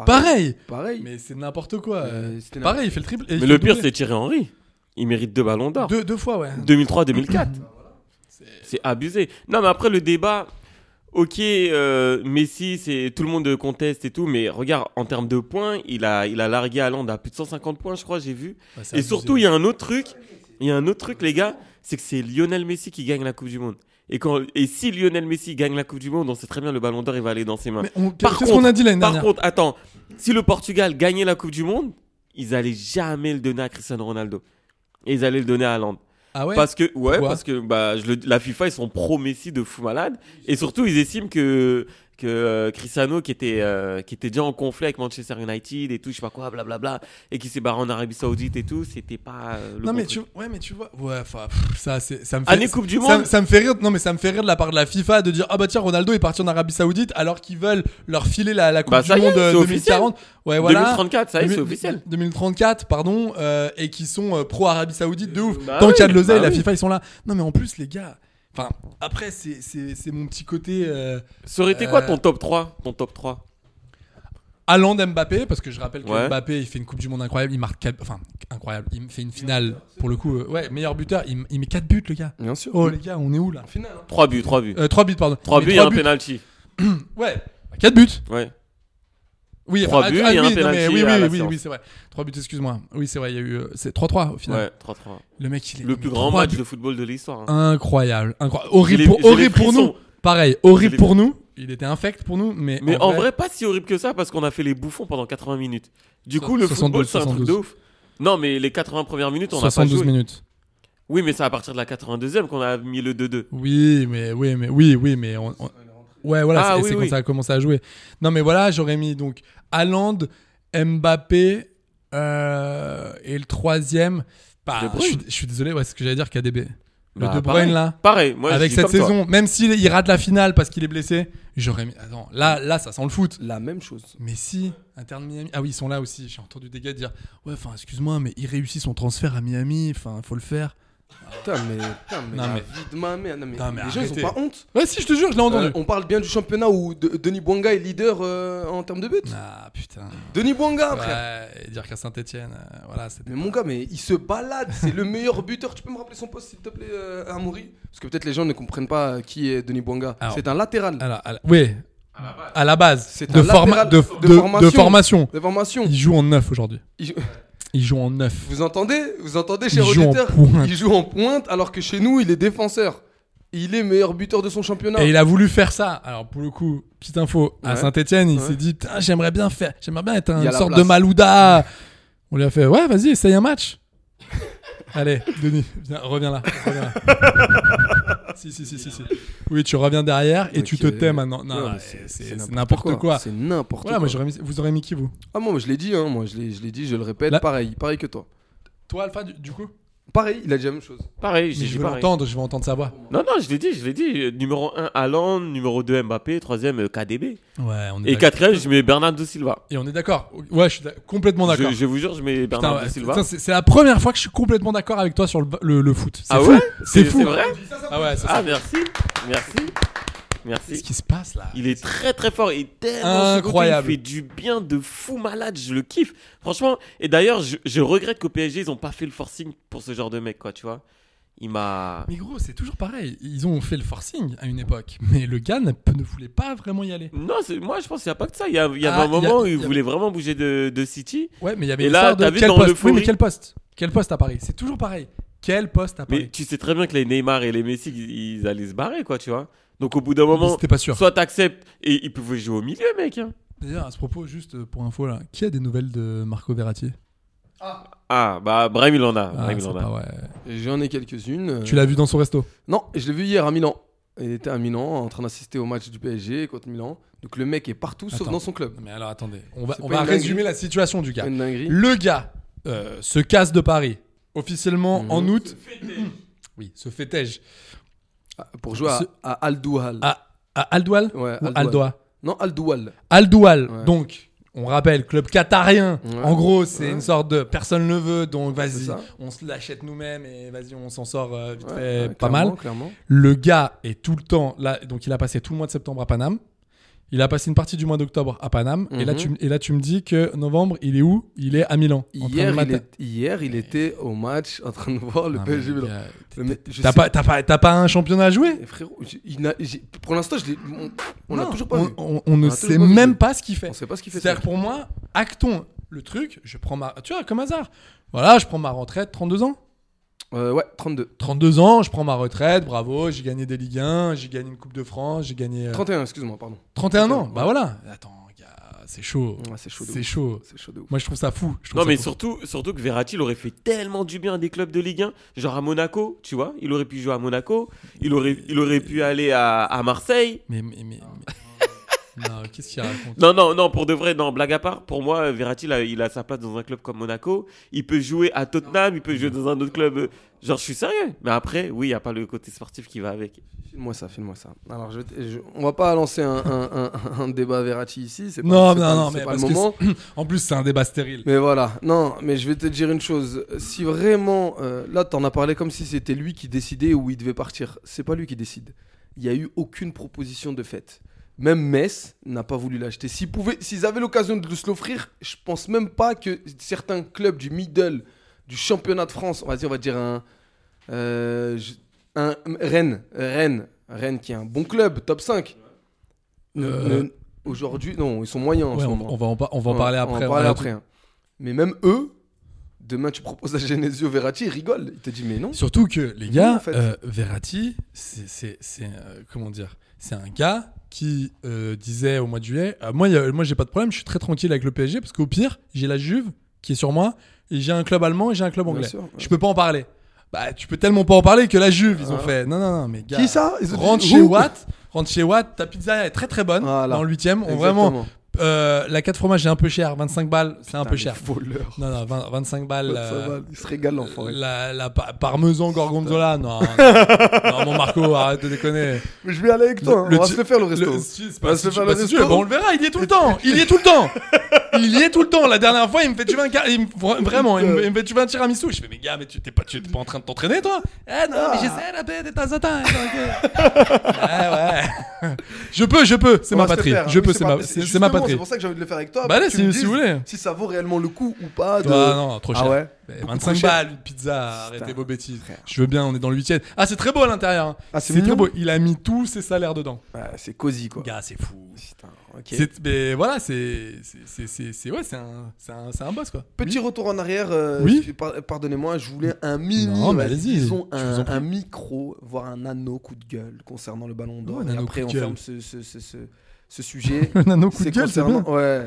Speaker 9: Pareil.
Speaker 10: Pareil.
Speaker 9: Mais c'est n'importe quoi.
Speaker 10: Euh,
Speaker 9: euh,
Speaker 10: c'était
Speaker 9: pareil, il fait le triplé. et il
Speaker 11: Mais
Speaker 9: fait
Speaker 11: le pire,
Speaker 9: doublé.
Speaker 11: c'est Thierry Henry. Il mérite deux ballons d'or.
Speaker 9: deux, deux fois, ouais.
Speaker 11: 2003-2004. C'est abusé. Non, mais après le débat, ok, euh, Messi, c'est tout le monde conteste et tout, mais regarde, en termes de points, il a, il a largué Haaland à plus de 150 points, je crois, j'ai vu.
Speaker 9: Ouais, c'est
Speaker 11: Et
Speaker 9: abusé.
Speaker 11: surtout, il y a un autre truc, il y a un autre truc, les gars, c'est que c'est Lionel Messi qui gagne la Coupe du Monde. Et, quand, et si Lionel Messi gagne la Coupe du Monde, on sait très bien le ballon d'or, il va aller dans ses mains.
Speaker 9: Mais on-
Speaker 11: Par
Speaker 9: Qu'est-ce qu'on a dit l'année
Speaker 11: Par
Speaker 9: dernière
Speaker 11: contre, attends, si le Portugal gagnait la Coupe du Monde, ils allaient jamais le donner à Cristiano Ronaldo. Et ils allaient le donner à Haaland.
Speaker 9: Ah ouais
Speaker 11: Parce que, ouais,
Speaker 9: Pourquoi
Speaker 11: parce que bah, je le- la FIFA, ils sont pro-Messi de fou malade. Et surtout, ils estiment que, que euh, Cristiano, qui était, euh, qui était déjà en conflit avec Manchester United et tout, je sais pas quoi, blablabla, et qui s'est barré en Arabie Saoudite et tout, c'était pas euh, le
Speaker 9: Non
Speaker 11: bon
Speaker 9: mais tu
Speaker 11: truc.
Speaker 9: ouais mais tu vois ouais enfin pff, ça c'est ça me fait
Speaker 11: Année Coupe du
Speaker 9: ça,
Speaker 11: Monde
Speaker 9: ça me fait rire non mais ça me fait rire de la part de la FIFA de dire ah bah tiens Ronaldo est parti en Arabie Saoudite alors qu'ils veulent leur filer la, la Coupe
Speaker 11: Bah,
Speaker 9: du
Speaker 11: ça y est,
Speaker 9: Monde euh,
Speaker 11: c'est
Speaker 9: 2040 ouais voilà
Speaker 11: 2034, ça y est, c'est
Speaker 9: 2000-
Speaker 11: officiel.
Speaker 9: 2034 pardon euh, et qui sont pro Arabie Saoudite de ouf
Speaker 11: Bah
Speaker 9: tant qu'il y a de
Speaker 11: oui,
Speaker 9: l'oseille
Speaker 11: bah
Speaker 9: la
Speaker 11: oui.
Speaker 9: FIFA ils sont là non mais en plus les gars enfin après c'est c'est c'est mon petit côté euh,
Speaker 11: Ça aurait été quoi
Speaker 9: Euh,
Speaker 11: ton top 3 Ton top 3
Speaker 9: Allant Mbappé parce que je rappelle que
Speaker 11: Ouais.
Speaker 9: Mbappé il fait une Coupe du Monde incroyable il marque quatre- enfin incroyable il fait une finale pour le coup euh, ouais meilleur buteur il, il met 4 buts le gars
Speaker 10: Bien sûr.
Speaker 9: Oh les gars, on est où là
Speaker 10: hein.
Speaker 11: 3 buts, 3 buts.
Speaker 9: 3 buts, pardon.
Speaker 11: 3
Speaker 9: Euh, Mais
Speaker 11: buts et
Speaker 9: trois
Speaker 11: un penalty.
Speaker 9: Ouais, 4 buts.
Speaker 11: Ouais.
Speaker 9: Oui,
Speaker 11: Trois
Speaker 9: ah,
Speaker 11: buts
Speaker 9: ah,
Speaker 11: et un
Speaker 9: oui, non, mais
Speaker 11: penalty
Speaker 9: Oui,
Speaker 11: à
Speaker 9: oui,
Speaker 11: la
Speaker 9: oui,
Speaker 11: séance.
Speaker 9: oui, c'est vrai. 3 buts, excuse-moi. Oui, c'est vrai, il y a eu. euh, C'est 3-3 au final.
Speaker 11: Ouais, 3-3.
Speaker 9: Le mec, il est.
Speaker 11: Le plus
Speaker 9: mais
Speaker 11: grand
Speaker 9: trois
Speaker 11: match
Speaker 9: buts.
Speaker 11: de football de l'histoire. hein.
Speaker 9: Incroyable, incroyable.
Speaker 11: J'ai
Speaker 9: Horrible,
Speaker 11: les-
Speaker 9: pour,
Speaker 11: j'ai les
Speaker 9: horrible pour nous.
Speaker 11: frissons.
Speaker 9: Pareil,
Speaker 11: J'ai
Speaker 9: horrible
Speaker 11: les-
Speaker 9: pour nous. Il était infect pour nous, mais.
Speaker 11: Mais en vrai, pas si horrible que ça parce qu'on a fait les bouffons pendant 80 minutes. Du coup, le football,
Speaker 9: 72,
Speaker 11: c'est un truc de
Speaker 9: 72.
Speaker 11: ouf. Non, mais les 80 premières minutes, on a pas
Speaker 9: 72
Speaker 11: joué.
Speaker 9: minutes.
Speaker 11: Oui, mais c'est à partir de la 82e qu'on a mis le 2-2.
Speaker 9: Oui, mais oui, mais oui, oui, mais on, on- ouais, voilà,
Speaker 11: Ah,
Speaker 9: c'est-
Speaker 11: oui,
Speaker 9: c'est
Speaker 11: oui.
Speaker 9: quand ça a commencé à jouer. Non, mais voilà, j'aurais mis donc Haaland, Mbappé euh, et le troisième. Bah,
Speaker 11: De Bruyne.
Speaker 9: je, suis, je suis désolé, ouais, c'est ce que j'allais dire, KDB. Le
Speaker 11: Bah,
Speaker 9: De Bruyne
Speaker 11: pareil.
Speaker 9: là,
Speaker 11: Pareil, moi je
Speaker 9: avec
Speaker 11: dis
Speaker 9: cette
Speaker 11: comme toi.
Speaker 9: saison, même s'il il rate la finale parce qu'il est blessé, j'aurais mis. Attends, là, là, ça sent le foot.
Speaker 10: La même chose.
Speaker 9: Mais si, Inter de Miami. Ah oui, ils sont là aussi. J'ai entendu des gars dire Ouais, enfin, excuse-moi, mais il réussit son transfert à Miami. Enfin, faut le faire.
Speaker 10: Putain, mais. Putain, mais.
Speaker 9: Non,
Speaker 10: la
Speaker 9: mais-
Speaker 10: vie de ma mère. Non, mais.
Speaker 9: Non, mais
Speaker 10: les gens, ils
Speaker 9: arrêtez.
Speaker 10: ont pas honte.
Speaker 9: Ouais, si, je te jure, je l'ai entendu.
Speaker 10: Euh, on parle bien du championnat où De- Denis Bouanga est leader euh, en termes de buts.
Speaker 9: Ah putain.
Speaker 10: Denis Bouanga, Ah, frère.
Speaker 9: Ouais, et dire qu'à Saint-Etienne, voilà, c'est.
Speaker 10: Mais mon gars, mais il se balade, c'est le meilleur buteur. Tu peux me rappeler son poste, s'il te plaît, euh, Amaury Parce que peut-être les gens ne comprennent pas euh, qui est Denis Bouanga.
Speaker 9: Alors- Euh.
Speaker 10: C'est un latéral
Speaker 9: Alors, à la... oui, à la base,
Speaker 10: C'est
Speaker 9: de,
Speaker 10: un
Speaker 9: forma-
Speaker 10: latéral
Speaker 9: de,
Speaker 10: de
Speaker 9: de- de
Speaker 10: formation.
Speaker 9: formation.
Speaker 10: de formation.
Speaker 9: Il joue en neuf aujourd'hui.
Speaker 10: Il-
Speaker 9: Il joue en neuf.
Speaker 10: Vous entendez Vous entendez,
Speaker 9: Il
Speaker 10: cher
Speaker 9: joue en
Speaker 10: auditeur
Speaker 9: pointe.
Speaker 10: Il joue en pointe, alors que chez nous, il est défenseur. Il est meilleur buteur de son championnat.
Speaker 9: Et il a voulu faire ça. Alors pour le coup, petite info, à
Speaker 10: Ouais.
Speaker 9: Saint-Etienne, il
Speaker 10: Ouais.
Speaker 9: s'est dit, Putain, j'aimerais bien faire, j'aimerais bien être
Speaker 10: Il y a
Speaker 9: une
Speaker 10: la
Speaker 9: sorte
Speaker 10: place.
Speaker 9: de Malouda. On lui a fait, ouais, vas-y, essaye un match. Allez, Denis, viens, reviens là. reviens là. si, si, si, si, si. Oui, tu reviens derrière et tu
Speaker 10: Ok.
Speaker 9: te tais maintenant. Non,
Speaker 10: Ouais, mais
Speaker 9: c'est- c'est c'est n'importe quoi.
Speaker 10: C'est n'importe
Speaker 9: Voilà, moi,
Speaker 10: quoi.
Speaker 9: j'aurais mis- vous aurez mis qui vous
Speaker 10: Ah, moi, je l'ai dit, hein, moi, je l'ai je l'ai dit, je le répète,
Speaker 9: La-
Speaker 10: pareil, pareil que toi.
Speaker 9: Toi, Alpha, du, coup
Speaker 10: Pareil, il a dit la même chose.
Speaker 11: Pareil, j'ai
Speaker 9: Mais je
Speaker 11: dit
Speaker 9: veux
Speaker 11: pareil.
Speaker 9: l'entendre, je veux entendre sa voix.
Speaker 11: Non, non, je l'ai dit, je l'ai dit. Numéro 1, Haaland. Numéro 2, Mbappé. Troisième, euh, KDB.
Speaker 9: Ouais, on est
Speaker 11: Et
Speaker 9: d'accord.
Speaker 11: quatrième, je mets Bernardo Silva.
Speaker 9: Et on est d'accord. Ouais, je suis d'ac- complètement Oh, d'accord.
Speaker 11: Je, je vous jure, je mets
Speaker 9: Putain,
Speaker 11: Bernardo
Speaker 9: ouais,
Speaker 11: Silva.
Speaker 9: putain, c'est c'est la première fois que je suis complètement d'accord avec toi sur le, ba- le, le foot. C'est
Speaker 11: ah
Speaker 9: fou.
Speaker 11: ouais
Speaker 9: C'est fou.
Speaker 11: C'est vrai
Speaker 9: Ah ouais, c'est
Speaker 11: Ah,
Speaker 9: ça.
Speaker 11: merci. Merci.
Speaker 9: Qu'est-ce
Speaker 11: Merci.
Speaker 9: qui se passe là
Speaker 11: Il est très très fort et tellement ce côté,
Speaker 9: Incroyable.
Speaker 11: Il fait du bien de fou malade, je le kiffe. Franchement, et d'ailleurs, je, je regrette qu'au PSG, ils ont pas fait le forcing pour ce genre de mec, quoi, tu vois. Il m'a.
Speaker 9: Mais gros, c'est toujours pareil. Ils ont fait le forcing à une époque, mais le gars ne, ne voulait pas vraiment y aller.
Speaker 11: Non, c'est- moi je pense qu'il n'y a pas que ça. Il y, a- il y avait
Speaker 9: Ah,
Speaker 11: un
Speaker 9: il y a-
Speaker 11: moment où
Speaker 9: il y
Speaker 11: il
Speaker 9: a-
Speaker 11: voulait vraiment bouger de, de City.
Speaker 9: Ouais, mais il y avait
Speaker 11: Et
Speaker 9: une
Speaker 11: là,
Speaker 9: histoire
Speaker 11: t'as
Speaker 9: de
Speaker 11: vu
Speaker 9: quel
Speaker 11: dans
Speaker 9: poste Oui,
Speaker 11: l'euphorie
Speaker 9: mais quel poste Quel poste à Paris C'est toujours pareil. Quel poste à
Speaker 11: Mais
Speaker 9: Paris
Speaker 11: tu sais très bien que les Neymar et les Messi, ils, ils allaient se barrer, quoi, tu vois. Donc au bout d'un
Speaker 9: Mais
Speaker 11: moment,
Speaker 9: C'était pas sûr.
Speaker 11: soit t'acceptes et ils pouvaient jouer au milieu, mec. hein.
Speaker 9: D'ailleurs, à ce propos, juste euh, pour info là, qui a des nouvelles de Marco Verratti
Speaker 11: Ah, bah Brahim, il en a.
Speaker 9: Ah,
Speaker 11: Brahim, il
Speaker 9: c'est
Speaker 11: en a.
Speaker 9: pas vrai.
Speaker 10: J'en ai quelques-unes. euh,
Speaker 9: Tu l'as vu dans son resto
Speaker 10: Non, je l'ai vu hier à Milan. Il était à Milan en train d'assister au match du PSG contre Milan. Donc le mec est partout sauf
Speaker 9: Attends.
Speaker 10: dans son club.
Speaker 9: Non, mais alors attendez, on va,
Speaker 10: C'est
Speaker 9: on
Speaker 10: pas
Speaker 9: va
Speaker 10: une dinguerie.
Speaker 9: résumer la situation du gars.
Speaker 10: Une dinguerie.
Speaker 9: Le gars euh, se casse de Paris officiellement
Speaker 10: Mhm.
Speaker 9: en août. oui, se fêtège.
Speaker 10: Ah, Pour jouer à,
Speaker 9: Ce- Ah,
Speaker 10: à Aldoual.
Speaker 9: À, à Aldoual
Speaker 10: Ouais,
Speaker 9: ou
Speaker 10: Aldoual.
Speaker 9: Aldoa
Speaker 10: Non, Aldoual.
Speaker 9: Aldoual,
Speaker 10: Ouais.
Speaker 9: donc, on rappelle, club qatarien.
Speaker 10: Ouais.
Speaker 9: En gros, c'est
Speaker 10: Ouais.
Speaker 9: une sorte de personne ne veut, donc vas-y,
Speaker 10: ça.
Speaker 9: on se l'achète nous-mêmes et vas-y, on s'en sort euh, vite
Speaker 10: Ouais,
Speaker 9: fait
Speaker 10: ouais,
Speaker 9: pas
Speaker 10: clairement,
Speaker 9: mal.
Speaker 10: Clairement.
Speaker 9: Le gars est tout le temps là, donc il a passé tout le mois de septembre à Paname. Il a passé une partie du mois d'octobre à Paname. et, là,
Speaker 10: Mhm.
Speaker 9: tu, m- et là, tu me dis que novembre, il est où Il est à Milan. en train de
Speaker 10: Hier, il,
Speaker 9: mater.
Speaker 10: est- hier, il était au match en train de voir le
Speaker 9: Non, mais
Speaker 10: PSG Milan.
Speaker 9: gars,
Speaker 10: Le mec, je
Speaker 9: T'as
Speaker 10: sais-
Speaker 9: pas, t'as pas, t'as pas un championnat à jouer
Speaker 10: Eh, Frérot, j'ai- il n'a- j'ai- pour l'instant, je l'ai- on- on n'a
Speaker 9: Non,
Speaker 10: toujours pas
Speaker 9: on,
Speaker 10: vu.
Speaker 9: on- on ne
Speaker 10: a toujours
Speaker 9: sait
Speaker 10: pas vu.
Speaker 9: même pas ce qu'il
Speaker 10: On
Speaker 9: fait.
Speaker 10: sait pas ce qu'il fait.
Speaker 9: C'est-à-dire pour moi, actons le truc, je prends ma... Tu vois, comme hasard. Voilà, je prends ma retraite, 32 ans.
Speaker 10: Euh, ouais, 32.
Speaker 9: 32 ans, je prends ma retraite, bravo, j'ai gagné des Ligue 1, j'ai gagné une Coupe de France, j'ai gagné. euh,
Speaker 10: 31, excuse-moi, pardon.
Speaker 9: 31 ans, bah voilà. Attends, gars, c'est chaud.
Speaker 10: Ouais, c'est chaud de
Speaker 9: C'est
Speaker 10: ouf.
Speaker 9: chaud.
Speaker 10: C'est chaud de ouf.
Speaker 9: Moi, je trouve ça fou. Je trouve
Speaker 11: Non,
Speaker 9: ça
Speaker 11: mais
Speaker 9: fou.
Speaker 11: surtout, surtout que Verratti il aurait fait tellement du bien à des clubs de Ligue 1, genre à Monaco, tu vois. Il aurait pu jouer à Monaco, il aurait, il aurait pu aller à, à Marseille.
Speaker 9: Mais, mais, mais. mais- non, qu'est-ce qu'il raconte
Speaker 11: Non, non, non, pour de vrai, non, blague à part, pour moi, Verratti, il a, il a sa place dans un club comme Monaco. Il peut jouer à Tottenham, il peut jouer dans un autre club. euh, Genre, je suis sérieux. Mais après, oui, il n'y a pas le côté sportif qui va avec.
Speaker 10: File-moi ça, file-moi ça. Alors, je, je- on va pas lancer un, un- un- un débat Verratti ici. c'est pas-
Speaker 9: Non,
Speaker 10: c'est
Speaker 9: non,
Speaker 10: pas-
Speaker 9: non,
Speaker 10: c'est
Speaker 9: mais
Speaker 10: pas le
Speaker 9: parce que
Speaker 10: moment.
Speaker 9: En plus, c'est un débat stérile.
Speaker 10: Mais voilà, non, mais je vais te dire une chose. Si vraiment, euh, là, t'en as parlé comme si c'était lui qui décidait où il devait partir. C'est pas lui qui décide. Il n'y a eu aucune proposition de fait. Même Metz n'a pas voulu l'acheter. S'ils pouvaient, s'ils avaient l'occasion de se l'offrir, je pense même pas que certains clubs du middle, du championnat de France, on va dire, on va dire un, euh, je- un Rennes, Rennes, Rennes qui est un bon club, top 5. Ne-
Speaker 9: Euh.
Speaker 10: ne- Aujourd'hui, non, ils sont moyens en
Speaker 9: Ouais,
Speaker 10: ce
Speaker 9: on,
Speaker 10: moment.
Speaker 9: on va en, par- on va en
Speaker 10: Ouais,
Speaker 9: parler
Speaker 10: on
Speaker 9: après.
Speaker 10: en
Speaker 9: on
Speaker 10: parler
Speaker 9: a-
Speaker 10: après. hein. Mais même eux, demain tu proposes à Genesio Verratti, il rigole. Il te dit mais non.
Speaker 9: Surtout que, les gars,
Speaker 10: Non, en fait.
Speaker 9: euh, Verratti, c'est- c'est. c'est, euh, Comment dire C'est un gars qui euh, disait au mois de juillet Ah, Moi, y a- moi j'ai pas de problème, je suis très tranquille avec le PSG parce qu'au pire, j'ai la Juve qui est sur moi, et j'ai un club allemand et j'ai un club
Speaker 10: Bien
Speaker 9: anglais.
Speaker 10: sûr, ouais.
Speaker 9: Je peux pas en parler. Bah, tu peux tellement pas en parler que la Juve, ils ont fait. Non, non, non, mais gars.
Speaker 10: Ah. Qui ça Ils ont dit,
Speaker 9: Rentre
Speaker 10: who
Speaker 9: chez Watt, rentre chez Watt, ta pizza est très très bonne
Speaker 10: Voilà.
Speaker 9: dans le 8ème. On
Speaker 10: Exactement.
Speaker 9: vraiment, euh, la 4 fromages est un peu chère, 25 balles, c'est un
Speaker 10: Putain,
Speaker 9: peu
Speaker 10: les
Speaker 9: cher.
Speaker 10: voleurs.
Speaker 9: Non, non, 20 25 balles.
Speaker 10: Ça
Speaker 9: euh,
Speaker 10: va, il se régale l'enfoiré.
Speaker 9: la, la pa- parmesan gorgonzola, non, non, non, mon Marco, arrête de déconner.
Speaker 10: Mais je vais aller avec toi. hein.
Speaker 9: Le
Speaker 10: on va
Speaker 9: di-
Speaker 10: se le faire le resto.
Speaker 9: Le- si- c'est pas-
Speaker 10: On va
Speaker 9: si
Speaker 10: se le
Speaker 9: tu-
Speaker 10: faire
Speaker 9: bah,
Speaker 10: le
Speaker 9: si tu
Speaker 10: resto.
Speaker 9: veux, bah, on le verra, il y est tout le temps, il y est tout le temps, il y est tout le temps. La dernière fois, il me fait tu veux un car- il me- vra- vraiment, il me, il me fait tu veux un tiramisu. Je fais mais gars, mais tu t'es pas, tu t'es pas en train de t'entraîner toi Eh non,
Speaker 10: Ah.
Speaker 9: mais j'essaie la paix de temps en temps. hein, donc, euh. ouais, ouais. Je peux, je peux, c'est
Speaker 10: On
Speaker 9: ma
Speaker 10: va se le
Speaker 9: patrie.
Speaker 10: faire. hein.
Speaker 9: Je
Speaker 10: Oui,
Speaker 9: peux, c'est ma,
Speaker 10: pas-
Speaker 9: c'est- c'est
Speaker 10: justement,
Speaker 9: ma patrie.
Speaker 10: C'est pour ça que j'ai envie de le faire avec toi.
Speaker 9: Bah,
Speaker 10: pour
Speaker 9: allez,
Speaker 10: que
Speaker 9: si-
Speaker 10: tu me
Speaker 9: si
Speaker 10: dises
Speaker 9: vous voulez.
Speaker 10: Si ça vaut réellement le coup ou pas. De...
Speaker 9: Ah non, trop
Speaker 10: Ah
Speaker 9: cher.
Speaker 10: ouais
Speaker 9: Mais
Speaker 10: Beaucoup
Speaker 9: 25
Speaker 10: trop cher.
Speaker 9: balles, une pizza, arrêtez
Speaker 10: Putain.
Speaker 9: vos bêtises. Je veux bien, on est dans le 8 Ah, c'est très beau à l'intérieur. hein.
Speaker 10: Ah, c'est
Speaker 9: très
Speaker 10: mignon.
Speaker 9: beau. Il a mis tous ses salaires dedans.
Speaker 10: Ouais, C'est cosy quoi.
Speaker 9: Gars, c'est fou.
Speaker 10: Putain, ok.
Speaker 9: C'est- Mais voilà, c'est c'est- c'est- c'est- c'est- ouais, c'est un, c'est un, c'est un boss quoi.
Speaker 10: Petit retour en arrière, euh,
Speaker 9: Oui.
Speaker 10: je- par- pardonnez-moi, je voulais un mini,
Speaker 9: Non, mais
Speaker 10: vas-y,
Speaker 9: allez-y,
Speaker 10: disons
Speaker 9: je vous en
Speaker 10: un,
Speaker 9: prie.
Speaker 10: un micro, voire un anneau coup de gueule concernant le ballon d'or.
Speaker 9: Ouais, un
Speaker 10: et
Speaker 9: anneau
Speaker 10: après,
Speaker 9: coup de
Speaker 10: on
Speaker 9: gueule.
Speaker 10: ferme ce, ce- ce- ce- ce sujet.
Speaker 9: Un anneau coup de gueule, c'est
Speaker 10: concernant-
Speaker 9: bien.
Speaker 10: Ouais,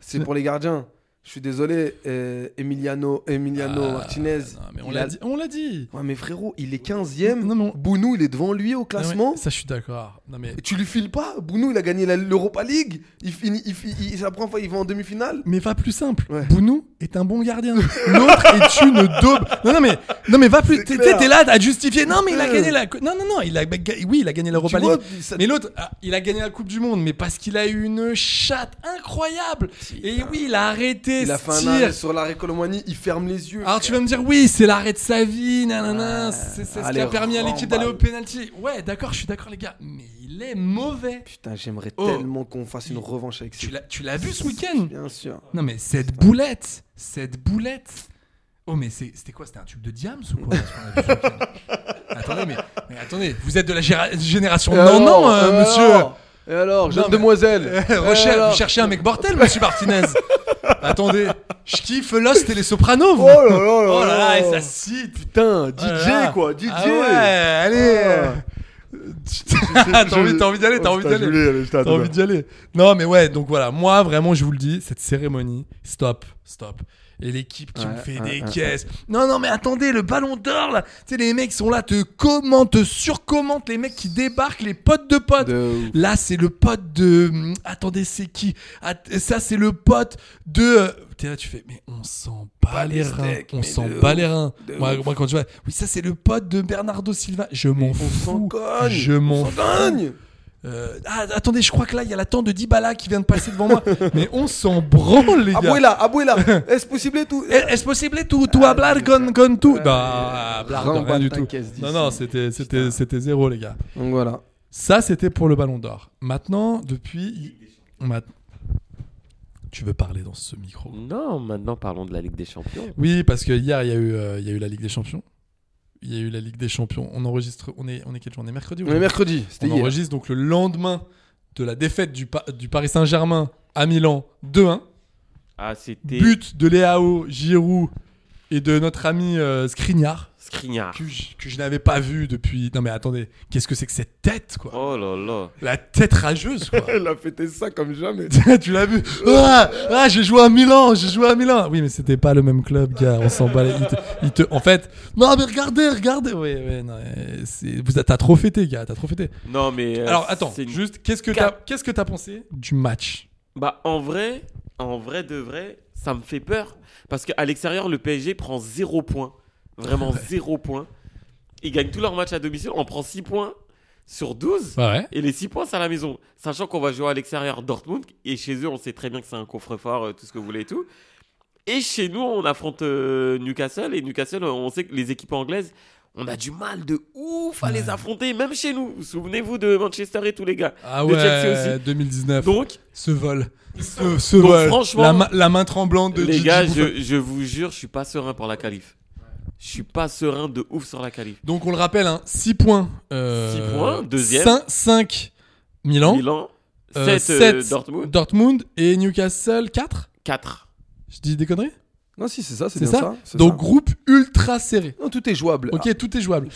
Speaker 10: c'est pour les gardiens. Je suis désolé, euh, Emiliano, Emiliano
Speaker 9: Ah,
Speaker 10: Martinez.
Speaker 9: Non, mais on
Speaker 10: il
Speaker 9: l'a
Speaker 10: a-
Speaker 9: dit. On l'a dit.
Speaker 10: Ouais, mais frérot, il est 15ème.
Speaker 9: Non, mais on-
Speaker 10: Bounou, il est devant lui au
Speaker 9: Non,
Speaker 10: classement.
Speaker 9: mais Ça, je suis d'accord. Non, mais,
Speaker 10: Et tu lui files pas Bounou, il a gagné la- l'Europa League. Il finit, il, fi- il- la première fois, il va en demi-finale.
Speaker 9: mais va plus simple.
Speaker 10: Ouais.
Speaker 9: Bounou est un bon gardien. L'autre est une daube. Non, non, mais, non, mais va plus. T'es
Speaker 10: clair.
Speaker 9: t'es là à te justifier. Non, mais il a
Speaker 10: clair.
Speaker 9: gagné la. Non, non, non. Il a... bah, Oui, il a gagné l'Europa
Speaker 10: Tu vois,
Speaker 9: League.
Speaker 10: ça-
Speaker 9: Mais l'autre, ah, il a gagné la Coupe du Monde, mais parce qu'il a eu une chatte incroyable. Et oui, il a arrêté
Speaker 10: ah. Il a
Speaker 9: ce
Speaker 10: fait un
Speaker 9: tir.
Speaker 10: arrêt sur l'arrêt Colomani, il ferme les yeux.
Speaker 9: Alors Ah, tu vas me dire oui, c'est l'arrêt de sa vie, nanana,
Speaker 10: Ouais.
Speaker 9: c'est c'est ce qui
Speaker 10: Allez,
Speaker 9: a permis à l'équipe d'aller au
Speaker 10: remballe.
Speaker 9: penalty. Ouais, d'accord, je suis d'accord les gars, mais il est mauvais.
Speaker 10: Putain, j'aimerais
Speaker 9: Oh.
Speaker 10: tellement qu'on fasse une revanche avec
Speaker 9: Tu
Speaker 10: ces
Speaker 9: l'as tu l'as vu ce week-end
Speaker 10: Bien sûr.
Speaker 9: Non mais cette boulette, cette boulette. Oh mais c'est- c'était quoi C'était un tube de diams ou quoi ce qu'on a vu ce week-end Attendez, mais, mais attendez, vous êtes de la géra- génération non non, euh, monsieur.
Speaker 10: Et alors, jeune
Speaker 9: mais-
Speaker 10: demoiselle
Speaker 9: Eh, recher-
Speaker 10: Et alors
Speaker 9: vous cherchez un mec mortel, monsieur Martinez Attendez, je kiffe Lost et les Sopranos. vous.
Speaker 10: Oh là là là
Speaker 9: Oh là là,
Speaker 10: là.
Speaker 9: et ça cite.
Speaker 10: Putain, DJ
Speaker 9: Oh là là.
Speaker 10: quoi, DJ
Speaker 9: Ah ouais, Ah allez. t'as envie, t'as envie d'y aller,
Speaker 10: Oh,
Speaker 9: t'as envie d'y aller. T'as envie d'y aller. Non, mais ouais, donc voilà. Moi, vraiment, je vous le dis, cette cérémonie, stop, stop. Et l'équipe qui me fait des caisses. Non, non, mais attendez, le ballon d'or, là. Tu sais, les mecs sont là, te commentent, te surcommentent, les mecs qui débarquent, les potes de potes.
Speaker 10: De ouf.
Speaker 9: Là, c'est le pote de. hum, Attendez, c'est qui Att- Ça, c'est le pote de. euh, T'es là, tu fais, mais on s'en bat les reins. On s'en bat les reins. Moi, moi, quand tu vois, oui, ça, c'est le pote de Bernardo Silva. Je m'en
Speaker 10: On s'en
Speaker 9: fous.
Speaker 10: cogne
Speaker 9: Je
Speaker 10: On
Speaker 9: m'en
Speaker 10: s'en cogne
Speaker 9: euh, ah, attendez, je crois que là, il y a la tente de Dybala qui vient de passer devant moi. Mais on s'en branle, les gars.
Speaker 10: Abuela, abuela Est-ce Eh, possible et tout
Speaker 9: Est- Est-ce possible et tout, tout hablar con, con tout Non, hablar de rien
Speaker 10: Remballe
Speaker 9: du
Speaker 10: ta
Speaker 9: tout.
Speaker 10: caisse d'ici.
Speaker 9: Non, non, c'était, c'était, c'était zéro, les gars.
Speaker 10: Donc voilà.
Speaker 9: Ça, c'était pour le Ballon d'Or. Maintenant, depuis, ma- tu veux parler dans ce micro
Speaker 11: Non, maintenant parlons de la Ligue des Champions.
Speaker 9: Oui, parce que hier, il y a eu, euh, il y a eu la Ligue des Champions. Il y a eu la Ligue des Champions. On enregistre. On est, on est quel jour On est mercredi.
Speaker 10: On est
Speaker 9: aujourd'hui
Speaker 10: mercredi, c'était
Speaker 9: On
Speaker 10: hier.
Speaker 9: enregistre donc le lendemain de la défaite du, Pa- du Paris Saint-Germain à Milan 2-1.
Speaker 11: Ah, c'était.
Speaker 9: But de Léao, Giroud et de notre ami euh, Skriniar,
Speaker 11: Scrignard.
Speaker 9: que je, que je n'avais pas vu depuis. Non mais attendez, qu'est-ce que c'est que cette tête quoi
Speaker 11: Oh là là.
Speaker 9: La tête rageuse quoi
Speaker 10: Elle a fêté ça comme jamais.
Speaker 9: Tu l'as vu Ah, ah, j'ai joué à Milan, j'ai joué à Milan. Oui, mais c'était pas le même club, gars. On s'en bat. les- Il te, il te- en fait, non, mais regardez, regardez. Oui, oui, non. euh, c'est- vous- T'as trop fêté, gars. T'as trop fêté.
Speaker 11: Non mais. euh,
Speaker 9: Alors attends,
Speaker 11: c'est une-
Speaker 9: juste qu'est-ce que t'as,
Speaker 11: cap-
Speaker 9: qu'est-ce que t'as pensé du match
Speaker 11: Bah en vrai, en vrai de vrai, ça me fait peur parce qu'à l'extérieur le PSG prend 0 point, vraiment 0 point. Ils gagnent tous leurs matchs à domicile, on prend 6 points sur 12
Speaker 9: Ouais.
Speaker 11: et les 6 points c'est à la maison, sachant qu'on va jouer à l'extérieur Dortmund et chez eux on sait très bien que c'est un coffre-fort euh, tout ce que vous voulez et tout. Et chez nous, on affronte euh, Newcastle et Newcastle, on sait que les équipes anglaises on a du mal de ouf à les affronter, même chez nous. Souvenez-vous de Manchester et tous les gars.
Speaker 9: Ah
Speaker 11: de
Speaker 9: ouais.
Speaker 11: Chelsea aussi.
Speaker 9: 2019.
Speaker 11: Donc,
Speaker 9: ce vol, ce, ce
Speaker 11: Donc,
Speaker 9: vol.
Speaker 11: franchement,
Speaker 9: la, ma- la main tremblante de
Speaker 11: Les
Speaker 9: Gigi
Speaker 11: gars,
Speaker 9: Buffon.
Speaker 11: je, je vous jure, je suis pas serein pour la qualif. Je suis pas serein de ouf sur la qualif.
Speaker 9: Donc on le rappelle, 6 points.
Speaker 11: Six points, deuxième.
Speaker 9: 5 Milan.
Speaker 11: Milan,
Speaker 9: euh,
Speaker 11: 7
Speaker 9: sept
Speaker 11: Dortmund,
Speaker 9: Dortmund et Newcastle 4
Speaker 11: 4.
Speaker 9: Je dis des conneries
Speaker 10: Non, si, c'est ça, c'est
Speaker 9: C'est
Speaker 10: bien
Speaker 9: ça,
Speaker 10: ça. c'est
Speaker 9: Donc
Speaker 10: ça.
Speaker 9: groupe ultra serré.
Speaker 10: Non, tout est jouable.
Speaker 9: Ok, tout est jouable.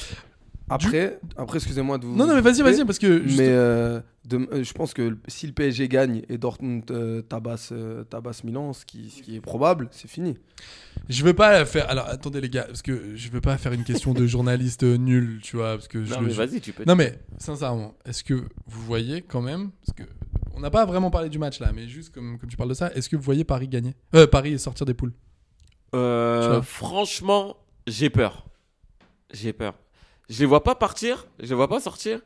Speaker 10: Après, après excusez-moi de vous.
Speaker 9: Non, non, mais vas-y, vas-y, parce que. juste-
Speaker 10: Mais euh, de- euh, je pense que le- si le PSG gagne et Dortmund euh, tabasse, euh, tabasse Milan, ce qui, ce qui est probable, c'est fini.
Speaker 9: Je veux pas faire. Alors attendez, les gars, parce que je veux pas faire une question de journaliste euh, nul, tu vois. Parce que je,
Speaker 11: Non, mais
Speaker 9: je-
Speaker 11: vas-y, tu peux.
Speaker 9: Non mais sincèrement, est-ce que vous voyez quand même parce que on n'a pas vraiment parlé du match là, mais juste comme, comme tu parles de ça, est-ce que vous voyez Paris gagner euh, Paris sortir des poules
Speaker 11: Euh,
Speaker 9: Tu vois.
Speaker 11: franchement, j'ai peur. J'ai peur. Je les vois pas partir, je les vois pas sortir,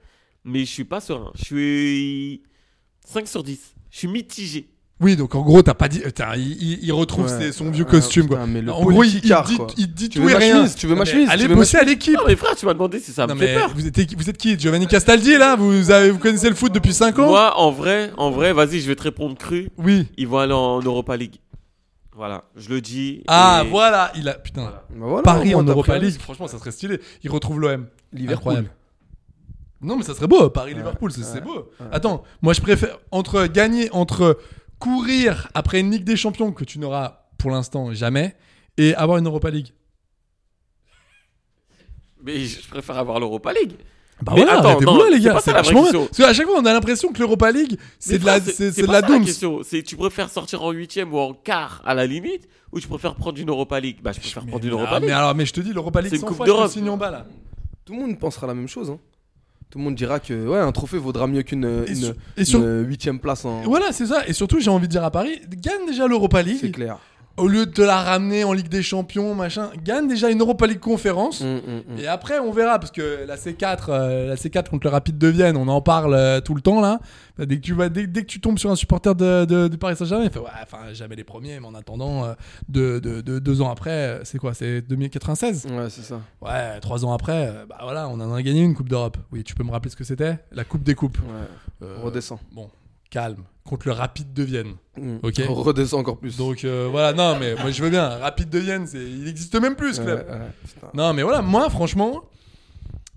Speaker 11: mais je suis pas serein. Je suis 5 sur 10. Je suis mitigé.
Speaker 9: Oui, donc en gros, t'as pas dit. Putain, il, il- il retrouve
Speaker 10: Ouais,
Speaker 9: ses- son vieux
Speaker 10: ouais,
Speaker 9: costume
Speaker 10: putain,
Speaker 9: quoi.
Speaker 10: mais le
Speaker 9: en gros, il, il
Speaker 10: politicard,
Speaker 9: dit,
Speaker 10: quoi.
Speaker 9: il dit
Speaker 10: Tu
Speaker 9: tout
Speaker 10: veux
Speaker 9: et
Speaker 10: ma
Speaker 9: rien.
Speaker 10: chemise Tu veux ma
Speaker 9: Non, mais
Speaker 10: chemise
Speaker 9: Allez
Speaker 10: Tu veux ma
Speaker 9: bosser à l'équipe.
Speaker 11: Non, mais frère, tu m'as demandé si ça
Speaker 9: Non,
Speaker 11: me fait
Speaker 9: mais
Speaker 11: peur.
Speaker 9: vous êtes, vous êtes qui Giovanni Castaldi là vous, avez- vous connaissez le foot depuis 5 ans
Speaker 11: Moi, en vrai, en vrai, vas-y, je vais te répondre cru.
Speaker 9: Oui.
Speaker 11: Ils vont aller en Europa League. Voilà, je le dis.
Speaker 9: Ah
Speaker 11: et-
Speaker 9: voilà, il a putain.
Speaker 10: Bah voilà,
Speaker 9: Paris en
Speaker 10: au moins, t'as
Speaker 9: Europa
Speaker 10: pris un
Speaker 9: League,
Speaker 10: risque.
Speaker 9: franchement, ça serait stylé. Il retrouve l'OM.
Speaker 10: Liverpool.
Speaker 9: Non, mais ça serait beau, Paris-Liverpool, c'est c'est beau. Attends, moi je préfère entre gagner, entre courir après une Ligue des Champions que tu n'auras pour l'instant jamais et avoir une Europa League.
Speaker 11: Mais je je préfère avoir l'Europa League.
Speaker 9: Bah
Speaker 11: Mais
Speaker 9: voilà,
Speaker 11: attends,
Speaker 9: arrêtez-vous
Speaker 11: non,
Speaker 9: là, les
Speaker 11: c'est
Speaker 9: gars,
Speaker 11: pas
Speaker 9: c'est
Speaker 11: ça la vraie
Speaker 9: vachement bien.
Speaker 11: question.
Speaker 9: Parce qu'à chaque fois, on a l'impression que l'Europa League, c'est
Speaker 11: Mais
Speaker 9: de la,
Speaker 11: frère,
Speaker 9: c'est c'est
Speaker 11: pas
Speaker 9: de la
Speaker 11: ça
Speaker 9: dooms.
Speaker 11: question. C'est tu préfères sortir en huitième ou en quart à la limite, ou tu préfères prendre une Europa League Bah, je préfère prendre
Speaker 9: Mais,
Speaker 11: une Europa
Speaker 9: ah, mais
Speaker 11: League.
Speaker 9: alors, mais je te dis, l'Europa League,
Speaker 11: C'est une
Speaker 9: sans
Speaker 11: Coupe
Speaker 9: fois, je te le
Speaker 11: d'Europe.
Speaker 9: signe en bas là.
Speaker 10: Tout le monde pensera la même chose. hein. Tout le monde dira que ouais, un trophée vaudra mieux qu'une
Speaker 9: Et
Speaker 10: une-
Speaker 9: sur- et
Speaker 10: une
Speaker 9: sur-
Speaker 10: huitième place hein. en.
Speaker 9: Voilà, c'est ça. Et surtout, j'ai envie de dire à Paris, gagne déjà l'Europa
Speaker 10: C'est
Speaker 9: League.
Speaker 10: clair.
Speaker 9: Au lieu de te la ramener en Ligue des Champions, machin, gagne déjà une Europa League conférence.
Speaker 10: Mm, mm, mm.
Speaker 9: Et après, on verra, parce que la C4, euh, la C4 contre le Rapide de Vienne, on en parle euh, tout le temps là. Bah, Dès que tu vas, dès, dès que tu tombes sur un supporter de, de- du Paris Saint-Germain, il fait ouais, enfin jamais les premiers, mais en attendant, euh, de, de- de- deux ans après, euh, c'est quoi, c'est 2096.
Speaker 10: Ouais, c'est ça.
Speaker 9: Ouais, trois ans après, euh, bah voilà, on en a gagné une Coupe d'Europe. Oui, tu peux me rappeler ce que c'était La Coupe des coupes.
Speaker 10: Ouais.
Speaker 9: Euh,
Speaker 10: Redescend.
Speaker 9: Bon, calme. Contre le Rapide de Vienne.
Speaker 10: Mm.
Speaker 9: Ok.
Speaker 10: Redescend encore plus.
Speaker 9: Donc euh, voilà, non, mais moi je veux bien. Rapide de Vienne, c'est- il existe même plus, ce
Speaker 10: Ouais,
Speaker 9: club.
Speaker 10: ouais, putain.
Speaker 9: Non, mais voilà, moi, franchement,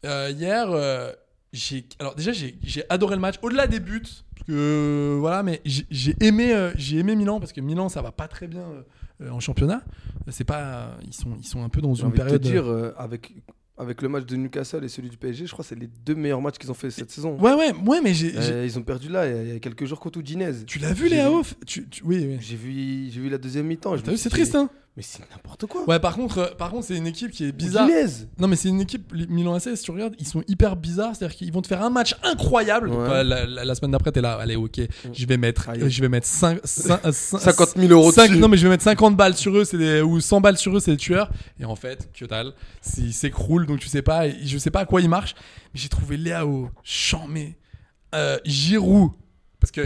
Speaker 9: euh, hier, euh, j'ai. Alors, déjà, j'ai j'ai adoré le match, au-delà des buts, parce que. euh, voilà, mais j'ai j'ai aimé, euh, j'ai aimé Milan, parce que Milan, ça va pas très bien euh, euh, en championnat. C'est pas. euh, ils, sont, ils sont un peu dans
Speaker 10: J'ai
Speaker 9: une
Speaker 10: envie de te
Speaker 9: période.
Speaker 10: dire, euh, avec, avec le match de Newcastle et celui du PSG, je crois que c'est les deux meilleurs matchs qu'ils ont fait cette saison.
Speaker 9: Ouais, ouais, ouais, mais j'ai.
Speaker 10: Euh,
Speaker 9: j'ai-
Speaker 10: ils ont perdu là, il y a- il y a quelques jours contre Udinese.
Speaker 9: Tu l'as vu, les
Speaker 10: j'ai vu.
Speaker 9: AOF tu, tu- Oui, oui.
Speaker 10: J'ai vu, j'ai vu la deuxième mi-temps. je
Speaker 9: T'as
Speaker 10: me
Speaker 9: vu,
Speaker 10: suis
Speaker 9: c'est
Speaker 10: dit,
Speaker 9: triste, hein
Speaker 10: Mais c'est n'importe quoi.
Speaker 9: Ouais, par contre, euh, par contre, c'est une équipe qui est bizarre.
Speaker 10: Udinese.
Speaker 9: Non mais c'est une équipe, les Milan AC, si tu regardes, ils sont hyper bizarres, c'est-à-dire qu'ils vont te faire un match incroyable. Donc,
Speaker 10: Ouais.
Speaker 9: euh, la, la- la semaine d'après, t'es là, allez ok, je vais mettre,
Speaker 10: Aïe.
Speaker 9: euh, je vais mettre 5,
Speaker 10: 50 000 euros dessus.
Speaker 9: Non mais je vais mettre 50 balles sur eux, c'est des- ou 100 balles sur eux, c'est des tueurs. Et en fait, que dalle, c'est- ils s'écroulent, donc tu sais pas, et je sais pas à quoi ils marchent. Mais j'ai trouvé Léao, Chamé, euh, Giroud, parce que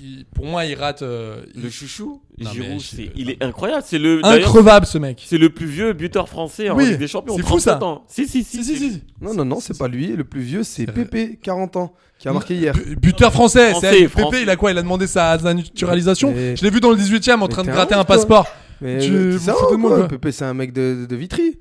Speaker 9: il- pour moi, il rate, euh, il-
Speaker 11: Le chouchou,
Speaker 9: Non, mais
Speaker 11: Giroud,
Speaker 9: je-
Speaker 11: c'est- il est incroyable. C'est le d'ailleurs,
Speaker 9: increvable ce mec.
Speaker 11: c'est le plus vieux buteur français en
Speaker 9: Oui,
Speaker 11: Ligue des Champions.
Speaker 9: c'est fou, ça.
Speaker 11: 37 Ans. Si si si.
Speaker 9: Si si
Speaker 11: c'est-
Speaker 9: si.
Speaker 10: Non, non, non, c'est pas lui. Le plus vieux, c'est
Speaker 9: Euh,
Speaker 10: Pépé, 40 ans, qui a marqué hier.
Speaker 9: Bu- Buteur français,
Speaker 11: Français,
Speaker 9: c'est
Speaker 11: français.
Speaker 9: Pépé, il a quoi Il a demandé sa, sa naturalisation.
Speaker 10: Mais-
Speaker 9: Je l'ai vu dans le 18 e en
Speaker 10: mais
Speaker 9: train de
Speaker 10: t'es un
Speaker 9: gratter
Speaker 10: ouf,
Speaker 9: un
Speaker 10: toi.
Speaker 9: passeport.
Speaker 10: Mais
Speaker 9: Tu-
Speaker 10: tu
Speaker 9: vous
Speaker 10: sais,
Speaker 9: foutez de moi,
Speaker 10: quoi,
Speaker 9: quoi.
Speaker 10: Pépé, c'est un mec de, de- de Vitry.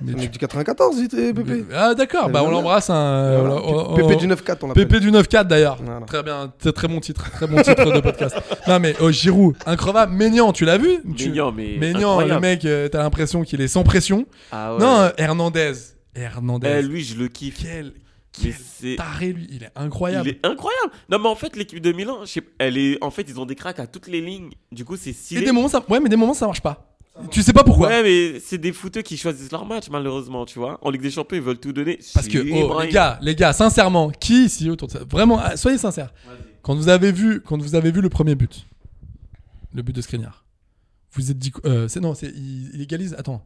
Speaker 9: Mais
Speaker 10: Un
Speaker 9: tu-
Speaker 10: mec du 94, il était Pépé.
Speaker 9: Ah d'accord, bah on l'embrasse. Hein,
Speaker 10: Voilà.
Speaker 9: on-
Speaker 10: Pépé
Speaker 9: on-
Speaker 10: du 9-4, on l'appelle.
Speaker 9: PP du 9-4 d'ailleurs.
Speaker 10: Voilà.
Speaker 9: Très bien, très, très bon titre, très bon titre de podcast. Non mais oh, Giroud, incroyable. Ménian, tu l'as vu Tu-
Speaker 11: Maignan, mais.
Speaker 9: Maignan, le
Speaker 11: incroyable.
Speaker 9: mec, euh, t'as l'impression qu'il est sans pression.
Speaker 11: Ah ouais.
Speaker 9: Non, euh, Hernandez. Hernandez.
Speaker 11: Eh, lui, je le kiffe.
Speaker 9: Quel,
Speaker 11: Mais
Speaker 9: quel
Speaker 11: c'est.
Speaker 9: taré lui, il est
Speaker 11: Il
Speaker 9: incroyable.
Speaker 11: est incroyable. Non, mais en fait, l'équipe de Milan, je sais- elle est. En fait, ils ont des cracks à toutes les lignes. Du coup, c'est
Speaker 9: Et
Speaker 11: stylé.
Speaker 9: des moments, ça... ouais, mais des moments ça marche pas. Tu sais pas pourquoi.
Speaker 11: Ouais, mais c'est des footeux qui choisissent leur match, malheureusement, tu vois. En Ligue des Champions, ils veulent tout donner.
Speaker 9: Parce que, oh, les gars, les gars, sincèrement, qui ici autour de ça Vraiment, ah, soyez sincères. Quand vous avez vu, quand vous avez vu le premier but, le but de Skriniar, vous êtes dit, qu- euh, c'est non, c'est il, il égalise. Attends,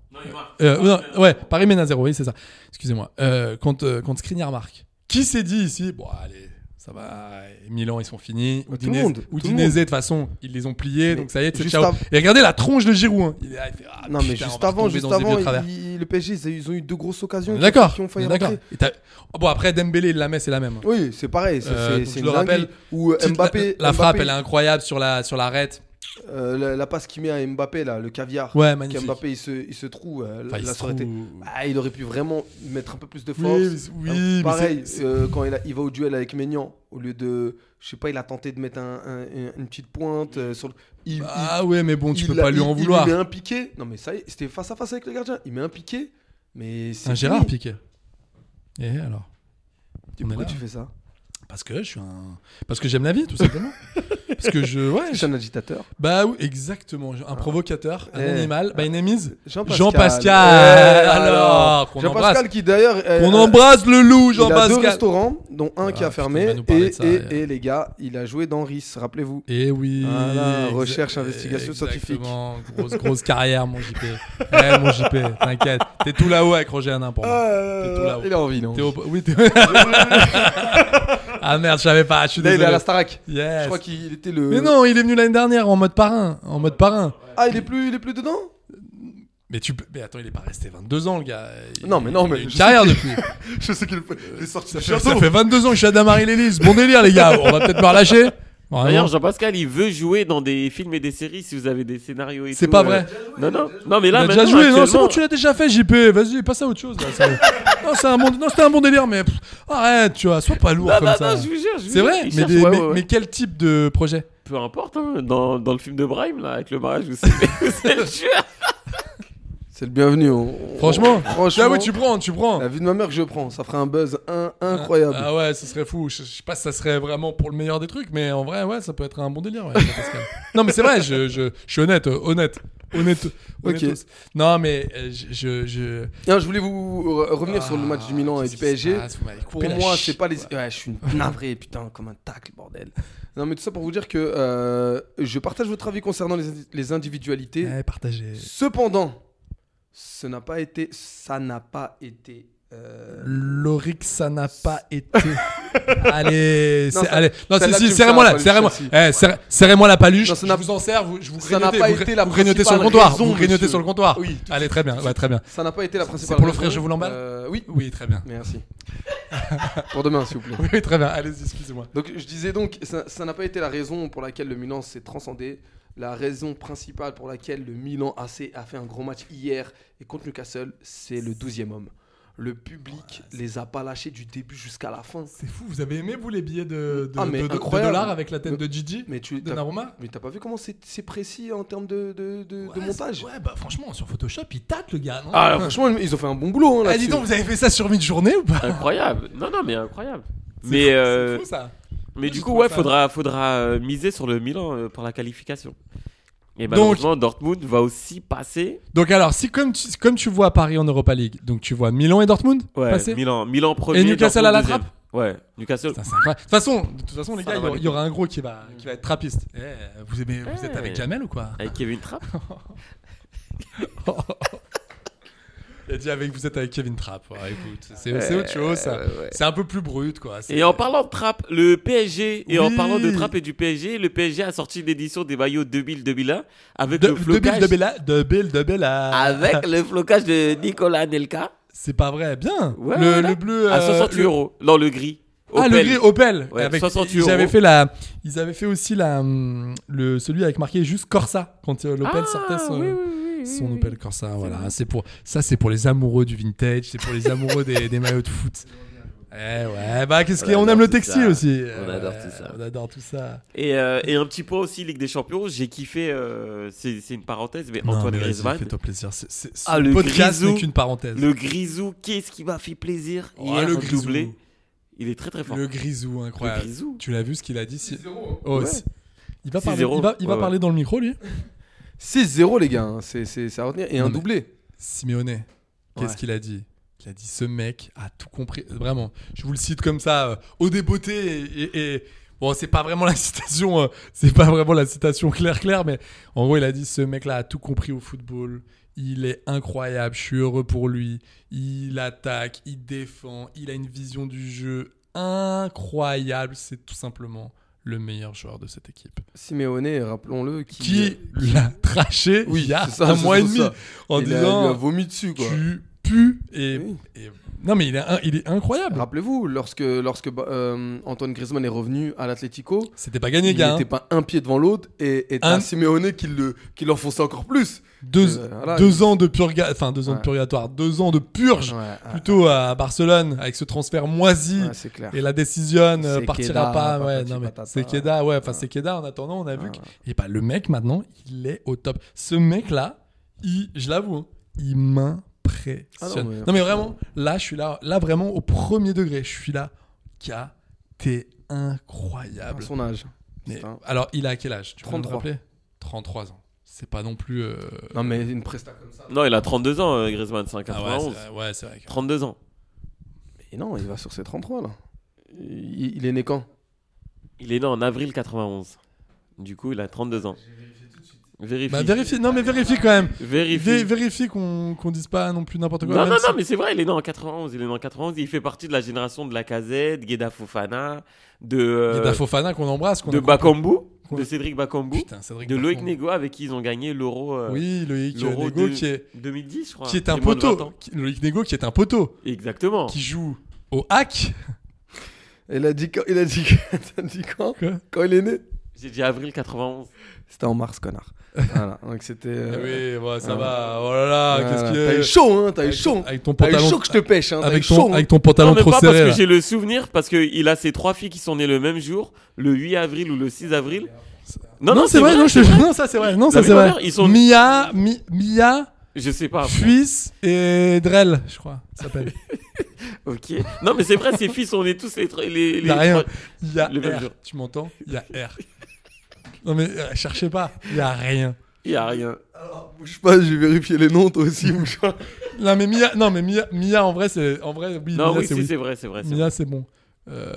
Speaker 9: Euh, non, ouais, Paris mène à zéro, oui, c'est ça. Excusez-moi. Euh, quand euh, quand Skriniar marque, qui s'est dit ici, bon, allez. Ça va, Milan, ils sont finis.
Speaker 10: Bah, tout le
Speaker 9: Udinese-
Speaker 10: monde, tout le
Speaker 9: Udinese, de toute façon, ils les ont pliés, donc ça y est, c'est
Speaker 10: juste
Speaker 9: ciao.
Speaker 10: av-
Speaker 9: Et regardez la tronche de Giroud. hein. Il est- il fait, ah,
Speaker 10: Non, mais
Speaker 9: putain, on
Speaker 10: juste
Speaker 9: va
Speaker 10: avant,
Speaker 9: retomber
Speaker 10: juste
Speaker 9: dans ce vieux
Speaker 10: avant,
Speaker 9: travers.
Speaker 10: il- il- le PSG, ils- ils ont eu deux grosses
Speaker 9: On
Speaker 10: occasions.
Speaker 9: est
Speaker 10: qui-
Speaker 9: D'accord.
Speaker 10: Qui ont
Speaker 9: on
Speaker 10: failli
Speaker 9: est d'accord.
Speaker 10: rentrer.
Speaker 9: Et t'as- oh, Bon après Dembélé la met c'est la même.
Speaker 10: Oui, c'est pareil. C'est
Speaker 9: Euh,
Speaker 10: c'est-
Speaker 9: donc,
Speaker 10: c'est
Speaker 9: je
Speaker 10: une
Speaker 9: le rappelle,
Speaker 10: dinguerie. Ou
Speaker 9: Petite-
Speaker 10: Mbappé.
Speaker 9: La, la frappe
Speaker 10: Mbappé,
Speaker 9: elle est incroyable sur la sur l'arête.
Speaker 10: euh, la, la passe qu'il met à Mbappé, là, le caviar.
Speaker 9: Ouais magnifique.
Speaker 10: Mbappé, il se, il se trouve. euh,
Speaker 9: Enfin, il
Speaker 10: là,
Speaker 9: se
Speaker 10: ça aurait été-
Speaker 9: trouve-
Speaker 10: Ah, il aurait pu vraiment mettre un peu plus de
Speaker 9: Oui,
Speaker 10: force.
Speaker 9: oui,
Speaker 10: Euh,
Speaker 9: mais
Speaker 10: pareil,
Speaker 9: c'est- c'est-
Speaker 10: euh, quand il, a- il va au duel avec Maignan, au lieu de. Je sais pas, il a tenté de mettre un- un- un- une petite pointe euh, sur le. Il,
Speaker 9: Ah ouais mais bon
Speaker 10: il-
Speaker 9: tu
Speaker 10: il
Speaker 9: peux
Speaker 10: l'a-
Speaker 9: pas lui
Speaker 10: il-
Speaker 9: en vouloir.
Speaker 10: Il lui met un piqué. Non, mais ça y est, c'était face à face avec le gardien. Il met un piqué. Mais c'est.
Speaker 9: Un Gérard
Speaker 10: fini.
Speaker 9: Piqué. Et alors. On est
Speaker 10: Pourquoi
Speaker 9: là.
Speaker 10: tu fais ça
Speaker 9: Parce que je suis un parce que j'aime la vie tout simplement. parce que je ouais.
Speaker 10: Je
Speaker 9: je-
Speaker 10: suis un agitateur.
Speaker 9: Bah oui exactement un provocateur un
Speaker 10: Eh.
Speaker 9: animal Bah, by name is
Speaker 10: Jean-Pascal.
Speaker 9: Jean-Pascal.
Speaker 10: Eh,
Speaker 9: Alors qu'on embrasse.
Speaker 10: Jean-Pascal qui d'ailleurs. euh,
Speaker 9: On embrasse le loup
Speaker 10: Il a deux
Speaker 9: Jean-Pascal.
Speaker 10: restaurants, dont
Speaker 9: Ah,
Speaker 10: un qui
Speaker 9: putain,
Speaker 10: a
Speaker 9: il
Speaker 10: fermé.
Speaker 9: va nous parler
Speaker 10: Et,
Speaker 9: de ça,
Speaker 10: et-
Speaker 9: ouais.
Speaker 10: et les gars, il a joué dans RIS, rappelez-vous.
Speaker 9: Et Eh oui.
Speaker 10: Voilà,
Speaker 9: exa-
Speaker 10: recherche, investigation
Speaker 9: exactement. Grosse, grosse carrière, mon JP. Eh, mon JP, t'inquiète. T'es tout là-haut avec Roger Hanin pour moi. T'es tout là-haut.
Speaker 10: Ah, il est en ville. hein.
Speaker 9: T'es au... Oui, t'es... ah merde, je savais pas, je suis
Speaker 10: Là, il est
Speaker 9: désolé.
Speaker 10: à la Starac.
Speaker 9: Yes.
Speaker 10: Je crois qu'il était le.
Speaker 9: Mais non, il est venu l'année dernière en mode parrain. En mode parrain.
Speaker 10: Ah, il est plus, il est plus dedans
Speaker 9: Mais tu peux... Mais attends, il est pas resté 22 ans, le gars. Il-
Speaker 10: Non, mais non,
Speaker 9: il a
Speaker 10: mais
Speaker 9: une
Speaker 10: je
Speaker 9: carrière depuis. Euh,
Speaker 10: Je sais qu'il est sorti
Speaker 9: Ça fait, ça fait 22 ans que je suis à Damary-Lélis. Bon délire, les gars. On va peut-être me relâcher. Vraiment.
Speaker 11: D'ailleurs, Jean-Pascal, il veut jouer dans des films et des séries si vous avez des scénarios et
Speaker 9: C'est
Speaker 11: tout,
Speaker 9: pas
Speaker 11: euh,
Speaker 9: vrai.
Speaker 11: Non, non, non, mais
Speaker 9: Il
Speaker 11: là,
Speaker 9: a déjà
Speaker 11: maintenant,
Speaker 9: joué, non, c'est bon,
Speaker 11: actuellement-
Speaker 9: tu l'as déjà fait, JP. Vas-y, passe à autre chose. là, ça- non, c'est un bon, non, c'était un bon délire, mais pff, arrête, tu vois, sois pas lourd
Speaker 11: Non,
Speaker 9: comme
Speaker 11: non,
Speaker 9: ça.
Speaker 11: Bah, non, je vous jure, je vous
Speaker 9: c'est
Speaker 11: jure,
Speaker 9: vrai,
Speaker 11: il
Speaker 9: mais,
Speaker 11: cherche,
Speaker 9: des-
Speaker 11: ouais,
Speaker 9: mais-
Speaker 11: ouais, ouais.
Speaker 9: mais quel type de projet
Speaker 11: Peu importe, hein, dans, dans le film de Brahim, là, avec le mariage, vous savez où c'est le tueur.
Speaker 10: C'est le bienvenu. on- on-
Speaker 9: Franchement,
Speaker 10: franchement.
Speaker 9: Ah oui, tu prends, tu prends.
Speaker 10: La vie de ma mère que je prends, ça ferait un buzz in- incroyable.
Speaker 9: Ah ouais, ce serait fou. Je, je sais pas si ça serait vraiment pour le meilleur des trucs, mais en vrai, ouais, ça peut être un bon délire. ouais, Pascal. non, mais c'est vrai, je, je, je suis honnête, euh, honnête, honnête. honnête
Speaker 10: Ok.
Speaker 9: aussi. Non, mais euh, je, je, je-
Speaker 10: Non, je voulais vous re- revenir sur le match du Milan
Speaker 9: Ah,
Speaker 10: et
Speaker 9: qu'est-ce
Speaker 10: du
Speaker 9: qui se
Speaker 10: PSG.
Speaker 9: passe Vous m'avez
Speaker 10: Pour
Speaker 9: coupé la
Speaker 10: moi,
Speaker 9: chi-
Speaker 10: c'est pas les. Ouais, je suis navré, putain, comme un tacle, bordel. Non, mais tout ça pour vous dire que euh, je partage votre avis concernant les, indi- les individualités.
Speaker 9: Ouais, partagez.
Speaker 10: Cependant, ce n'a pas été. Ça n'a pas été. euh,
Speaker 9: Loric, ça n'a pas été. allez,
Speaker 10: Non,
Speaker 9: c'est-
Speaker 10: ça-
Speaker 9: allez. Non, c'est
Speaker 10: celle-là,
Speaker 9: si,
Speaker 10: tu me sers
Speaker 9: serrez-moi
Speaker 10: la
Speaker 9: là,
Speaker 10: paluche
Speaker 9: serrez-moi.
Speaker 10: aussi.
Speaker 9: Eh, serre- serrez-moi la paluche.
Speaker 10: Non, ça
Speaker 9: je
Speaker 10: n'a-
Speaker 9: vous en sers, vous, je vous
Speaker 10: ça n'a
Speaker 9: grignotez,
Speaker 10: pas
Speaker 9: vous,
Speaker 10: été
Speaker 9: gr-
Speaker 10: la
Speaker 9: vous grignotez sur le
Speaker 10: principale
Speaker 9: comptoir.
Speaker 10: raison,
Speaker 9: vous grignotez
Speaker 10: monsieur.
Speaker 9: sur le comptoir.
Speaker 10: Oui, tout-
Speaker 9: allez, très bien, ouais, très bien.
Speaker 10: Ça n'a pas été la principale.
Speaker 9: C'est pour l'offrir,
Speaker 10: raison.
Speaker 9: je vous l'emballe
Speaker 10: Euh, Oui,
Speaker 9: Oui, très bien.
Speaker 10: merci. pour demain, s'il vous plaît.
Speaker 9: Oui, très bien. Allez-y, excusez-moi.
Speaker 10: Donc je disais donc, ça ça n'a pas été la raison pour laquelle le Milan s'est transcendé. La raison principale pour laquelle le Milan AC a fait un gros match hier et contre Newcastle, c'est le 12e homme. Le public les a pas lâchés du début jusqu'à la fin.
Speaker 9: C'est fou, vous avez aimé, vous, les billets de, de,
Speaker 10: Ah, mais
Speaker 9: de- de- de
Speaker 10: incroyable.
Speaker 9: dollars avec la tête de Gigi
Speaker 10: Mais tu t'as-
Speaker 9: Donnarumma
Speaker 10: mais t'as pas vu comment c'est c'est précis en termes de, de- de- de
Speaker 9: Ouais,
Speaker 10: montage
Speaker 9: c'est- Ouais, bah franchement, sur Photoshop, il tâte le gars, non
Speaker 10: Ah, alors, franchement, ils ont fait un bon boulot. hein,
Speaker 9: Ah,
Speaker 10: là-dessus.
Speaker 9: dis donc, vous avez fait ça sur une journée ou pas
Speaker 11: Incroyable. Non, non, mais incroyable.
Speaker 9: C'est
Speaker 11: Mais,
Speaker 9: fou,
Speaker 11: euh,
Speaker 9: c'est fou, ça.
Speaker 11: mais du
Speaker 9: je
Speaker 11: coup,
Speaker 9: trouve
Speaker 11: ouais,
Speaker 9: ça-
Speaker 11: faudra, faudra euh, miser sur le Milan euh, pour la qualification. Et
Speaker 9: Donc-
Speaker 11: malheureusement, Dortmund va aussi passer.
Speaker 9: Donc alors, si comme tu, comme tu vois Paris en Europa League, donc tu vois Milan et Dortmund
Speaker 11: Ouais,
Speaker 9: passer
Speaker 11: Milan, Milan premier.
Speaker 9: Et Newcastle
Speaker 11: Dortmund
Speaker 9: à la
Speaker 11: deuxième.
Speaker 9: trappe
Speaker 11: Ouais, Newcastle.
Speaker 9: Putain, c'est incroyable. De toute façon, de toute façon les
Speaker 11: Ça
Speaker 9: gars, il y
Speaker 11: va
Speaker 9: aura-
Speaker 11: les
Speaker 9: il y, aura un gros qui va, qui va être trappiste. Eh, vous, aimez, vous êtes
Speaker 11: Eh.
Speaker 9: avec Jamel ou quoi
Speaker 11: Avec Kevin Trapp.
Speaker 9: Il a dit avec vous êtes avec Kevin Trapp. Ouais, écoute, c'est
Speaker 11: Ouais,
Speaker 9: c'est autre chose. ça.
Speaker 11: ouais, ouais.
Speaker 9: C'est un peu plus brut quoi. C'est-
Speaker 11: Et en parlant de Trapp, le PSG, et en
Speaker 9: Oui.
Speaker 11: parlant de Trapp et du PSG, le PSG a sorti l'édition des maillots 2000-2001 avec
Speaker 9: de,
Speaker 11: le
Speaker 9: de Bill,
Speaker 11: flocage.
Speaker 9: de Bella, de Bill, de Bella.
Speaker 11: Avec le flocage de Nicolas Nelka.
Speaker 9: C'est pas vrai, bien.
Speaker 11: Ouais,
Speaker 9: le,
Speaker 11: voilà.
Speaker 9: le bleu.
Speaker 11: à
Speaker 9: euh,
Speaker 11: 68
Speaker 9: le-
Speaker 11: euros. Non, le gris.
Speaker 9: Ah, le
Speaker 11: Opel.
Speaker 9: gris Opel.
Speaker 11: Ouais,
Speaker 9: avec,
Speaker 11: 68
Speaker 9: ils avaient
Speaker 11: euros.
Speaker 9: fait la, ils avaient fait aussi la, hum, le celui avec marqué juste Corsa quand euh, l'Opel sortait.
Speaker 11: Ah,
Speaker 9: son-
Speaker 11: oui, oui, oui.
Speaker 2: oui,
Speaker 9: Son
Speaker 2: oui,
Speaker 9: Opel
Speaker 2: oui.
Speaker 9: Corsa, voilà. C'est pour ça, c'est pour les amoureux du vintage, c'est pour les amoureux des, des maillots de foot. Eh ouais, bah qu'est-ce
Speaker 11: On
Speaker 9: qu'on
Speaker 11: adore
Speaker 9: aime le
Speaker 11: tout
Speaker 9: textile
Speaker 11: ça.
Speaker 9: aussi.
Speaker 11: On adore
Speaker 9: Euh,
Speaker 11: tout ça.
Speaker 9: On adore tout ça.
Speaker 11: Et, euh, et un petit point aussi, Ligue des Champions, j'ai kiffé, euh, c'est c'est une parenthèse, mais
Speaker 9: Non,
Speaker 11: Antoine
Speaker 9: mais vas-y,
Speaker 11: Griezmann,
Speaker 9: Fais-toi plaisir. C'est- c'est- ce
Speaker 11: Ah, le
Speaker 9: podcast
Speaker 11: grisou.
Speaker 9: n'est qu'une parenthèse.
Speaker 11: le grisou, qu'est-ce qui m'a fait plaisir
Speaker 9: Oh,
Speaker 11: hier,
Speaker 9: le
Speaker 11: le
Speaker 9: Grisou.
Speaker 11: doublé, il est très très fort.
Speaker 9: Le grisou,
Speaker 11: Le
Speaker 9: incroyable.
Speaker 11: grisou.
Speaker 9: Tu l'as vu ce qu'il a dit si- Oh,
Speaker 10: Ouais.
Speaker 9: si- Il va
Speaker 11: C'est
Speaker 9: parler,
Speaker 11: zéro.
Speaker 9: il va, il va
Speaker 11: Ouais,
Speaker 9: parler dans le micro, lui
Speaker 10: 6-0, les gars, hein. c'est c'est- c'est à retenir. Et
Speaker 9: Non,
Speaker 10: un
Speaker 9: mais-
Speaker 10: doublé.
Speaker 9: Simeone, qu'est-ce
Speaker 10: Ouais.
Speaker 9: qu'il a dit Il a dit ce mec a tout compris. Euh, Vraiment, je vous le cite comme ça, euh, au débeauté et. et- et- Bon, c'est pas vraiment la citation, euh, c'est pas vraiment la citation claire claire, mais en gros, il a dit ce mec-là a tout compris au football. Il est incroyable, je suis heureux pour lui. Il attaque, il défend, il a une vision du jeu incroyable. C'est tout simplement le meilleur joueur de cette équipe.
Speaker 10: Simeone, rappelons-le, qui.
Speaker 9: Qui l'a traché
Speaker 10: Oui,
Speaker 9: il y a
Speaker 10: c'est ça,
Speaker 9: un
Speaker 10: c'est
Speaker 9: mois et
Speaker 10: surtout
Speaker 9: demi
Speaker 10: ça.
Speaker 9: en
Speaker 10: il a-
Speaker 9: disant
Speaker 10: lui a vomi dessus, quoi.
Speaker 9: tu pues et,
Speaker 10: Oui.
Speaker 9: et- non mais il est, un- il est incroyable.
Speaker 10: Rappelez-vous, lorsque, lorsque bah, euh, Antoine Griezmann est revenu à l'Atlético,
Speaker 9: C'était pas gagné,
Speaker 10: il
Speaker 9: gars.
Speaker 10: n'était
Speaker 9: hein.
Speaker 10: pas un pied devant l'autre et, et t'as
Speaker 9: Un-
Speaker 10: Simeone qui le- qui l'enfonçait encore plus.
Speaker 9: Deux,
Speaker 10: Euh, voilà,
Speaker 9: deux ans de purga, enfin deux ans de
Speaker 10: Ouais.
Speaker 9: purgatoire, deux ans de purge
Speaker 10: Ouais, ouais,
Speaker 9: plutôt à Barcelone avec ce transfert moisi.
Speaker 10: ouais, c'est clair.
Speaker 9: Et la décision euh,
Speaker 10: Sekeda,
Speaker 9: partira pas. Ouais,
Speaker 10: patati
Speaker 9: non, mais
Speaker 10: patata.
Speaker 9: Sekeda, ouais, enfin Sekeda, en attendant, on a vu
Speaker 10: Ah, Ouais,
Speaker 9: que. Et bah, le mec, maintenant, il est au top. Ce mec-là, il- je l'avoue, hein, il m'impressionne.
Speaker 10: Ah
Speaker 9: non,
Speaker 10: non,
Speaker 9: mais,
Speaker 10: Ah mais-
Speaker 9: vraiment, là, je suis là, là, vraiment, au premier degré, je suis là. K, t'es
Speaker 10: À
Speaker 9: incroyable.
Speaker 10: son âge.
Speaker 9: Mais-
Speaker 10: Putain.
Speaker 9: alors, il a quel âge tu peux nous le
Speaker 10: 33.
Speaker 9: rappeler 33 ans. C'est pas non plus. euh,
Speaker 10: Non, mais une presta comme ça.
Speaker 11: Non, il a 32 ans, euh, Griezmann, c'est un
Speaker 9: ah ouais,
Speaker 11: 91.
Speaker 9: c'est- ouais, c'est vrai. que-
Speaker 11: 32 ans.
Speaker 10: Et non, il va sur ses 33 là. Il, il est né quand
Speaker 11: Il est né en avril 91. Du coup, il a 32 ans. Vérifie.
Speaker 9: Bah, vérifie, non, mais vérifie quand même.
Speaker 11: Vérifie.
Speaker 9: Vé- Bah, Vérifie qu'on qu'on dise pas non plus n'importe quoi.
Speaker 11: Non,
Speaker 9: même
Speaker 11: non,
Speaker 9: si-
Speaker 11: non, mais c'est vrai, il est né en 91. Il est né en 91. Il fait partie de la génération de la Lacazette, Gueda Fofana, de, euh,
Speaker 9: Guida Fofana qu'on embrasse. qu'on
Speaker 11: de
Speaker 9: a-
Speaker 11: Bakambu,
Speaker 9: Quoi
Speaker 11: de Cédric Bakambu,
Speaker 9: Putain, Cédric
Speaker 11: de Loïc
Speaker 9: Bacon.
Speaker 11: Nego, avec qui ils ont gagné l'Euro euh,
Speaker 9: Oui, Loïc
Speaker 11: l'Euro
Speaker 9: Nego
Speaker 11: de-
Speaker 9: qui est,
Speaker 11: 2010, je crois.
Speaker 9: qui est un
Speaker 11: Des moins de 20
Speaker 9: poteau.
Speaker 11: ans.
Speaker 9: Qui- Loïc Nego qui est un poteau.
Speaker 11: Exactement.
Speaker 9: Qui joue au hack.
Speaker 10: Il a dit quand Il a dit, quand- t'as dit quand
Speaker 9: Quoi
Speaker 10: Quand il est né
Speaker 11: J'ai dit avril 91.
Speaker 10: C'était en mars, connard. voilà, donc c'était.
Speaker 9: Eh
Speaker 10: euh,
Speaker 9: oui, ouais, ça
Speaker 10: euh,
Speaker 9: va. Oh là là,
Speaker 10: voilà.
Speaker 9: qu'est-ce
Speaker 10: T'as eu
Speaker 9: qu'il
Speaker 10: chaud, hein T'as eu
Speaker 9: Avec ton-
Speaker 10: chaud.
Speaker 9: avec ton
Speaker 10: T'as eu
Speaker 9: pantalon-
Speaker 10: chaud que je te pêche, hein
Speaker 9: est
Speaker 10: t'as eu
Speaker 9: avec
Speaker 10: chaud,
Speaker 9: ton,
Speaker 10: hein.
Speaker 9: avec ton
Speaker 11: Non,
Speaker 9: pantalon
Speaker 11: mais
Speaker 9: trop
Speaker 11: pas
Speaker 9: serré.
Speaker 11: parce
Speaker 9: là.
Speaker 11: que j'ai le souvenir, parce qu'il a ses trois filles qui sont nées le même jour, le 8 avril ou le 6 avril.
Speaker 9: Non, c'est vrai, non, je te jure, non, ça c'est vrai, non, ça
Speaker 11: mais
Speaker 9: c'est
Speaker 11: non,
Speaker 9: vrai.
Speaker 11: non, ils sont-
Speaker 9: Mia, Mi- Mia,
Speaker 11: Je sais pas. après.
Speaker 9: Fuis et Drell, je crois, ça s'appelle.
Speaker 11: Ok. Non, mais c'est vrai, ses filles sont nées tous les. tro- les, les
Speaker 9: T'as rien.
Speaker 11: trois-
Speaker 9: Il y a
Speaker 11: Le même
Speaker 9: R,
Speaker 11: jour.
Speaker 9: tu m'entends Il y a R. Non mais euh, cherchez pas, il y a rien.
Speaker 11: Il y a rien.
Speaker 10: Bouge pas, j'ai vérifié les noms, toi aussi. bouge pas.
Speaker 9: Non mais Mia, non mais Mia, Mia en vrai c'est, en vrai oui,
Speaker 11: Non,
Speaker 9: Mia
Speaker 11: oui,
Speaker 9: c'est
Speaker 11: si,
Speaker 9: oui.
Speaker 11: c'est vrai, c'est vrai. c'est vrai.
Speaker 9: Mia c'est bon. Euh,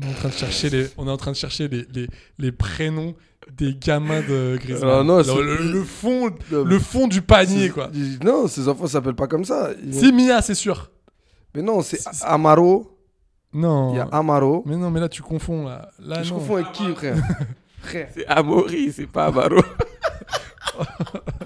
Speaker 9: on est en train de chercher les, on est en train de chercher les, les, les prénoms des gamins de Griezmann.
Speaker 10: Ah non,
Speaker 9: Euh, le,
Speaker 10: c'est-
Speaker 9: le- le fond,
Speaker 10: Non, mais-
Speaker 9: le fond du panier
Speaker 10: Ces-
Speaker 9: quoi.
Speaker 10: Non, ces enfants s'appellent pas comme ça. Ils-
Speaker 9: C'est Mia, c'est sûr.
Speaker 10: Mais non, c'est
Speaker 9: C'est- c'est-
Speaker 10: Amaro.
Speaker 9: Non.
Speaker 10: Il y a Amaro.
Speaker 9: Mais non, mais là tu confonds là. Là,
Speaker 10: je
Speaker 9: non.
Speaker 10: confonds avec qui, frère
Speaker 11: C'est Amaury, c'est pas Amaro.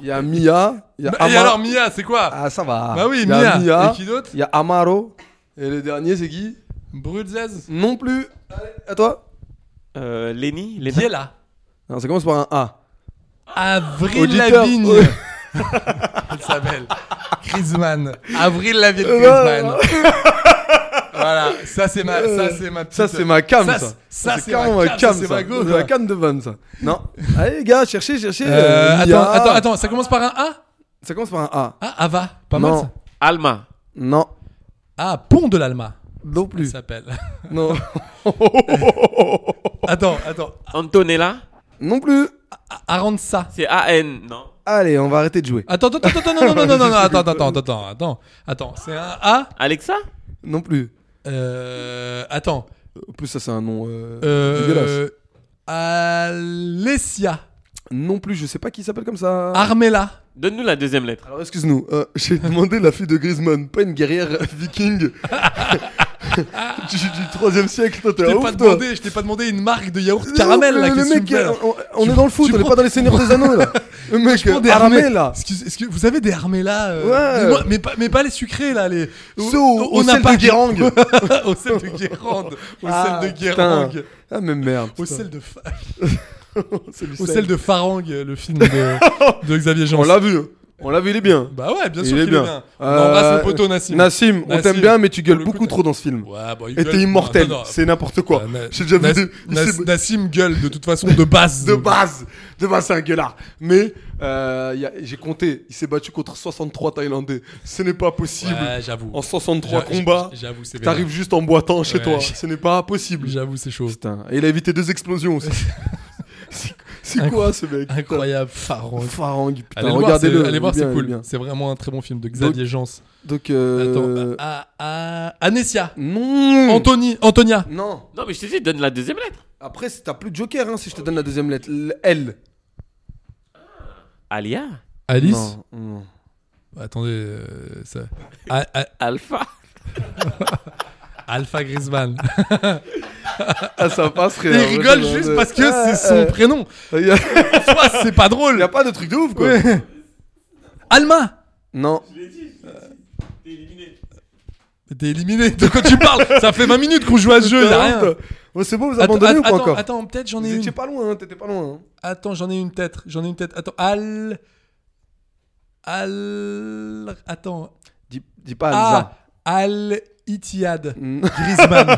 Speaker 10: Il y a Mia. Il y a
Speaker 9: Bah, Et
Speaker 10: Ama-
Speaker 9: alors Mia, c'est quoi
Speaker 10: Ah, ça va.
Speaker 9: Bah oui,
Speaker 10: Il y
Speaker 9: Mia.
Speaker 10: a Mia.
Speaker 9: Et qui d'autre
Speaker 10: Il y a Amaro. Et le dernier, c'est qui
Speaker 9: Brutzes.
Speaker 10: Non plus. Allez, à toi.
Speaker 11: Euh, Lenny, Lena.
Speaker 9: Qui est là
Speaker 10: Non, ça commence par un A.
Speaker 9: Avril
Speaker 10: Auditeur.
Speaker 9: Lavigne.
Speaker 10: Ouais.
Speaker 9: Elle s'appelle Griezmann. Avril Lavigne
Speaker 10: Euh,
Speaker 9: Griezmann. voilà, ça c'est ma, ça c'est ma.
Speaker 10: Euh, Ça,
Speaker 9: petite-
Speaker 10: c'est ma cam, ça.
Speaker 9: Ça, ça, c'est
Speaker 10: carrément
Speaker 9: ma cam, ça, c'est
Speaker 10: ça.
Speaker 9: ma go,
Speaker 10: C'est
Speaker 9: ça.
Speaker 10: ma cam de Van, ça. Non. Allez, les gars, cherchez, cherchez.
Speaker 9: Euh,
Speaker 10: Mia.
Speaker 9: attends, attends, attends, ça commence par un A
Speaker 10: Ça commence par un A.
Speaker 9: Ah, Ava, pas mal
Speaker 10: Non.
Speaker 9: ça.
Speaker 11: Alma.
Speaker 10: Non.
Speaker 9: Ah, Pont de l'Alma,
Speaker 10: Non
Speaker 9: elle
Speaker 10: plus. Oh.
Speaker 9: s'appelle.
Speaker 10: Non.
Speaker 9: attends, attends,
Speaker 11: Antonella,
Speaker 10: non plus.
Speaker 9: A- Aranza.
Speaker 11: c'est A-N, non
Speaker 10: Allez, on va arrêter de jouer.
Speaker 9: Attends, attends, attends, non, non, non, non, non, non, attends, attends, attends, attends, attends, attends, c'est un A.
Speaker 11: Alexa
Speaker 10: Non plus.
Speaker 9: Euh, attends,
Speaker 10: En plus, ça, c'est un nom euh, dégueulasse.
Speaker 9: euh, Alessia,
Speaker 10: Non plus, je sais pas qui s'appelle comme ça.
Speaker 9: Armella.
Speaker 11: Donne-nous la deuxième lettre.
Speaker 10: Alors, excuse-nous, euh, j'ai demandé la fille de Griezmann, pas une guerrière viking du, du 3 siècle. Toi, t'es
Speaker 9: Je
Speaker 10: un
Speaker 9: t'ai
Speaker 10: ouf,
Speaker 9: pas
Speaker 10: toi.
Speaker 9: demandé, je t'ai pas demandé une marque de yaourt caramel
Speaker 10: Le-
Speaker 9: là.
Speaker 10: le,
Speaker 9: qu'est-ce que
Speaker 10: mec,
Speaker 9: tu me fais, là
Speaker 10: on, on
Speaker 9: Tu-
Speaker 10: est dans le foot,
Speaker 9: tu
Speaker 10: on est
Speaker 9: prends-
Speaker 10: pas dans les seigneurs des anneaux là. Le mec,
Speaker 9: Je prends des
Speaker 10: armé
Speaker 9: Armel.
Speaker 10: là.
Speaker 9: Excuse- excuse- vous avez des armés là euh,
Speaker 10: Ouais.
Speaker 9: mais, moi- mais pas, mais pas les sucrés là, les.
Speaker 10: Ceux au- au sel de Guérande.
Speaker 9: au sel de Guérande, au
Speaker 10: Ah,
Speaker 9: sel de
Speaker 10: putain.
Speaker 9: Guérande,
Speaker 10: Ah, mais merde.
Speaker 9: au
Speaker 10: putain.
Speaker 9: sel de, Fa-
Speaker 10: C'est du
Speaker 9: au
Speaker 10: sel.
Speaker 9: sel de Farang, le film de, de Xavier Jean.
Speaker 10: On l'a vu. hein. On l'a vu, il est bien.
Speaker 9: Bah ouais, bien
Speaker 10: Il
Speaker 9: sûr
Speaker 10: est
Speaker 9: qu'il
Speaker 10: bien.
Speaker 9: est bien. On embrasse
Speaker 10: Euh,
Speaker 9: le poteau Nassim.
Speaker 10: Nassim, on
Speaker 9: Nassim,
Speaker 10: t'aime bien, mais tu
Speaker 9: pour
Speaker 10: gueules
Speaker 9: le coup,
Speaker 10: beaucoup
Speaker 9: t'as-
Speaker 10: trop dans ce film.
Speaker 9: Ouais, bon, il
Speaker 10: Et
Speaker 9: gueule.
Speaker 10: t'es immortel,
Speaker 9: Non, non,
Speaker 10: c'est n'importe quoi.
Speaker 9: Ah, mais-
Speaker 10: J'ai déjà vu
Speaker 9: Nas-
Speaker 10: des-
Speaker 9: Nas-
Speaker 10: c'est-
Speaker 9: Nassim gueule de toute façon de base.
Speaker 10: de
Speaker 9: donc.
Speaker 10: base. De base, c'est un gueulard. Mais euh, y a- j'ai compté, il s'est battu contre 63 Thaïlandais. Ce n'est pas possible.
Speaker 9: Ouais, j'avoue.
Speaker 10: En 63
Speaker 9: J'a-
Speaker 10: combats,
Speaker 9: J'avoue, c'est
Speaker 10: t'arrives juste en boitant chez
Speaker 9: Ouais.
Speaker 10: toi. Ce n'est pas possible.
Speaker 9: bien. J'avoue, c'est chaud.
Speaker 10: Putain. Et il a évité deux explosions aussi. C'est- c'est quoi ce mec
Speaker 9: Incroyable,
Speaker 10: Putain.
Speaker 9: Farang.
Speaker 10: Farang, putain,
Speaker 9: Allez le voir, c'est-
Speaker 10: regardez-le.
Speaker 9: allez
Speaker 10: il
Speaker 9: voir,
Speaker 10: est bien,
Speaker 9: c'est
Speaker 10: il est
Speaker 9: cool.
Speaker 10: bien.
Speaker 9: C'est vraiment un très bon film de Xavier Jans.
Speaker 10: Donc, euh...
Speaker 9: Attends, ah, à, à- Anessia.
Speaker 10: non
Speaker 9: Anthony, Antonia.
Speaker 10: Non.
Speaker 11: Non, mais je t'ai dit, donne la deuxième lettre.
Speaker 10: Après, c'est- t'as plus de joker hein, si je te donne la deuxième lettre. L. L.
Speaker 11: Alia
Speaker 9: Alice.
Speaker 10: Non, non.
Speaker 9: Attendez, euh, ça. A- A-
Speaker 11: Alpha
Speaker 9: Alpha Griezmann.
Speaker 10: Ah, ça passerait.
Speaker 9: Il
Speaker 10: hein,
Speaker 9: rigole
Speaker 10: vraiment,
Speaker 9: juste
Speaker 10: ouais.
Speaker 9: parce que c'est son prénom.
Speaker 10: Ah, Il y a-
Speaker 9: Soit c'est pas drôle.
Speaker 10: il y a pas de truc de ouf quoi.
Speaker 9: Ouais. Alma
Speaker 10: Non.
Speaker 9: Mais T'es éliminé. De quoi tu parles Ça fait 20 minutes qu'on joue à ce jeu, y'a rien.
Speaker 10: Putain. Bon, c'est bon, vous
Speaker 9: Attends,
Speaker 10: abandonnez ou pas
Speaker 9: attends,
Speaker 10: encore
Speaker 9: attends, peut-être j'en
Speaker 10: Vous
Speaker 9: ai
Speaker 10: étiez
Speaker 9: une.
Speaker 10: pas loin, hein, t'étais pas loin. hein.
Speaker 9: Attends, j'en ai une tête. J'en ai une tête. Attends, Al. Al. Attends.
Speaker 10: Dis, dis pas
Speaker 9: Ah,
Speaker 10: Alza.
Speaker 9: Al Itiad
Speaker 10: Mm.
Speaker 9: Griezmann.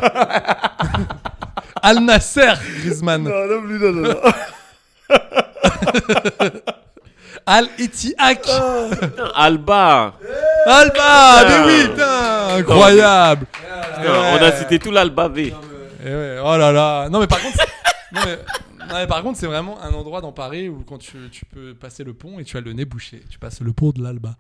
Speaker 9: Al Nasser Griezmann.
Speaker 10: Non, non, plus, non, non, non.
Speaker 9: Al Itiak.
Speaker 11: Putain, Alba
Speaker 9: Alba, mais
Speaker 11: Putain.
Speaker 9: oui, putain, incroyable.
Speaker 11: Putain, On a cité tout l'Alba V.
Speaker 9: Eh ouais, oh là là. Non mais par contre, c'est- non, mais- non, mais par contre, c'est vraiment un endroit dans Paris où quand tu, tu peux passer le pont et tu as le nez bouché, tu passes le pont de l'Alba.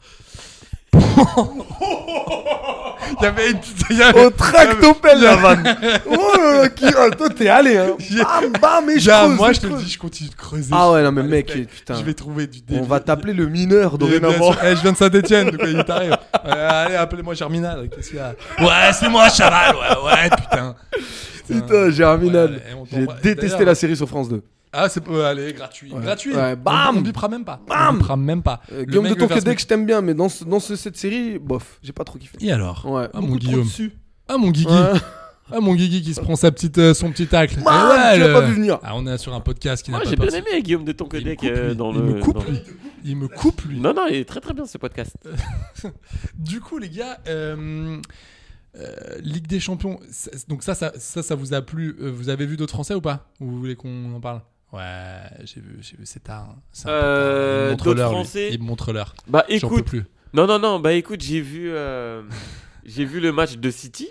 Speaker 9: Il y avait une petite- il y avait-
Speaker 10: Au tractopelle la vanne. Oh là là, qui... ah, toi t'es allé hein. Bam bam et je
Speaker 9: Gars,
Speaker 10: creuse,
Speaker 9: moi
Speaker 10: je
Speaker 9: je te le
Speaker 10: creuse.
Speaker 9: dis, je continue de creuser.
Speaker 10: Ah ouais non mais
Speaker 9: Allez,
Speaker 10: mec
Speaker 9: mec,
Speaker 10: putain.
Speaker 9: Je vais trouver du début.
Speaker 10: On va t'appeler le mineur dorénavant.
Speaker 9: Eh, je viens de Saint-Etienne, donc il t'arrive. Ouais, allez, appelez-moi Germinal. euh, Qu'est-ce qu'il y a Ouais, c'est moi, chaval. Ouais, ouais, putain.
Speaker 10: Putain Germinal.
Speaker 9: Ouais, et on
Speaker 10: J'ai
Speaker 9: t'embrasse.
Speaker 10: détesté
Speaker 9: D'ailleurs-
Speaker 10: la série sur France 2.
Speaker 9: Ah, c'est pas. Allez, gratuit. Gratuit.
Speaker 10: Ouais, bam
Speaker 9: On, on bipera même pas.
Speaker 10: Bam
Speaker 9: On bipera même pas.
Speaker 10: Euh,
Speaker 9: Le
Speaker 10: Guillaume de
Speaker 9: mec veut faire
Speaker 10: Tonquédec
Speaker 9: ce
Speaker 10: je t'aime bien mais dans, ce- dans ce- cette série bof j'ai pas trop kiffé.
Speaker 9: mec- Et alors
Speaker 10: Ouais.
Speaker 9: Ah,
Speaker 10: beaucoup
Speaker 9: mon
Speaker 10: trop
Speaker 9: Guillaume.
Speaker 10: dessus.
Speaker 9: Ah, mon Guigui.
Speaker 10: Ouais.
Speaker 9: Ah, mon Guigui qui se prend sa petite, euh, son petit tacle.
Speaker 10: Bam,
Speaker 9: Eh
Speaker 10: tu l'as pas vu venir.
Speaker 9: Ah, on est sur un podcast qui n'a
Speaker 11: Moi,
Speaker 9: pas
Speaker 11: j'ai bien
Speaker 9: peur.
Speaker 11: aimé Guillaume de
Speaker 9: Il me
Speaker 11: Tonquedec
Speaker 9: coupe,
Speaker 11: euh,
Speaker 9: lui.
Speaker 11: dans
Speaker 9: Il
Speaker 11: le.
Speaker 9: me coupe,
Speaker 11: dans-
Speaker 9: lui. Il me coupe, lui.
Speaker 11: Non, non, il est très très bien ce podcast.
Speaker 9: Du coup, les gars, euh, euh, Ligue des Champions, c'est- donc ça ça, ça, ça vous a plu. euh, Vous avez vu d'autres Français ou pas Ou vous voulez qu'on en parle Ouais, j'ai vu, j'ai vu, c'est tard. hein. C'est un peu
Speaker 11: Euh,
Speaker 9: tard. Il me montre
Speaker 11: d'autres
Speaker 9: l'heure, lui.
Speaker 11: Français
Speaker 9: Il me montre l'heure.
Speaker 11: Bah
Speaker 9: J'en peux
Speaker 11: écoute,
Speaker 9: plus.
Speaker 11: non, non, non, bah écoute, j'ai vu, euh, j'ai vu le match de City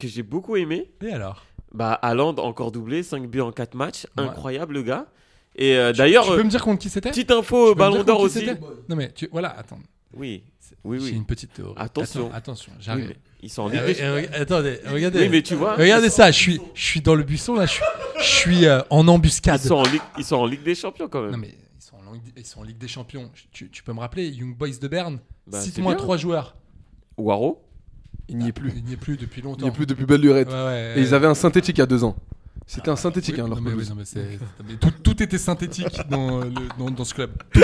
Speaker 11: que j'ai beaucoup aimé.
Speaker 9: Et alors
Speaker 11: Bah, Haaland encore doublé, 5 buts en 4 matchs.
Speaker 9: Ouais.
Speaker 11: Incroyable, le gars. Et euh, d'ailleurs,
Speaker 9: Tu peux
Speaker 11: euh,
Speaker 9: me dire contre qui c'était Tu
Speaker 11: petite info
Speaker 9: peux
Speaker 11: au
Speaker 9: me
Speaker 11: Ballon
Speaker 9: dire
Speaker 11: d'Or
Speaker 9: contre qui
Speaker 11: aussi.
Speaker 9: c'était Non mais tu, voilà, attends.
Speaker 11: Oui, oui,
Speaker 9: J'ai
Speaker 11: oui.
Speaker 9: une petite théorie.
Speaker 11: Attention.
Speaker 9: Attends, attention,
Speaker 11: Oui,
Speaker 9: j'arrive.
Speaker 11: mais ils sont en
Speaker 9: Eh,
Speaker 11: Ligue
Speaker 9: eh,
Speaker 11: des Champions.
Speaker 9: eh, attendez, regardez.
Speaker 11: Oui, mais tu vois,
Speaker 9: Regardez ça, je suis, je suis dans le buisson là, je suis, je suis euh, en
Speaker 11: ils
Speaker 9: embuscade.
Speaker 11: sont en Ligue, ils sont en Ligue des Champions quand
Speaker 9: Non
Speaker 10: Euh.
Speaker 11: même.
Speaker 9: mais ils sont en, Ligue- ils sont en Ligue des Champions. Tu, tu peux me rappeler Young Boys de Berne
Speaker 11: Bah,
Speaker 9: Cite-moi
Speaker 11: c'est bien.
Speaker 9: trois joueurs.
Speaker 11: Waro,
Speaker 10: Il n'y est plus.
Speaker 9: Il n'y est plus depuis longtemps.
Speaker 10: Il n'y est plus depuis belle lurette.
Speaker 9: Ouais, ouais,
Speaker 10: Et ils
Speaker 9: ouais.
Speaker 10: avaient un synthétique il y a deux ans. C'était un
Speaker 9: Oui,
Speaker 10: synthétique hein,
Speaker 9: non,
Speaker 10: leur
Speaker 9: mais, oui,
Speaker 10: pelouse.
Speaker 9: non, mais c'est- mais tout, tout était synthétique dans, euh, le- dans, dans ce club. Tout,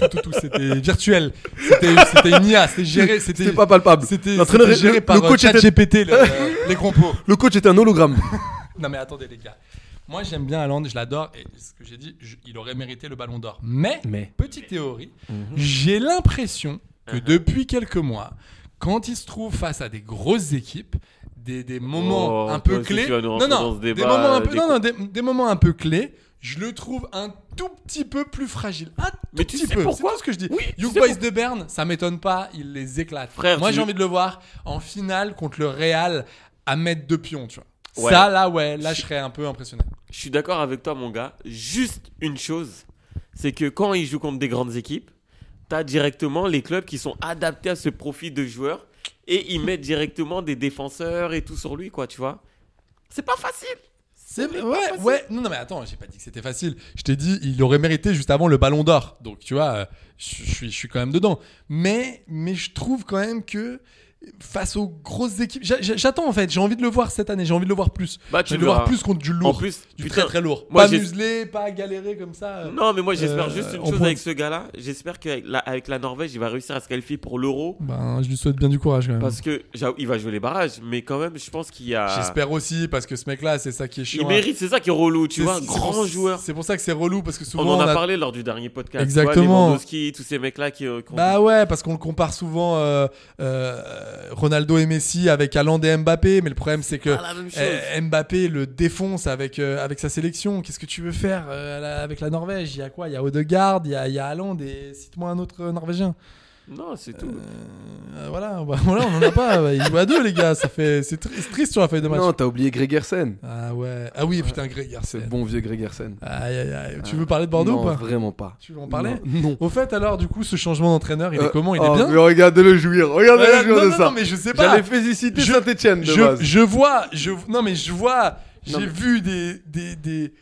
Speaker 9: tout, tout, tout, c'était virtuel. C'était c'était une IA, c'était géré, c'était
Speaker 10: C'était pas palpable.
Speaker 9: C'était
Speaker 10: L'entraîneur-
Speaker 9: c'était géré
Speaker 10: le-
Speaker 9: par euh,
Speaker 10: le coach était-
Speaker 9: GPT les compos.
Speaker 10: Le coach était un hologramme.
Speaker 9: Non mais attendez les gars. Moi j'aime bien Haaland, je l'adore et ce que j'ai dit, je- il aurait mérité le ballon d'or. Mais,
Speaker 10: Mais.
Speaker 9: petite théorie, j'ai l'impression que
Speaker 11: Uh-huh.
Speaker 9: depuis quelques mois, quand il se trouve face à des grosses équipes, des, des moments
Speaker 11: Oh, toi
Speaker 9: un peu
Speaker 11: aussi,
Speaker 9: clés,
Speaker 11: tu vas nous
Speaker 9: non
Speaker 11: rentrer
Speaker 9: non,
Speaker 11: dans ce
Speaker 9: des
Speaker 11: débat, euh,
Speaker 9: moments un peu,
Speaker 11: des
Speaker 9: non, non, des, des moments un peu clés, je le trouve un tout petit peu plus fragile, un tout
Speaker 11: Mais tu
Speaker 9: petit
Speaker 11: sais
Speaker 9: peu.
Speaker 11: pourquoi
Speaker 9: C'est tout ce que je dis.
Speaker 11: Oui, tu
Speaker 9: Young
Speaker 11: sais
Speaker 9: Boys de Berne, ça m'étonne pas, il les éclate.
Speaker 11: Frère,
Speaker 9: Moi
Speaker 11: tu-
Speaker 9: j'ai envie de le voir en finale contre le Real à mettre de pion, tu vois.
Speaker 11: Ouais.
Speaker 9: Ça, là, ouais, là, je serais un peu impressionné.
Speaker 11: je suis d'accord avec toi, mon gars. Juste une chose, c'est que quand ils jouent contre des grandes équipes, t'as directement les clubs qui sont adaptés à ce profil de joueur et ils mettent directement des défenseurs et tout sur lui, quoi, tu vois. C'est pas facile.
Speaker 9: C'est ouais, ouais. Non, non, mais attends, j'ai pas dit que c'était facile. Je t'ai dit, il aurait mérité juste avant le Ballon d'Or. Donc, tu vois, euh, je je suis, je suis quand même dedans. Mais, mais je trouve quand même que face aux grosses équipes. J'a- j'a- J'attends en fait, j'ai envie de le voir cette année, j'ai envie de le voir plus.
Speaker 11: Bah, tu
Speaker 9: J'ai envie de le voir
Speaker 11: verras.
Speaker 9: plus contre du lourd,
Speaker 11: En plus,
Speaker 9: du
Speaker 11: putain,
Speaker 9: très très lourd.
Speaker 11: moi,
Speaker 9: pas
Speaker 11: j'ai-
Speaker 9: muselé, pas galéré comme ça. euh.
Speaker 11: Non, mais moi j'espère
Speaker 9: Euh,
Speaker 11: juste une
Speaker 9: on
Speaker 11: chose
Speaker 9: pointe.
Speaker 11: avec ce gars-là. J'espère qu'avec la, avec la Norvège, il va réussir à se qualifier pour l'Euro.
Speaker 9: Ben, je lui souhaite bien du courage quand même.
Speaker 11: Parce que j'avoue, il va jouer les barrages, mais quand même, je pense qu'il y a.
Speaker 9: J'espère aussi parce que ce mec-là, c'est ça qui est chiant.
Speaker 11: Il mérite, c'est ça qui est relou, tu
Speaker 9: C'est-
Speaker 11: vois,
Speaker 9: c'est
Speaker 11: grand
Speaker 9: pour-
Speaker 11: joueur.
Speaker 9: C'est pour ça que c'est relou parce que souvent
Speaker 11: On en a parlé lors du dernier podcast. tu vois,
Speaker 9: Exactement.
Speaker 11: Lewandowski, tous ces mecs-là qui. euh, qui ont-
Speaker 9: Bah ouais, parce qu'on le compare souvent euh, euh, Ronaldo et Messi avec Haaland et Mbappé, mais le problème c'est que
Speaker 11: pas la même chose.
Speaker 9: euh, Mbappé le défonce avec euh, avec sa sélection. Qu'est-ce que tu veux faire euh, à la- avec la Norvège Il y a quoi Il y a Odegaard, il y a, il y a Haaland et cite-moi un autre euh, Norvégien.
Speaker 11: Non, c'est tout.
Speaker 9: Euh, voilà, bah, voilà, on en a pas. bah, il joue à deux les gars, ça fait c'est tr- c'est triste sur la feuille de match.
Speaker 10: Non, t'as oublié Gregersen.
Speaker 9: Ah ouais, ah oui putain Gregersen.
Speaker 10: Ce bon vieux Gregersen.
Speaker 9: Aïe aïe aïe, tu veux parler de Bordeaux
Speaker 10: non,
Speaker 9: ou pas
Speaker 10: Vraiment pas.
Speaker 9: Tu veux en parler
Speaker 10: Non.
Speaker 9: Au fait alors du coup ce changement d'entraîneur, il
Speaker 10: Euh,
Speaker 9: est comment Il est
Speaker 10: oh,
Speaker 9: bien
Speaker 10: mais Regardez-le jouir. Regardez-le
Speaker 9: Voilà,
Speaker 10: jouir
Speaker 9: non,
Speaker 10: de
Speaker 9: non,
Speaker 10: ça.
Speaker 9: non, mais je sais pas.
Speaker 10: J'allais féliciter
Speaker 9: Je-
Speaker 10: Saint-Etienne de
Speaker 9: je,
Speaker 10: base.
Speaker 9: je vois, je, non mais je vois, j'ai
Speaker 10: Non, mais-
Speaker 9: vu des, des, des,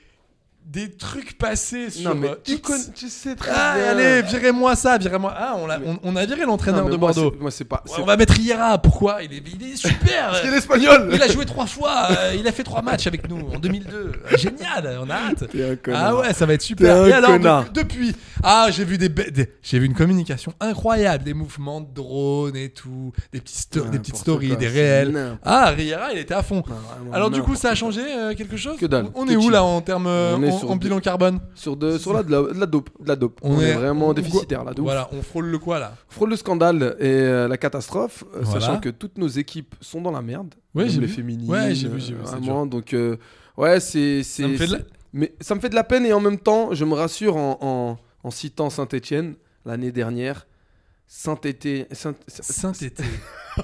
Speaker 9: des trucs passer sur
Speaker 10: Non, mais
Speaker 9: euh,
Speaker 10: tu,
Speaker 9: X.
Speaker 10: connais- tu sais très
Speaker 9: Ah,
Speaker 10: bien.
Speaker 9: allez, virez-moi ça, virez-moi. Ah, on, l'a-
Speaker 10: Mais-
Speaker 9: on, on a viré
Speaker 10: Non,
Speaker 9: l'entraîneur
Speaker 10: mais
Speaker 9: de
Speaker 10: moi,
Speaker 9: Bordeaux.
Speaker 10: c'est- Moi, c'est pas.
Speaker 9: Ouais,
Speaker 10: c'est-
Speaker 9: on va mettre Iera, pourquoi il est, il est super
Speaker 10: C'est l'espagnol
Speaker 9: Il a joué trois fois, euh, il a fait trois matchs avec nous en 2002. Génial, on a hâte.
Speaker 10: T'es un
Speaker 9: Ah
Speaker 10: connard.
Speaker 9: ouais, ça va être super.
Speaker 10: T'es un
Speaker 9: Et alors,
Speaker 10: connard.
Speaker 9: depuis, depuis- ah, j'ai vu des, be- des- j'ai vu une communication incroyable, des mouvements de drones et tout, des petits sto- des petites
Speaker 10: N'importe
Speaker 9: stories,
Speaker 10: quoi,
Speaker 9: des
Speaker 10: c'est
Speaker 9: réels.
Speaker 10: n'importe
Speaker 9: Ah, Riera, il était à fond.
Speaker 10: quoi, vraiment,
Speaker 9: Alors du coup,
Speaker 10: n'importe
Speaker 9: ça a
Speaker 10: quoi.
Speaker 9: changé euh, quelque chose
Speaker 10: Que dalle.
Speaker 9: On
Speaker 10: Que
Speaker 9: est où
Speaker 10: chill.
Speaker 9: là en termes euh,
Speaker 10: On est
Speaker 9: en,
Speaker 10: sur
Speaker 9: en
Speaker 10: du-
Speaker 9: bilan carbone
Speaker 10: Sur de, sur là de la, de la dope, de la dope. On, est, vraiment
Speaker 9: on-
Speaker 10: déficitaire là. de ouf.
Speaker 9: Voilà, on frôle le quoi là
Speaker 10: Frôle le scandale et euh, la catastrophe, euh,
Speaker 9: Voilà.
Speaker 10: sachant que toutes nos équipes sont dans la merde.
Speaker 9: Ouais,
Speaker 10: Même
Speaker 9: j'ai
Speaker 10: les
Speaker 9: vu.
Speaker 10: féminines.
Speaker 9: Ouais, j'ai vu, j'ai vu,
Speaker 10: euh,
Speaker 9: c'est
Speaker 10: vraiment, donc euh, ouais, c'est c'est-
Speaker 9: me fait de
Speaker 10: c'est-
Speaker 9: la-
Speaker 10: mais ça me fait de la peine et en même temps, je me rassure en, en, en citant Saint-Étienne l'année dernière. Saint-Étienne. Saint
Speaker 9: Saint-Été.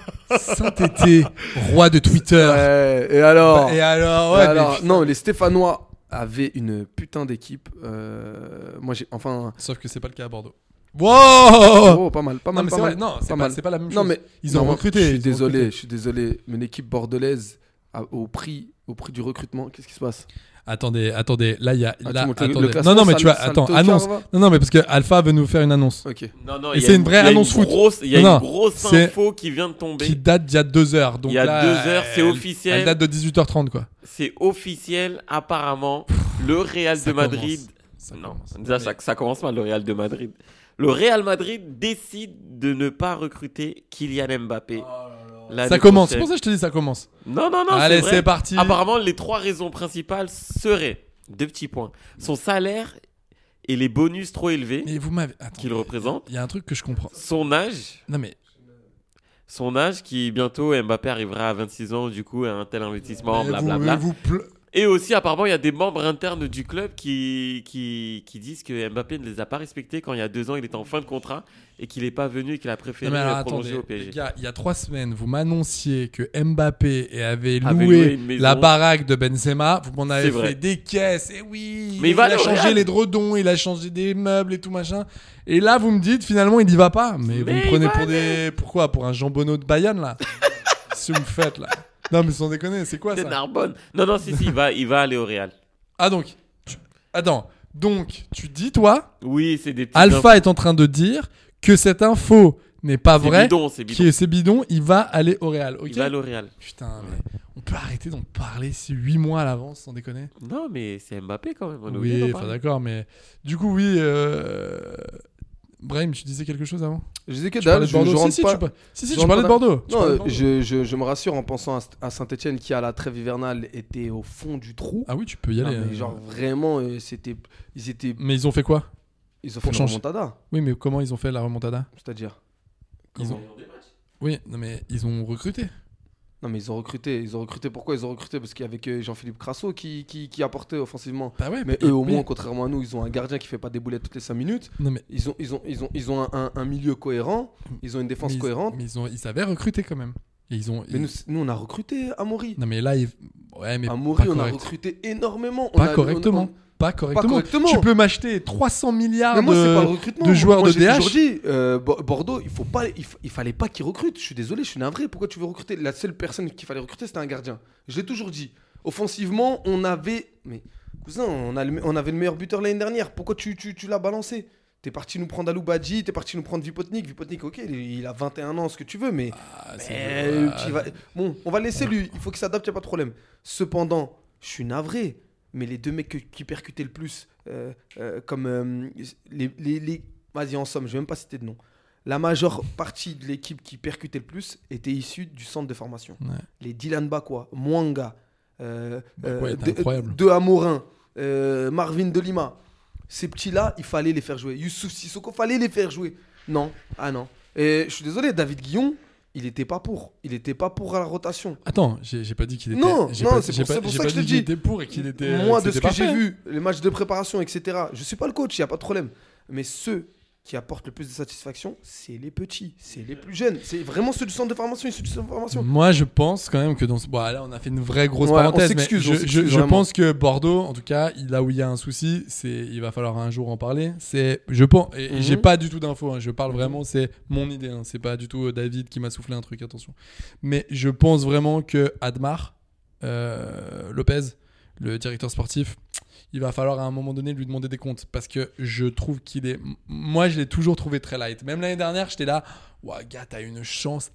Speaker 9: Saint-Été, roi de Twitter.
Speaker 10: Ouais, et alors
Speaker 9: Bah, Et alors, ouais,
Speaker 10: Et alors,
Speaker 9: mais putain.
Speaker 10: non, les Stéphanois avaient une putain d'équipe. euh, moi, j'ai enfin.
Speaker 9: Sauf que c'est pas le cas à Bordeaux. Wow
Speaker 10: oh, pas mal, pas
Speaker 9: Non,
Speaker 10: mal,
Speaker 9: mais
Speaker 10: pas
Speaker 9: c'est vrai,
Speaker 10: mal.
Speaker 9: non, c'est
Speaker 10: pas
Speaker 9: pas,
Speaker 10: mal.
Speaker 9: c'est pas la même chose.
Speaker 10: Non, mais
Speaker 9: ils ont
Speaker 10: non,
Speaker 9: recruté.
Speaker 10: Je suis
Speaker 9: ils ont
Speaker 10: désolé,
Speaker 9: recruté.
Speaker 10: je suis désolé, mais l'équipe bordelaise a- au prix au prix du recrutement, qu'est-ce qui se passe
Speaker 9: Attendez, attendez, là il y a
Speaker 10: Ah, tu
Speaker 9: là,
Speaker 10: montes le- le
Speaker 9: attendez.
Speaker 10: classement,
Speaker 9: non non mais
Speaker 10: ça
Speaker 9: tu
Speaker 10: le-
Speaker 9: as
Speaker 10: ça le
Speaker 9: attends,
Speaker 10: tocard,
Speaker 9: annonce.
Speaker 10: on va
Speaker 9: Non non mais parce que Alpha veut nous faire une annonce
Speaker 10: Ok.
Speaker 11: Non, non,
Speaker 9: Et
Speaker 11: il y a
Speaker 9: c'est une vraie
Speaker 11: il y a
Speaker 9: annonce foot.
Speaker 11: grosse- Il y a
Speaker 9: Non,
Speaker 11: une grosse
Speaker 9: c'est-
Speaker 11: info qui vient de tomber.
Speaker 9: qui date d'il y a deux heures. Donc
Speaker 11: Il y a
Speaker 9: là,
Speaker 11: deux heures, c'est
Speaker 9: elle-
Speaker 11: officiel.
Speaker 9: Elle date de 18h30 quoi.
Speaker 11: C'est officiel, apparemment. Le Real
Speaker 9: Ça
Speaker 11: de Madrid.
Speaker 9: commence, ça
Speaker 11: Non,
Speaker 9: commence.
Speaker 11: déjà, ça, ça commence mal, le Real de Madrid. Le Real Madrid décide de ne pas recruter Kylian Mbappé. l'année
Speaker 9: Oh Ça commence. C'est
Speaker 11: prochaine.
Speaker 9: pour ça que je te dis ça commence.
Speaker 11: Non, non, non.
Speaker 9: Allez,
Speaker 11: vrai.
Speaker 9: c'est parti.
Speaker 11: Apparemment, les trois raisons principales seraient deux petits points son salaire et les bonus trop élevés
Speaker 9: Mais vous m'avez attends.
Speaker 11: qu'il représente,
Speaker 9: Il y a un truc que je comprends.
Speaker 11: son âge.
Speaker 9: Non mais
Speaker 11: son âge qui bientôt Mbappé arrivera à 26 ans du coup à un tel investissement
Speaker 9: mais vous,
Speaker 11: blablabla
Speaker 9: mais vous ple-
Speaker 11: et aussi apparemment il y a des membres internes du club qui, qui, qui disent que Mbappé ne les a pas respectés quand il y a deux ans il était en fin de contrat et qu'il n'est pas venu et qu'il a
Speaker 9: Non,
Speaker 11: préféré
Speaker 9: mais alors,
Speaker 11: prolonger
Speaker 9: attendez,
Speaker 11: au PSG
Speaker 9: les gars, il y a trois semaines, vous m'annonciez que Mbappé avait loué,
Speaker 11: Avait loué une maison.
Speaker 9: la baraque de Benzema. Vous m'en avez
Speaker 11: C'est
Speaker 9: fait
Speaker 11: vrai.
Speaker 9: des caisses. Et oui,
Speaker 11: Mais il va
Speaker 9: a
Speaker 11: aller au
Speaker 9: changé
Speaker 11: Real.
Speaker 9: les dredons, il a changé des meubles et tout machin. Et là, vous me dites finalement, il n'y va pas. Mais, vous
Speaker 11: Mais
Speaker 9: me
Speaker 11: il
Speaker 9: prenez
Speaker 11: va
Speaker 9: pour des. Pourquoi Pour un jambonneau de Bayonne là Si vous me faites là. Non, mais sans déconner, c'est quoi
Speaker 11: c'est
Speaker 9: ça
Speaker 11: Narbonne non non si si il va, il va aller au Real
Speaker 9: Ah donc, tu- attends. Donc, tu dis toi,
Speaker 11: oui c'est des petits
Speaker 9: Alpha est en train de dire que cette info n'est pas
Speaker 11: c'est
Speaker 9: vraie.
Speaker 11: bidon c'est bidon
Speaker 9: Qui est c'est bidon, il va aller au Real. Ok.
Speaker 11: il va aller au Real
Speaker 9: Putain, mais on peut arrêter d'en parler c'est 8 mois à l'avance, sans déconner.
Speaker 11: non mais c'est Mbappé quand même on est obligé d'en
Speaker 9: oui, enfin
Speaker 11: parler.
Speaker 9: d'accord, mais du coup, oui. Euh... Brahim, tu disais quelque chose avant
Speaker 10: Je disais que
Speaker 9: Tu parlais
Speaker 10: dalle, Ah,
Speaker 9: de
Speaker 10: je,
Speaker 9: Bordeaux.
Speaker 10: je rentre
Speaker 9: si, si,
Speaker 10: pas.
Speaker 9: tu, par- si, si,
Speaker 10: je
Speaker 9: tu parlais
Speaker 10: rentre
Speaker 9: de
Speaker 10: pas
Speaker 9: Bordeaux. Tu
Speaker 10: Non,
Speaker 9: parlais de
Speaker 10: euh,
Speaker 9: Bordeaux.
Speaker 10: je, je, je me rassure en pensant à, à Saint-Etienne qui à la trêve hivernale était au fond du trou.
Speaker 9: Ah oui, tu peux y
Speaker 10: Non,
Speaker 9: aller.
Speaker 10: mais
Speaker 9: euh.
Speaker 10: genre vraiment, euh, c'était, ils étaient,
Speaker 9: Mais ils ont fait quoi
Speaker 10: ils ont
Speaker 9: Pour
Speaker 10: fait une
Speaker 9: changer.
Speaker 10: remontada,
Speaker 9: Oui, mais comment ils ont fait la remontada
Speaker 10: c'est-à-dire.
Speaker 9: Ils ont- Oui, non, mais ils ont recruté.
Speaker 10: Non mais ils ont recruté, ils ont recruté. Pourquoi ils ont recruté Parce qu'il y avait que Jean-Philippe Crasso qui, qui, qui apportait offensivement.
Speaker 9: Bah ouais,
Speaker 10: Mais
Speaker 9: mais-
Speaker 10: eux, au
Speaker 9: mais-
Speaker 10: moins, contrairement à nous, ils ont un gardien qui fait pas des boulettes toutes les 5 minutes.
Speaker 9: Non, mais,
Speaker 10: Ils ont, ils ont, ils ont, ils ont un, un- un milieu cohérent. Ils ont une défense
Speaker 9: mais ils-
Speaker 10: cohérente.
Speaker 9: mais ils, ont, ils avaient recruté quand même. Et ils ont.
Speaker 10: Mais
Speaker 9: ils-
Speaker 10: nous, nous, on a recruté Amaury.
Speaker 9: Non, mais là, ils... ouais, mais
Speaker 10: Amaury,
Speaker 9: pas
Speaker 10: on a
Speaker 9: correct.
Speaker 10: recruté énormément. On
Speaker 9: Pas
Speaker 10: a- on-
Speaker 9: correctement.
Speaker 10: on-
Speaker 9: Pas correctement.
Speaker 10: correctement.
Speaker 9: Tu peux m'acheter 300 milliards
Speaker 10: Mais moi, c'est pas le
Speaker 9: de,
Speaker 10: recrutement.
Speaker 9: de joueurs
Speaker 10: Moi,
Speaker 9: de
Speaker 10: j'ai
Speaker 9: DH.
Speaker 10: toujours dit, euh, Bo- Bordeaux, il, faut pas, il, fa- il fallait pas qu'ils recrutent. Je suis désolé, je suis navré. Pourquoi tu veux recruter La seule personne qu'il fallait recruter, c'était un gardien. Je l'ai toujours dit. Offensivement, on avait. Mais cousin, on, a le me- on avait le meilleur buteur l'année dernière. Pourquoi tu, tu, tu l'as balancé T'es parti nous prendre Aloubadji, t'es parti nous prendre Vipotnik. Vipotnik, ok, il il a 21 ans, ce que tu veux, mais.
Speaker 9: Ah,
Speaker 10: mais euh, le
Speaker 9: euh,
Speaker 10: petit va- Bon, on va le laisser lui, il faut qu'il s'adapte, y a pas de problème. Cependant, je suis navré, mais les deux mecs que- qui percutaient le plus, euh, euh, comme. euh, les, les- les- Vas-y, en somme, je vais même pas citer de nom. La majeure partie de l'équipe qui percutait le plus était issue du centre de formation.
Speaker 9: Ouais.
Speaker 10: Les Dylan Bakwa, Mwanga, euh,
Speaker 9: Bakwa
Speaker 10: euh,
Speaker 9: est
Speaker 10: De-
Speaker 9: incroyable.
Speaker 10: De Amorin, euh, Marvin de Lima. Ces petits-là, il fallait les faire jouer. Youssouf Sissoko, fallait les faire jouer. Non, ah non. Et je suis désolé, David Guillon, il n'était pas pour. Il n'était pas pour à la rotation.
Speaker 9: Attends, j'ai j'ai pas dit qu'il était.
Speaker 10: Non,
Speaker 9: j'ai
Speaker 10: non,
Speaker 9: pas-
Speaker 10: c'est
Speaker 9: j'ai
Speaker 10: pour-
Speaker 9: pas-
Speaker 10: c'est pour
Speaker 9: j'ai
Speaker 10: ça
Speaker 9: pas
Speaker 10: que je
Speaker 9: dit
Speaker 10: te
Speaker 9: qu'il
Speaker 10: dis.
Speaker 9: était pour et qu'il était.
Speaker 10: Moi,
Speaker 9: que
Speaker 10: de ce
Speaker 9: c'était
Speaker 10: que j'ai
Speaker 9: parfait.
Speaker 10: vu, les matchs de préparation, etc., je suis pas le coach, il n'y a pas de problème. Mais ceux qui apportent le plus de satisfaction, c'est les petits, c'est les plus jeunes. C'est vraiment ceux du centre de formation, issus du centre de formation.
Speaker 9: Moi, je pense quand même que dans ce. Bon, là, on a fait une vraie grosse
Speaker 10: Ouais, on
Speaker 9: parenthèse. mais
Speaker 10: s'excuse, on
Speaker 9: je,
Speaker 10: s'excuse
Speaker 9: je- je
Speaker 10: vraiment.
Speaker 9: pense que Bordeaux, en tout cas, il- là où il y a un souci, c'est il va falloir un jour en parler. C'est, je pense, et, et
Speaker 10: Mhm.
Speaker 9: j'ai pas du tout d'infos. hein, je parle vraiment, c'est mon idée. hein, c'est pas du tout euh, David qui m'a soufflé un truc. Attention. Mais je pense vraiment que Admar euh, Lopez, le directeur sportif, il va falloir à un moment donné lui demander des comptes parce que je trouve qu'il est. m- Moi, je l'ai toujours trouvé très light. Même l'année dernière, j'étais là. Ouah, gars, t'as une chance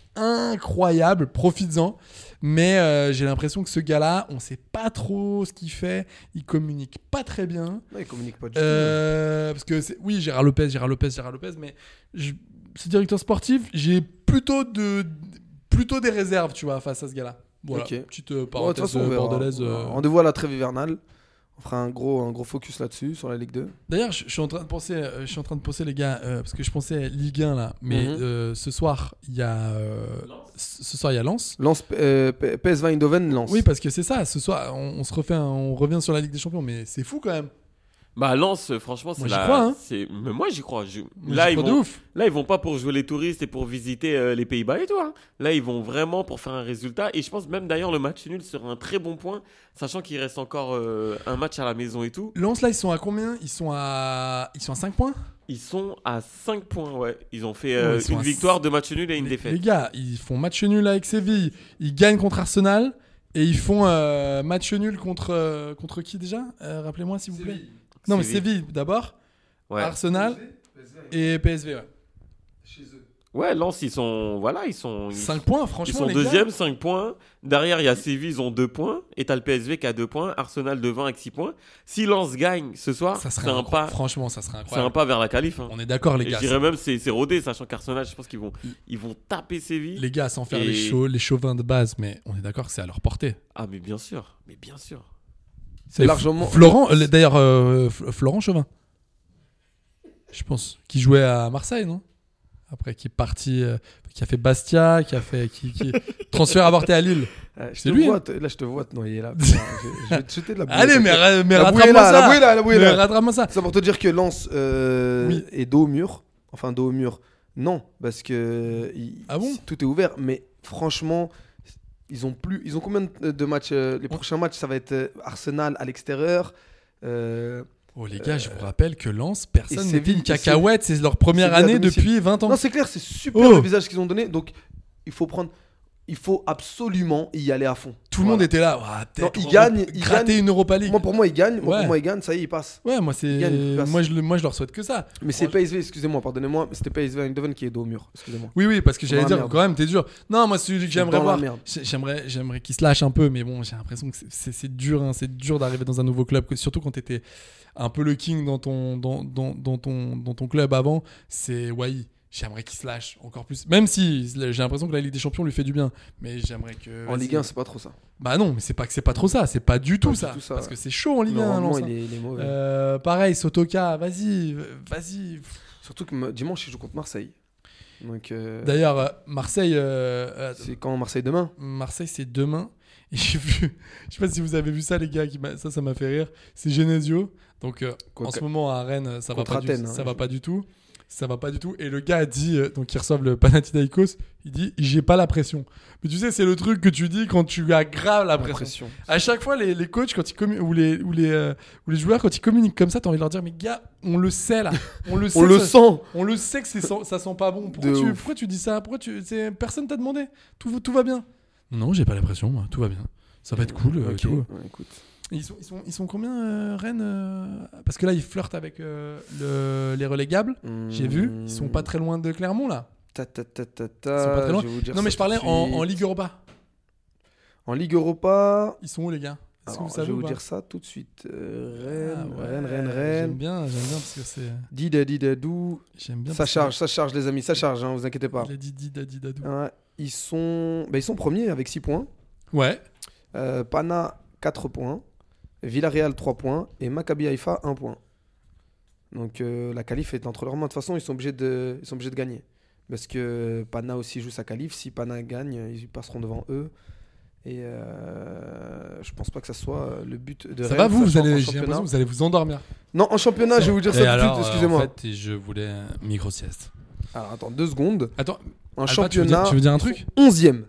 Speaker 9: incroyable, profites-en. Mais euh, j'ai l'impression que ce gars-là, on sait pas trop ce qu'il fait. Il communique pas très bien.
Speaker 10: Non, ils communiquent pas du
Speaker 9: Euh, parce que c'est- oui, Gérard Lopez, Gérard Lopez, Gérard Lopez, mais je- ce directeur sportif, j'ai plutôt de plutôt des réserves, tu vois, face à ce gars-là. Voilà,
Speaker 10: Ok.
Speaker 9: petite euh,
Speaker 10: tout. Bon, de toute
Speaker 9: parenthèse
Speaker 10: façon, on verra.
Speaker 9: bordelaise. euh.
Speaker 10: Rendez-vous à la trêve hivernale. On fera un gros, un gros focus là-dessus, sur la Ligue 2.
Speaker 9: D'ailleurs, je, je suis en train de penser, euh, je suis en train de penser les gars, euh, parce que je pensais Ligue 1 là, mais
Speaker 10: Mhm.
Speaker 9: euh, ce soir il y a euh, ce ce soir il y a Lens.
Speaker 10: Lance, euh, P- PSV Eindhoven lance.
Speaker 9: Oui, parce que c'est ça. Ce soir, on, on se refait, un- on revient sur la Ligue des Champions, mais c'est fou quand même.
Speaker 11: Bah Lens, euh, franchement, c'est
Speaker 9: Moi, j'y
Speaker 11: la.
Speaker 9: crois, hein.
Speaker 11: c'est- Mais moi j'y crois. Je-
Speaker 9: Moi,
Speaker 11: Là,
Speaker 9: j'y
Speaker 11: ils
Speaker 9: crois de
Speaker 11: vont...
Speaker 9: ouf.
Speaker 11: Là, ils vont pas pour jouer les touristes et pour visiter euh, les Pays-Bas et tout. hein. Là, ils vont vraiment pour faire un résultat. Et je pense même d'ailleurs le match nul sera un très bon point, sachant qu'il reste encore euh, un match à la maison et tout.
Speaker 9: Lens là, ils sont à combien Ils sont à, ils sont à 5 points.
Speaker 11: Ils sont à 5 points, ouais. Ils ont fait euh,
Speaker 9: Ouais, ils sont
Speaker 11: une
Speaker 9: à
Speaker 11: victoire,
Speaker 9: cinq-
Speaker 11: deux matchs nuls et une
Speaker 9: les,
Speaker 11: défaite.
Speaker 9: les gars, ils font match nul avec Séville, ils gagnent contre Arsenal et ils font euh, match nul contre euh, contre qui déjà Euh, Rappelez-moi s'il vous plaît. Non, mais
Speaker 11: Séville.
Speaker 9: Séville d'abord,
Speaker 11: Ouais.
Speaker 9: Arsenal et PSV. Ouais.
Speaker 11: ouais, Lens, ils sont. Voilà, ils sont. Ils,
Speaker 9: 5 points,
Speaker 11: ils
Speaker 9: franchement.
Speaker 11: sont
Speaker 9: les gars.
Speaker 11: deuxième, 5 points. Derrière, il y a Séville, ils ont 2 points. Et t'as le PSV qui a 2 points. Arsenal devant avec 6 points. Si Lens gagne ce soir,
Speaker 9: Ça
Speaker 11: c'est
Speaker 9: serait
Speaker 11: un,
Speaker 9: incroyable.
Speaker 11: pas.
Speaker 9: Franchement, ça serait
Speaker 11: C'est un
Speaker 9: incroyable.
Speaker 11: pas vers la qualif. hein.
Speaker 9: On est d'accord, les
Speaker 11: Et je
Speaker 9: gars.
Speaker 11: dirais même c'est c'est rodé, sachant qu'Arsenal, je pense qu'ils vont,
Speaker 9: Il-
Speaker 11: ils vont taper Séville.
Speaker 9: Les gars, sans faire
Speaker 11: Et-
Speaker 9: les, chauds- les chauvins de base, mais on est d'accord que c'est à leur portée.
Speaker 11: Ah mais bien sûr, mais bien sûr.
Speaker 10: C'est
Speaker 9: Mais
Speaker 10: largement.
Speaker 9: F- Florent, euh, d'ailleurs, euh, F- Florent Chauvin, je pense, qui jouait à Marseille, non Après, qui est parti, euh, qui a fait Bastia, qui a fait. Qui, qui- transfert avorté à Lille.
Speaker 10: Euh, je te
Speaker 9: C'est lui,
Speaker 10: vois,
Speaker 9: hein.
Speaker 10: te- là, je te vois te noyer là. Putain, je, je vais te jeter de la bouée.
Speaker 9: Allez, mais,
Speaker 10: t'inquiète.
Speaker 9: ra- mais
Speaker 10: La bouée
Speaker 9: rattrape-moi
Speaker 10: est là,
Speaker 9: ça
Speaker 10: la bouée est là, la bouée est
Speaker 9: Mais
Speaker 10: là.
Speaker 9: rattrape-moi ça
Speaker 10: Ça pour te dire que Lens euh,
Speaker 9: Oui.
Speaker 10: est dos au mur. Enfin, dos au mur. Non, parce que il-
Speaker 9: Ah bon
Speaker 10: tout est ouvert. Mais franchement, ils ont plus. Ils ont combien de de matchs euh, Les
Speaker 9: On-
Speaker 10: prochains matchs, ça va être euh, Arsenal à l'extérieur. euh,
Speaker 9: Oh, les gars, je vous rappelle que Lens, personne n'est
Speaker 10: et Séville,
Speaker 9: une
Speaker 10: et Séville.
Speaker 9: cacahuète. C'est leur première
Speaker 10: Séville à
Speaker 9: année
Speaker 10: domicile.
Speaker 9: depuis 20 ans.
Speaker 10: Non, c'est clair, c'est super
Speaker 9: Oh.
Speaker 10: le visage qu'ils ont donné. Donc, il faut prendre. Il faut absolument y aller à fond.
Speaker 9: Tout le monde
Speaker 10: Voilà.
Speaker 9: était là. Ouah, peut-être
Speaker 10: ils
Speaker 9: on-
Speaker 10: gagnent, ils
Speaker 9: gratter
Speaker 10: gagnent.
Speaker 9: une Europa League.
Speaker 10: Moi, pour moi, ils gagnent. Moi,
Speaker 9: Ouais.
Speaker 10: pour moi, ils gagnent. Ça y est, ils passent.
Speaker 9: Ouais, moi, c'est...
Speaker 10: gagnent, passe.
Speaker 9: moi, je le- moi, je leur souhaite que ça.
Speaker 10: Mais c'est
Speaker 9: Franchement-
Speaker 10: PSV, excusez-moi, pardonnez-moi, mais c'était PSV Eindhoven qui est dos au mur, excusez-moi.
Speaker 9: Oui, oui, parce que j'allais
Speaker 10: la
Speaker 9: dire,
Speaker 10: merde.
Speaker 9: quand même, t'es dur. Non, moi, celui que j'aimerais
Speaker 10: dans la
Speaker 9: voir,
Speaker 10: merde.
Speaker 9: j'ai- j'aimerais, j'aimerais qu'il se lâche un peu, mais bon, j'ai l'impression que c'est- c'est c'est dur, hein, c'est dur d'arriver dans un nouveau club, que- surtout quand t'étais un peu le king dans ton, dans, dans, dans ton, dans ton club avant, c'est Wai. J'aimerais qu'il se lâche encore plus. Même si j'ai l'impression que la Ligue des Champions lui fait du bien, mais j'aimerais que.
Speaker 10: En
Speaker 9: vas-y.
Speaker 10: Ligue 1, c'est pas trop ça.
Speaker 9: Bah non, mais c'est pas que c'est pas trop ça, c'est pas du tout,
Speaker 10: Pas du
Speaker 9: ça,
Speaker 10: tout ça,
Speaker 9: Parce
Speaker 10: ouais.
Speaker 9: que c'est chaud en Ligue 1.
Speaker 10: Normalement, il est, il est mauvais.
Speaker 9: pareil, Sotoka, vas-y, euh, vas-y.
Speaker 10: Surtout que me- dimanche, il joue contre Marseille. Donc, euh,
Speaker 9: D'ailleurs, euh, Marseille. euh, euh,
Speaker 10: c'est quand Marseille demain
Speaker 9: Marseille, c'est demain. Et j'ai vu, je sais pas si vous avez vu ça, les gars, qui m'a- ça, ça m'a fait rire. C'est Genesio. Donc, euh,
Speaker 10: Quoi
Speaker 9: en
Speaker 10: que-
Speaker 9: ce moment, à Rennes, ça va
Speaker 10: Contre
Speaker 9: pas, du,
Speaker 10: Athènes, hein,
Speaker 9: ça
Speaker 10: je-
Speaker 9: va pas du tout. Ça va pas du tout. Et le gars a dit, euh, donc, il reçoivent le Panathinaikos, il dit, j'ai pas la pression. Mais tu sais, c'est le truc que tu dis quand tu as grave la pression. À chaque fois, les, les coachs, quand ils commu- ou, les, ou, les, euh, ou les joueurs, quand ils communiquent comme ça, t'as envie de leur dire, mais gars, on le sait là. On le sait.
Speaker 10: On
Speaker 9: que
Speaker 10: le
Speaker 9: ça-
Speaker 10: sent
Speaker 9: on le sait que c'est sans- ça sent pas bon. Pourquoi,
Speaker 10: De
Speaker 9: tu,
Speaker 10: ouf.
Speaker 9: pourquoi tu dis ça Pourquoi tu c'est- personne t'a demandé tout, va- tout va bien Non, j'ai pas la pression, moi. Tout va bien. Ça va être cool. euh,
Speaker 10: Ok,
Speaker 9: tout.
Speaker 10: ouais, écoute.
Speaker 9: Ils sont, ils sont, ils sont combien, euh, Rennes euh, Parce que là, ils flirtent avec euh, le- les relégables. J'ai vu. Ils sont pas très loin de Clermont, là.
Speaker 10: Hum, Ta, ta, ta, ta,
Speaker 9: Ils sont pas
Speaker 10: ta,
Speaker 9: très loin.
Speaker 10: je vais vous dire
Speaker 9: non, mais
Speaker 10: ça
Speaker 9: je parlais
Speaker 10: tout de
Speaker 9: en,
Speaker 10: suite.
Speaker 9: en Ligue Europa.
Speaker 10: En Ligue Europa.
Speaker 9: Ils sont où, les gars Est-ce que
Speaker 10: Alors,
Speaker 9: vous
Speaker 10: je
Speaker 9: savez
Speaker 10: vais
Speaker 9: ou
Speaker 10: vous
Speaker 9: pas
Speaker 10: dire ça tout de suite. Euh,
Speaker 9: Ah
Speaker 10: Rennes,
Speaker 9: ouais,
Speaker 10: Rennes, Rennes,
Speaker 9: J'aime
Speaker 10: Rennes.
Speaker 9: bien, j'aime bien parce que c'est.
Speaker 10: Dida, dida, dou.
Speaker 9: J'aime bien.
Speaker 10: Ça
Speaker 9: parce que-
Speaker 10: charge, ça charge, les amis, ça charge, hein, vous inquiétez pas.
Speaker 9: Il a dit Dida Dida Dou.
Speaker 10: Ouais, ils sont bah, ils sont premiers avec 6 points.
Speaker 9: Ouais.
Speaker 10: Euh, Pana 4 points, Villarreal 3 points et Maccabi Haïfa 1 point. Donc euh, la qualif est entre leurs mains. De toute façon, ils sont obligés de, ils sont obligés de gagner. Parce que Pana aussi joue sa qualif. Si Pana gagne, ils passeront devant eux. Et euh, je pense pas que ça soit euh, le but de
Speaker 9: Ça
Speaker 10: Rennes,
Speaker 9: va, vous, vous
Speaker 10: sachant qu'en
Speaker 9: allez, j'ai
Speaker 10: championnat...
Speaker 9: l'impression que vous allez vous endormir.
Speaker 10: Non, en championnat, Ah, je vais vous dire
Speaker 9: Et
Speaker 10: ça tout de
Speaker 9: alors,
Speaker 10: suite,
Speaker 9: euh,
Speaker 10: excusez-moi.
Speaker 9: En fait, je voulais un micro-sieste.
Speaker 10: Alors attends, deux secondes.
Speaker 9: Attends,
Speaker 10: En
Speaker 9: Alba, tu veux dire-
Speaker 10: championnat,
Speaker 9: tu veux dire un truc
Speaker 10: 11ème.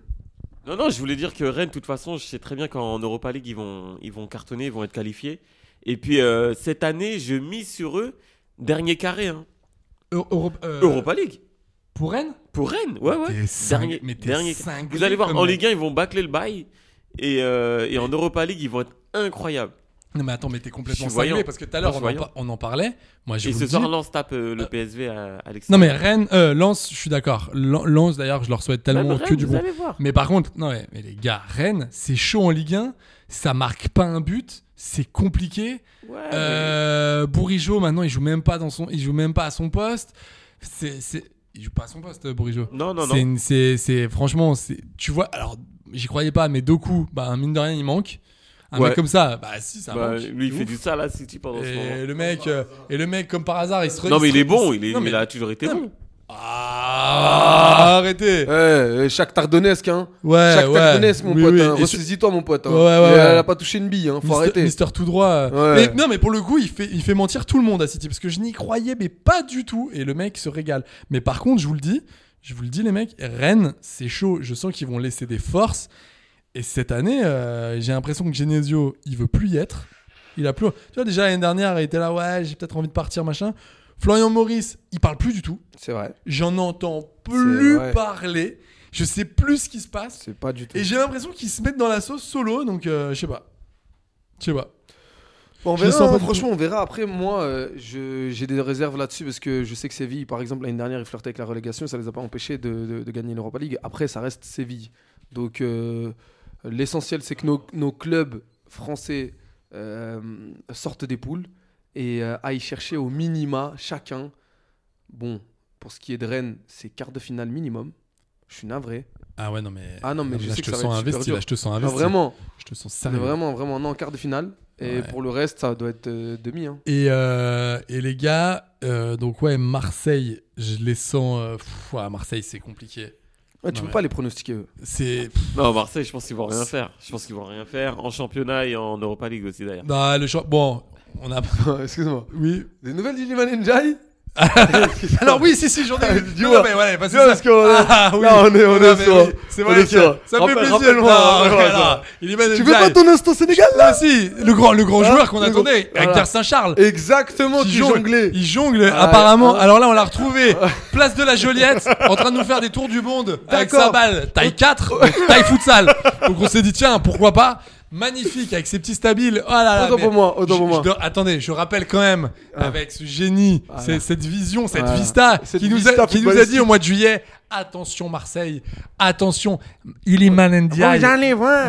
Speaker 11: Non, non, je voulais dire que Rennes, de toute façon, je sais très bien qu'en Europa League, ils vont, ils vont cartonner, ils vont être qualifiés. Et puis, euh, cette année, je mise sur eux, dernier carré, hein.
Speaker 9: Eu- Europe- euh,
Speaker 11: Europa League.
Speaker 9: Pour Rennes
Speaker 11: Pour Rennes, ouais, ouais.
Speaker 9: T'es cinglé-
Speaker 11: Dernier-
Speaker 9: mais t'es
Speaker 11: dernier.
Speaker 9: cinglé
Speaker 11: Vous allez voir,
Speaker 9: comme
Speaker 11: en
Speaker 9: mec.
Speaker 11: Ligue 1, ils vont bâcler le bail. Et, euh, et en Europa League, ils vont être incroyables.
Speaker 9: Non, mais attends, mais t'es complètement
Speaker 11: Je suis voyant.
Speaker 9: cinglé parce que tout à
Speaker 11: Moi,
Speaker 9: l'heure,
Speaker 11: je
Speaker 9: on, en
Speaker 11: suis
Speaker 9: par- on en parlait. Moi, je
Speaker 11: Et
Speaker 9: vous
Speaker 11: ce
Speaker 9: le
Speaker 11: soir,
Speaker 9: dis.
Speaker 11: Lance tape euh, le PSV à, à
Speaker 9: Non,
Speaker 11: l'extérieur.
Speaker 9: mais Rennes, euh, Lens, je suis d'accord. Lan- Lens, d'ailleurs, je leur souhaite
Speaker 11: Même
Speaker 9: tellement
Speaker 11: Rennes,
Speaker 9: que du
Speaker 11: vous
Speaker 9: bon.
Speaker 11: allez voir.
Speaker 9: Mais par contre, non, mais, mais les gars, Rennes, c'est chaud en Ligue 1, ça marque pas un but, c'est compliqué.
Speaker 11: Ouais,
Speaker 9: Euh, Bourigeau, maintenant, il joue même pas dans son, il joue même pas à son poste. C'est, c'est, il joue pas à son poste, euh, Bourigeau.
Speaker 11: Non, non, non.
Speaker 9: C'est, une- c'est, c'est, franchement, c'est, tu vois, alors, j'y croyais pas, mais Doku, bah, mine de rien, il manque. Un
Speaker 11: Ouais.
Speaker 9: mec comme ça, bah, si, ça
Speaker 11: Bah,
Speaker 9: manque.
Speaker 11: lui, il fait du sale à City pendant ce moment.
Speaker 9: Et le mec, euh, et le mec, comme par hasard, il se. re-
Speaker 11: Non, mais
Speaker 9: se-
Speaker 11: il est bon, il, est,
Speaker 9: Non, mais-
Speaker 11: il a toujours été
Speaker 9: Non,
Speaker 11: bon.
Speaker 9: Ah, arrêtez.
Speaker 10: chaque Tardonesque, hein.
Speaker 9: Ouais,
Speaker 10: Chaque
Speaker 9: ouais.
Speaker 10: Tardonesque, Euh, mon
Speaker 9: Oui,
Speaker 10: pote.
Speaker 9: oui.
Speaker 10: hein.
Speaker 9: Et sur-
Speaker 10: Ressaisis-toi, mon pote. hein.
Speaker 9: Ouais, ouais,
Speaker 10: Et
Speaker 9: ouais.
Speaker 10: Elle a pas touché une bille, hein. Faut arrêter.
Speaker 9: Mister tout droit. euh.
Speaker 10: Ouais.
Speaker 9: Mais, non, mais pour le coup, il fait, il fait mentir tout le monde à City parce que je n'y croyais, mais pas du tout. Et le mec se régale. Mais par contre, je vous le dis, je vous le dis, les mecs, Rennes, c'est chaud. Je sens qu'ils vont laisser des forces. Et cette année, euh, j'ai l'impression que Genesio, il veut plus y être. Il a plus. Tu vois, déjà l'année dernière, il était là, ouais, j'ai peut-être envie de partir, machin. Florian Maurice, il parle plus du tout.
Speaker 10: C'est vrai.
Speaker 9: J'en entends plus
Speaker 10: vrai.
Speaker 9: parler. Je sais plus ce qui se passe.
Speaker 10: C'est pas du tout.
Speaker 9: Et j'ai l'impression qu'ils se mettent dans la sauce solo, donc euh, je sais pas. Je sais pas.
Speaker 10: Bon, on
Speaker 9: je le
Speaker 10: verra,
Speaker 9: sens pas
Speaker 10: hein,
Speaker 9: du
Speaker 10: franchement, on verra. Après, moi, euh, je- j'ai des réserves là-dessus parce que je sais que Séville, par exemple, l'année dernière, ils flirtaient avec la relégation. Ça les a pas empêchés de, de- de gagner l'Europa League. Après, ça reste Séville. Donc, euh, l'essentiel, c'est que nos, nos clubs français euh, sortent des poules et euh, aillent chercher au minima chacun. Bon, pour ce qui est de Rennes, c'est quart de finale minimum. Je suis navré.
Speaker 9: Ah ouais, non, mais.
Speaker 10: Ah non, mais je
Speaker 9: là,
Speaker 10: sais
Speaker 9: je
Speaker 10: que
Speaker 9: te
Speaker 10: ça va
Speaker 9: sens
Speaker 10: être super
Speaker 9: investi,
Speaker 10: dur.
Speaker 9: là, je te sens
Speaker 10: Non,
Speaker 9: investi.
Speaker 10: vraiment,
Speaker 9: Je te sens
Speaker 10: non,
Speaker 9: Ah, sérieux.
Speaker 10: vraiment, vraiment, non, quart de finale. Et
Speaker 9: Ouais.
Speaker 10: pour le reste, ça doit être euh, demi. hein.
Speaker 9: Et, euh, et les gars, euh, donc ouais, Marseille, je les sens. euh, pff, ouah, Marseille, c'est compliqué.
Speaker 10: Ouais, tu
Speaker 9: Non,
Speaker 10: peux
Speaker 9: mais-
Speaker 10: pas les pronostiquer, eux.
Speaker 9: C'est. pff,
Speaker 11: Non, Marseille, je pense qu'ils vont rien faire. Je pense qu'ils vont rien faire en championnat et en Europa League aussi d'ailleurs.
Speaker 9: Bah, le champ- Bon, on a.
Speaker 10: Excuse-moi.
Speaker 9: Oui.
Speaker 10: Des nouvelles d'Iliman Njai
Speaker 9: Alors, oui, si, si, j'en ai.
Speaker 10: Ah, Dis-moi.
Speaker 9: Non, non, mais voilà, parce que.
Speaker 10: Non,
Speaker 9: ça-
Speaker 10: parce qu'on est-
Speaker 9: Ah, oui.
Speaker 10: Là, on est- on est
Speaker 9: Non, mais
Speaker 10: sur-
Speaker 9: oui, C'est
Speaker 10: on
Speaker 9: vrai
Speaker 10: est
Speaker 9: que
Speaker 10: sur-
Speaker 9: ça
Speaker 10: Rappelle-
Speaker 9: fait plaisir.
Speaker 10: rappelle-moi,
Speaker 9: Non,
Speaker 10: rappelle-moi
Speaker 9: voilà. Il est mal
Speaker 10: Tu veux pas ton instant Sénégal, là
Speaker 9: Ah si, le grand, le grand
Speaker 10: Ah,
Speaker 9: joueur qu'on
Speaker 10: le
Speaker 9: attendait,
Speaker 10: grand-
Speaker 9: Hector
Speaker 10: voilà.
Speaker 9: Saint-Charles.
Speaker 10: Exactement, tu jonglais.
Speaker 9: Il jongle,
Speaker 10: Ah,
Speaker 9: apparemment.
Speaker 10: ah.
Speaker 9: Alors là, on l'a retrouvé. Place de la Joliette, en train de nous faire des tours du monde avec
Speaker 10: D'accord.
Speaker 9: sa balle. Taille 4, donc taille futsal. Donc on s'est dit, tiens, pourquoi pas Magnifique, avec ses petits stabiles. Oh là là,
Speaker 10: Autant
Speaker 9: mais
Speaker 10: pour moi, autant
Speaker 9: je-
Speaker 10: pour
Speaker 9: je
Speaker 10: moi. Ah.
Speaker 9: dois- attendez, je rappelle quand même, avec ce génie, c'est- cette vision, cette
Speaker 10: Voilà.
Speaker 9: vista,
Speaker 10: Ah. Cette
Speaker 9: qui, nous
Speaker 10: vista
Speaker 9: a, qui nous a dit
Speaker 10: footballistique.
Speaker 9: au mois de juillet, attention Marseille, attention,
Speaker 10: Oh.
Speaker 9: Iliman Ndiaye.
Speaker 4: Vous allez voir.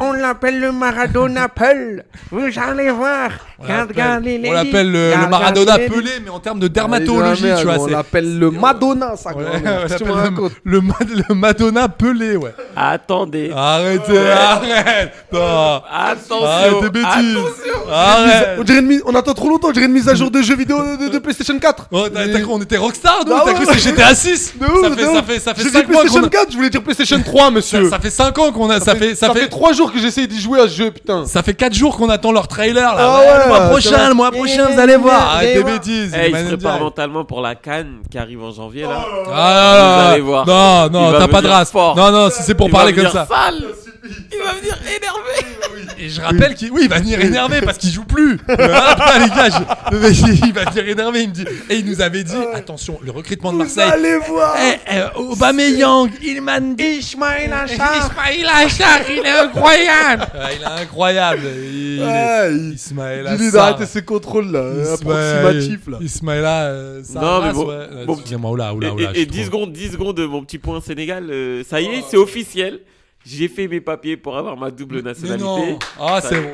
Speaker 4: On l'appelle le Maradona Peul. Vous allez voir.
Speaker 9: On
Speaker 4: Regarde, regarde les ladies.
Speaker 9: l'appelle on l'appelle le,
Speaker 4: Regarde,
Speaker 9: le Maradona
Speaker 4: regarde les ladies.
Speaker 9: pelé, mais en termes de dermatologie,
Speaker 10: Ah,
Speaker 9: tu vois.
Speaker 10: On
Speaker 9: c'est-
Speaker 10: l'appelle le Madonna, ça.
Speaker 9: Ouais,
Speaker 10: grand-mère.
Speaker 9: on
Speaker 10: Qu'est-ce que tu me
Speaker 9: l'appelle
Speaker 10: racontes
Speaker 9: le, le Ma- le Madonna pelé, ouais.
Speaker 11: Attendez.
Speaker 9: Arrêtez, arrête Non.
Speaker 11: Attention.
Speaker 9: Arrête tes Ah, bêtises
Speaker 10: on,
Speaker 9: Arrête
Speaker 10: dirait une mise- on attend trop longtemps, on dirait une mise à jour de jeux vidéo de, de- de PlayStation 4.
Speaker 9: Oh, t'as- t'as cru- On était rockstar, nous
Speaker 10: Ah
Speaker 9: T'as
Speaker 10: ouais,
Speaker 9: cru que
Speaker 10: ouais.
Speaker 9: j'étais à 6
Speaker 10: De ouf,
Speaker 9: Ça
Speaker 10: de
Speaker 9: fait,
Speaker 10: ouf.
Speaker 9: ça fait, ça fait
Speaker 10: J'ai dit
Speaker 9: 5 mois qu'on
Speaker 10: PlayStation
Speaker 9: a...
Speaker 10: 4, je voulais dire PlayStation 3, monsieur.
Speaker 9: Ça, ça fait 5 ans qu'on a... Ça fait... Ça fait...
Speaker 10: 3 jours que j'essaye d'y jouer à ce jeu, putain.
Speaker 9: Ça fait 4 jours qu'on attend leur trailer là.
Speaker 10: Ah
Speaker 9: Ouais,
Speaker 10: ouais,
Speaker 9: le mois
Speaker 10: ça
Speaker 9: prochain,
Speaker 10: va.
Speaker 9: le mois prochain, vous allez voir. Arrête tes
Speaker 10: voir.
Speaker 9: bêtises.
Speaker 11: Eh, il
Speaker 9: Emmanuel
Speaker 11: se prépare
Speaker 9: Ndiaye.
Speaker 11: mentalement pour la canne qui arrive en janvier là.
Speaker 9: Ah,
Speaker 11: Vous allez voir.
Speaker 9: Non, non,
Speaker 11: Il va
Speaker 9: t'as pas de
Speaker 11: venir
Speaker 9: race.
Speaker 11: fort.
Speaker 9: Non, non, si c'est pour
Speaker 11: Il
Speaker 9: parler
Speaker 11: va
Speaker 9: comme
Speaker 11: venir
Speaker 9: ça.
Speaker 11: sale. Il va venir énervé.
Speaker 9: et je rappelle qu'il oui, il va venir énervé parce qu'il joue plus. Voilà, putain, les gars, je- le mec, il va venir énervé. Il me dit, et il nous avait dit, attention, le recrutement de Marseille. Allez voir.
Speaker 10: Eh,
Speaker 9: Aubameyang, Ilman Ismail Achar. Ismail Achar, il est incroyable. Ouais, il est incroyable. Il,
Speaker 10: Ouais, il-
Speaker 9: Ismail
Speaker 10: Il dit d'arrêter ses contrôles là,
Speaker 9: hein,
Speaker 10: euh, approximatifs là.
Speaker 9: Ismaïla, euh,
Speaker 11: Non, mais
Speaker 9: Sarras,
Speaker 11: bon-
Speaker 9: ouais. Euh,
Speaker 11: bon,
Speaker 9: Excusez-moi, oula,
Speaker 11: Et,
Speaker 9: oula,
Speaker 11: et-
Speaker 9: oula. je
Speaker 11: et
Speaker 9: suis
Speaker 11: 10
Speaker 9: trop-
Speaker 11: secondes, 10 secondes, mon petit point Sénégal. euh, ça y est, c'est officiel. J'ai fait mes papiers pour avoir ma double
Speaker 9: Mais
Speaker 11: nationalité.
Speaker 9: non. Ah,
Speaker 11: Ça-
Speaker 9: c'est bon.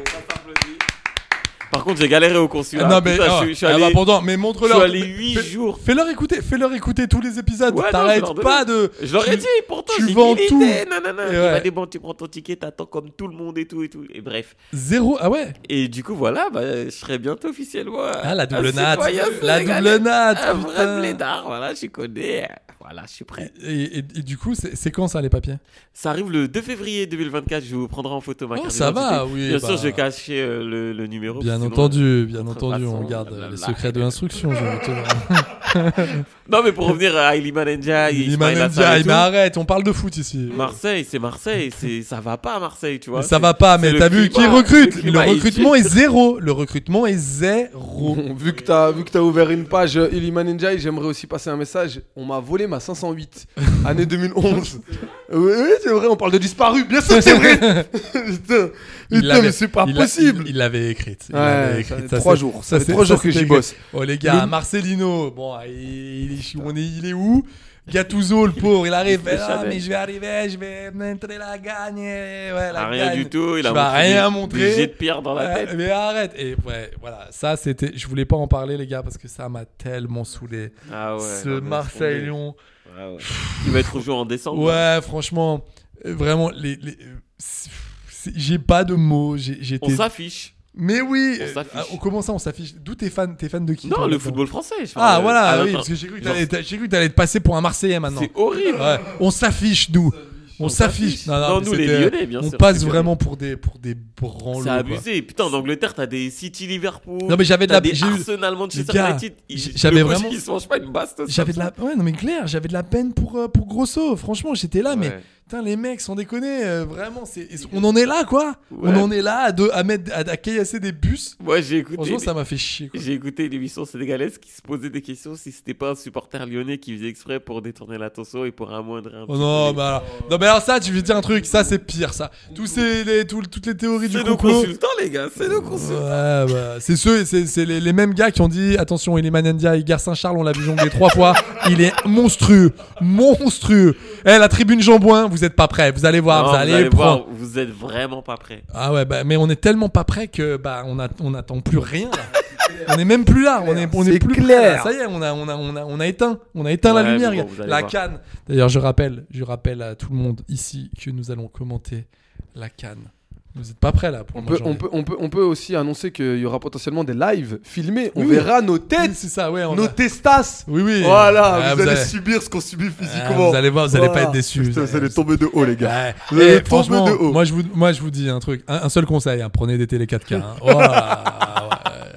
Speaker 11: Par contre, j'ai galéré au
Speaker 9: Ah,
Speaker 11: consulat.
Speaker 9: non, mais,
Speaker 11: Putain,
Speaker 9: ah,
Speaker 11: je, je suis
Speaker 9: ah, bah,
Speaker 11: allé,
Speaker 9: pendant, mais
Speaker 11: je
Speaker 9: montre-leur.
Speaker 11: suis allé 8
Speaker 9: Fais-
Speaker 11: jours.
Speaker 9: Fais-leur écouter, fais-leur écouter tous les épisodes.
Speaker 11: Ouais, non, je
Speaker 9: T'arrêtes
Speaker 11: leur donne.
Speaker 9: pas de.
Speaker 11: Je leur ai
Speaker 9: tu-
Speaker 11: dit, pourtant,
Speaker 9: tu
Speaker 11: j'ai
Speaker 9: vends
Speaker 11: milité,
Speaker 9: tout.
Speaker 11: nanana.
Speaker 9: Et
Speaker 11: Il
Speaker 9: ouais.
Speaker 11: m'a dit, bon, tu prends ton ticket, t'attends comme tout le monde et tout et tout. Et bref.
Speaker 9: Zéro. Ah ouais.
Speaker 11: Et du coup, voilà, bah, je serai bientôt officiel. ouais.
Speaker 9: Ah, la
Speaker 11: Un
Speaker 9: double natte.
Speaker 11: citoyen
Speaker 9: La
Speaker 11: sénégalais.
Speaker 9: double natte.
Speaker 11: Un vrai
Speaker 9: putain.
Speaker 11: blédard, voilà, je connais. Voilà, je suis prêt.
Speaker 9: Et, et- et du coup, c'est c'est quand ça les papiers
Speaker 11: Ça arrive le 2 février 2024, je vous prendrai en photo ma
Speaker 9: Oh,
Speaker 11: carte
Speaker 9: ça
Speaker 11: d'identité.
Speaker 9: va, oui,
Speaker 11: Bien
Speaker 9: bah.
Speaker 11: sûr, je vais cacher euh, le, le numéro.
Speaker 9: Bien
Speaker 11: sinon-
Speaker 9: entendu, bien
Speaker 11: autre
Speaker 9: entendu,
Speaker 11: façon,
Speaker 9: on garde euh, les
Speaker 11: blablabla.
Speaker 9: secrets de l'instruction. je vais te dire.
Speaker 11: Non, mais pour revenir à Iliman Ndiaye,
Speaker 9: Il m'a
Speaker 11: Ismaïla
Speaker 9: même dit,
Speaker 11: Sarr et
Speaker 9: ah,
Speaker 11: tout,
Speaker 9: mais arrête, on parle de foot ici.
Speaker 11: Marseille, c'est Marseille, c'est ça va pas à Marseille, tu vois.
Speaker 9: Mais ça
Speaker 11: c'est-
Speaker 9: va pas,
Speaker 11: c'est
Speaker 9: mais
Speaker 11: le
Speaker 9: t'as vu
Speaker 11: climat,
Speaker 9: qui
Speaker 11: le
Speaker 9: recrute Le
Speaker 11: climat, il-
Speaker 9: recrutement est zéro. Le recrutement est zéro.
Speaker 10: Bon, vu que t'as vu que t'as ouvert une page euh, Iliman Ndiaye, j'aimerais aussi passer un message. On m'a volé ma 508, année 2011. oui, oui, c'est vrai, on parle de disparu, bien sûr, que c'est vrai. putain, putain, mais
Speaker 9: l'avait-
Speaker 10: c'est pas
Speaker 9: il l'a-
Speaker 10: possible.
Speaker 9: il- Il l'avait écrite. il
Speaker 10: Ouais,
Speaker 9: l'avait
Speaker 10: ça
Speaker 9: écrite,
Speaker 10: fait
Speaker 9: ça,
Speaker 10: trois
Speaker 9: c'est-
Speaker 10: jours, ça
Speaker 9: ça,
Speaker 10: fait
Speaker 9: c'est-
Speaker 10: trois
Speaker 9: ça,
Speaker 10: jours que
Speaker 9: c'était
Speaker 10: j'y
Speaker 9: écrit.
Speaker 10: bosse.
Speaker 9: Oh les gars,
Speaker 10: Le-
Speaker 9: Marcelino, bon, il, il est, on est, il est où Gattuso, le pauvre, il arrive.
Speaker 11: Il fait
Speaker 9: Ah,
Speaker 11: ça,
Speaker 9: mais
Speaker 11: ben.
Speaker 9: je vais arriver, je vais montrer la gagne. et Ouais, la
Speaker 11: Ah, rien
Speaker 9: gagne.
Speaker 11: du tout, il a
Speaker 9: Tu vas
Speaker 11: montré
Speaker 9: rien
Speaker 11: des-
Speaker 9: montrer.
Speaker 11: des jets de pierre dans la
Speaker 9: Ouais,
Speaker 11: tête.
Speaker 9: mais arrête. Et ouais, voilà, ça c'était. Je voulais pas en parler, les gars, parce que ça m'a tellement saoulé.
Speaker 11: Ah ouais, non,
Speaker 9: Ce
Speaker 11: mais on est-
Speaker 9: Marseille-Lyon.
Speaker 11: Ah ouais. Il va être joué en décembre.
Speaker 9: Ouais, franchement, euh, vraiment, les, les- euh, c'est- c'est- j'ai pas de mots. j'ai-
Speaker 11: On
Speaker 9: J'étais.
Speaker 11: s'affiche.
Speaker 9: Mais oui.
Speaker 11: on
Speaker 9: euh,
Speaker 11: s'affiche.
Speaker 9: ah, Comment ça, on s'affiche D'où t'es fan T'es fan de qui
Speaker 11: Non,
Speaker 9: toi,
Speaker 11: le
Speaker 9: maintenant
Speaker 11: football français. je
Speaker 9: Ah
Speaker 11: parle.
Speaker 9: voilà,
Speaker 11: Ah,
Speaker 9: oui,
Speaker 11: attends.
Speaker 9: parce que j'ai cru que
Speaker 11: Genre,
Speaker 9: t'allais, t'as- j'ai cru que t'allais te passer pour un Marseillais maintenant.
Speaker 11: C'est horrible.
Speaker 9: Ouais, on s'affiche nous, on
Speaker 11: On
Speaker 9: s'affiche.
Speaker 11: s'affiche. Non,
Speaker 9: mais
Speaker 11: nous, les
Speaker 9: c'était-
Speaker 11: Lyonnais, bien
Speaker 9: On
Speaker 11: sûr,
Speaker 9: passe
Speaker 11: c'est
Speaker 9: vraiment pour des pour des branleux.
Speaker 11: C'est
Speaker 9: quoi.
Speaker 11: abusé. Putain, en Angleterre, t'as des City Liverpool.
Speaker 9: Non, mais j'avais de
Speaker 11: t'as
Speaker 9: la-
Speaker 11: des
Speaker 9: j'ai eu-
Speaker 11: Arsenal Manchester
Speaker 9: Les gars,
Speaker 11: United. ils-
Speaker 9: j'-
Speaker 11: le
Speaker 9: j'avais
Speaker 11: coach,
Speaker 9: vraiment-
Speaker 11: Ils se mangent pas une bastos.
Speaker 9: J'avais de la ouais non mais clair, j'avais de la peine pour euh, pour Grosso. Franchement, j'étais là mais
Speaker 11: Ouais.
Speaker 9: putain les mecs sont déconnés euh, vraiment c'est ils sont- on en est là quoi. On
Speaker 11: Ouais.
Speaker 9: en est là à de à mettre à, à caillasser des bus.
Speaker 11: Moi, j'ai écouté.
Speaker 9: Franchement, ça m'a fait chier quoi.
Speaker 11: J'ai écouté une émission sénégalaise qui se posait des questions si c'était pas un supporter lyonnais qui faisait exprès pour détourner l'attention et pour amoindrir un
Speaker 9: Oh
Speaker 11: petit
Speaker 9: non,
Speaker 11: peu
Speaker 9: bah alors- non, mais alors ça, tu veux dire un truc, ça c'est pire, ça. Tous ces, les, tout- toutes les théories
Speaker 11: les-
Speaker 9: bah, du
Speaker 11: C'est nos
Speaker 9: complot.
Speaker 11: consultants, les gars. C'est nos consultants.
Speaker 9: Ouais, bah, c'est ceux, c'est, c'est les, les mêmes gars qui ont dit attention, il est Manendia et Gare Saint-Charles, on l'a vu jongler trois fois, il est monstrueux, monstrueux. Eh, la tribune Jambouin, vous êtes pas prêts, vous allez voir,
Speaker 11: Non,
Speaker 9: vous allez, prendre.
Speaker 11: voir, vous êtes vraiment pas prêts.
Speaker 9: Ah ouais, bah, mais on est tellement pas prêts que bah on a- on n'attend plus rien. là. on est même plus là, on est, on est
Speaker 10: C'est
Speaker 9: plus
Speaker 10: clair.
Speaker 9: prêts, là. Ça y est, on a, on a, on a, on a éteint, on a éteint la
Speaker 11: Ouais,
Speaker 9: lumière,
Speaker 11: mais bon,
Speaker 9: gars.
Speaker 11: vous allez
Speaker 9: la
Speaker 11: voir.
Speaker 9: canne. D'ailleurs, je rappelle, je rappelle à tout le monde ici que nous allons commenter la canne. Vous êtes pas prêts là pour
Speaker 10: On
Speaker 9: le
Speaker 10: peut,
Speaker 9: manger.
Speaker 10: on, peut, on, peut, on peut aussi annoncer qu'il y aura potentiellement des lives filmés. On
Speaker 9: Oui.
Speaker 10: verra nos
Speaker 9: Oui,
Speaker 10: têtes,
Speaker 9: c'est ça, ouais. on
Speaker 10: nos
Speaker 9: a-
Speaker 10: testas.
Speaker 9: Oui, oui.
Speaker 10: Voilà,
Speaker 9: Ah,
Speaker 10: vous, allez subir ce qu'on subit
Speaker 9: ah,
Speaker 10: physiquement.
Speaker 9: vous allez voir, vous allez
Speaker 10: Voilà.
Speaker 9: pas être déçus.
Speaker 10: Putain, vous allez tomber de haut, les gars.
Speaker 9: Ouais.
Speaker 10: Vous allez
Speaker 9: Et
Speaker 10: tomber
Speaker 9: franchement,
Speaker 10: de haut.
Speaker 9: moi je vous, moi je vous dis un truc, un, un seul conseil, hein, prenez des télé 4K. hein. Oh, là, ouais.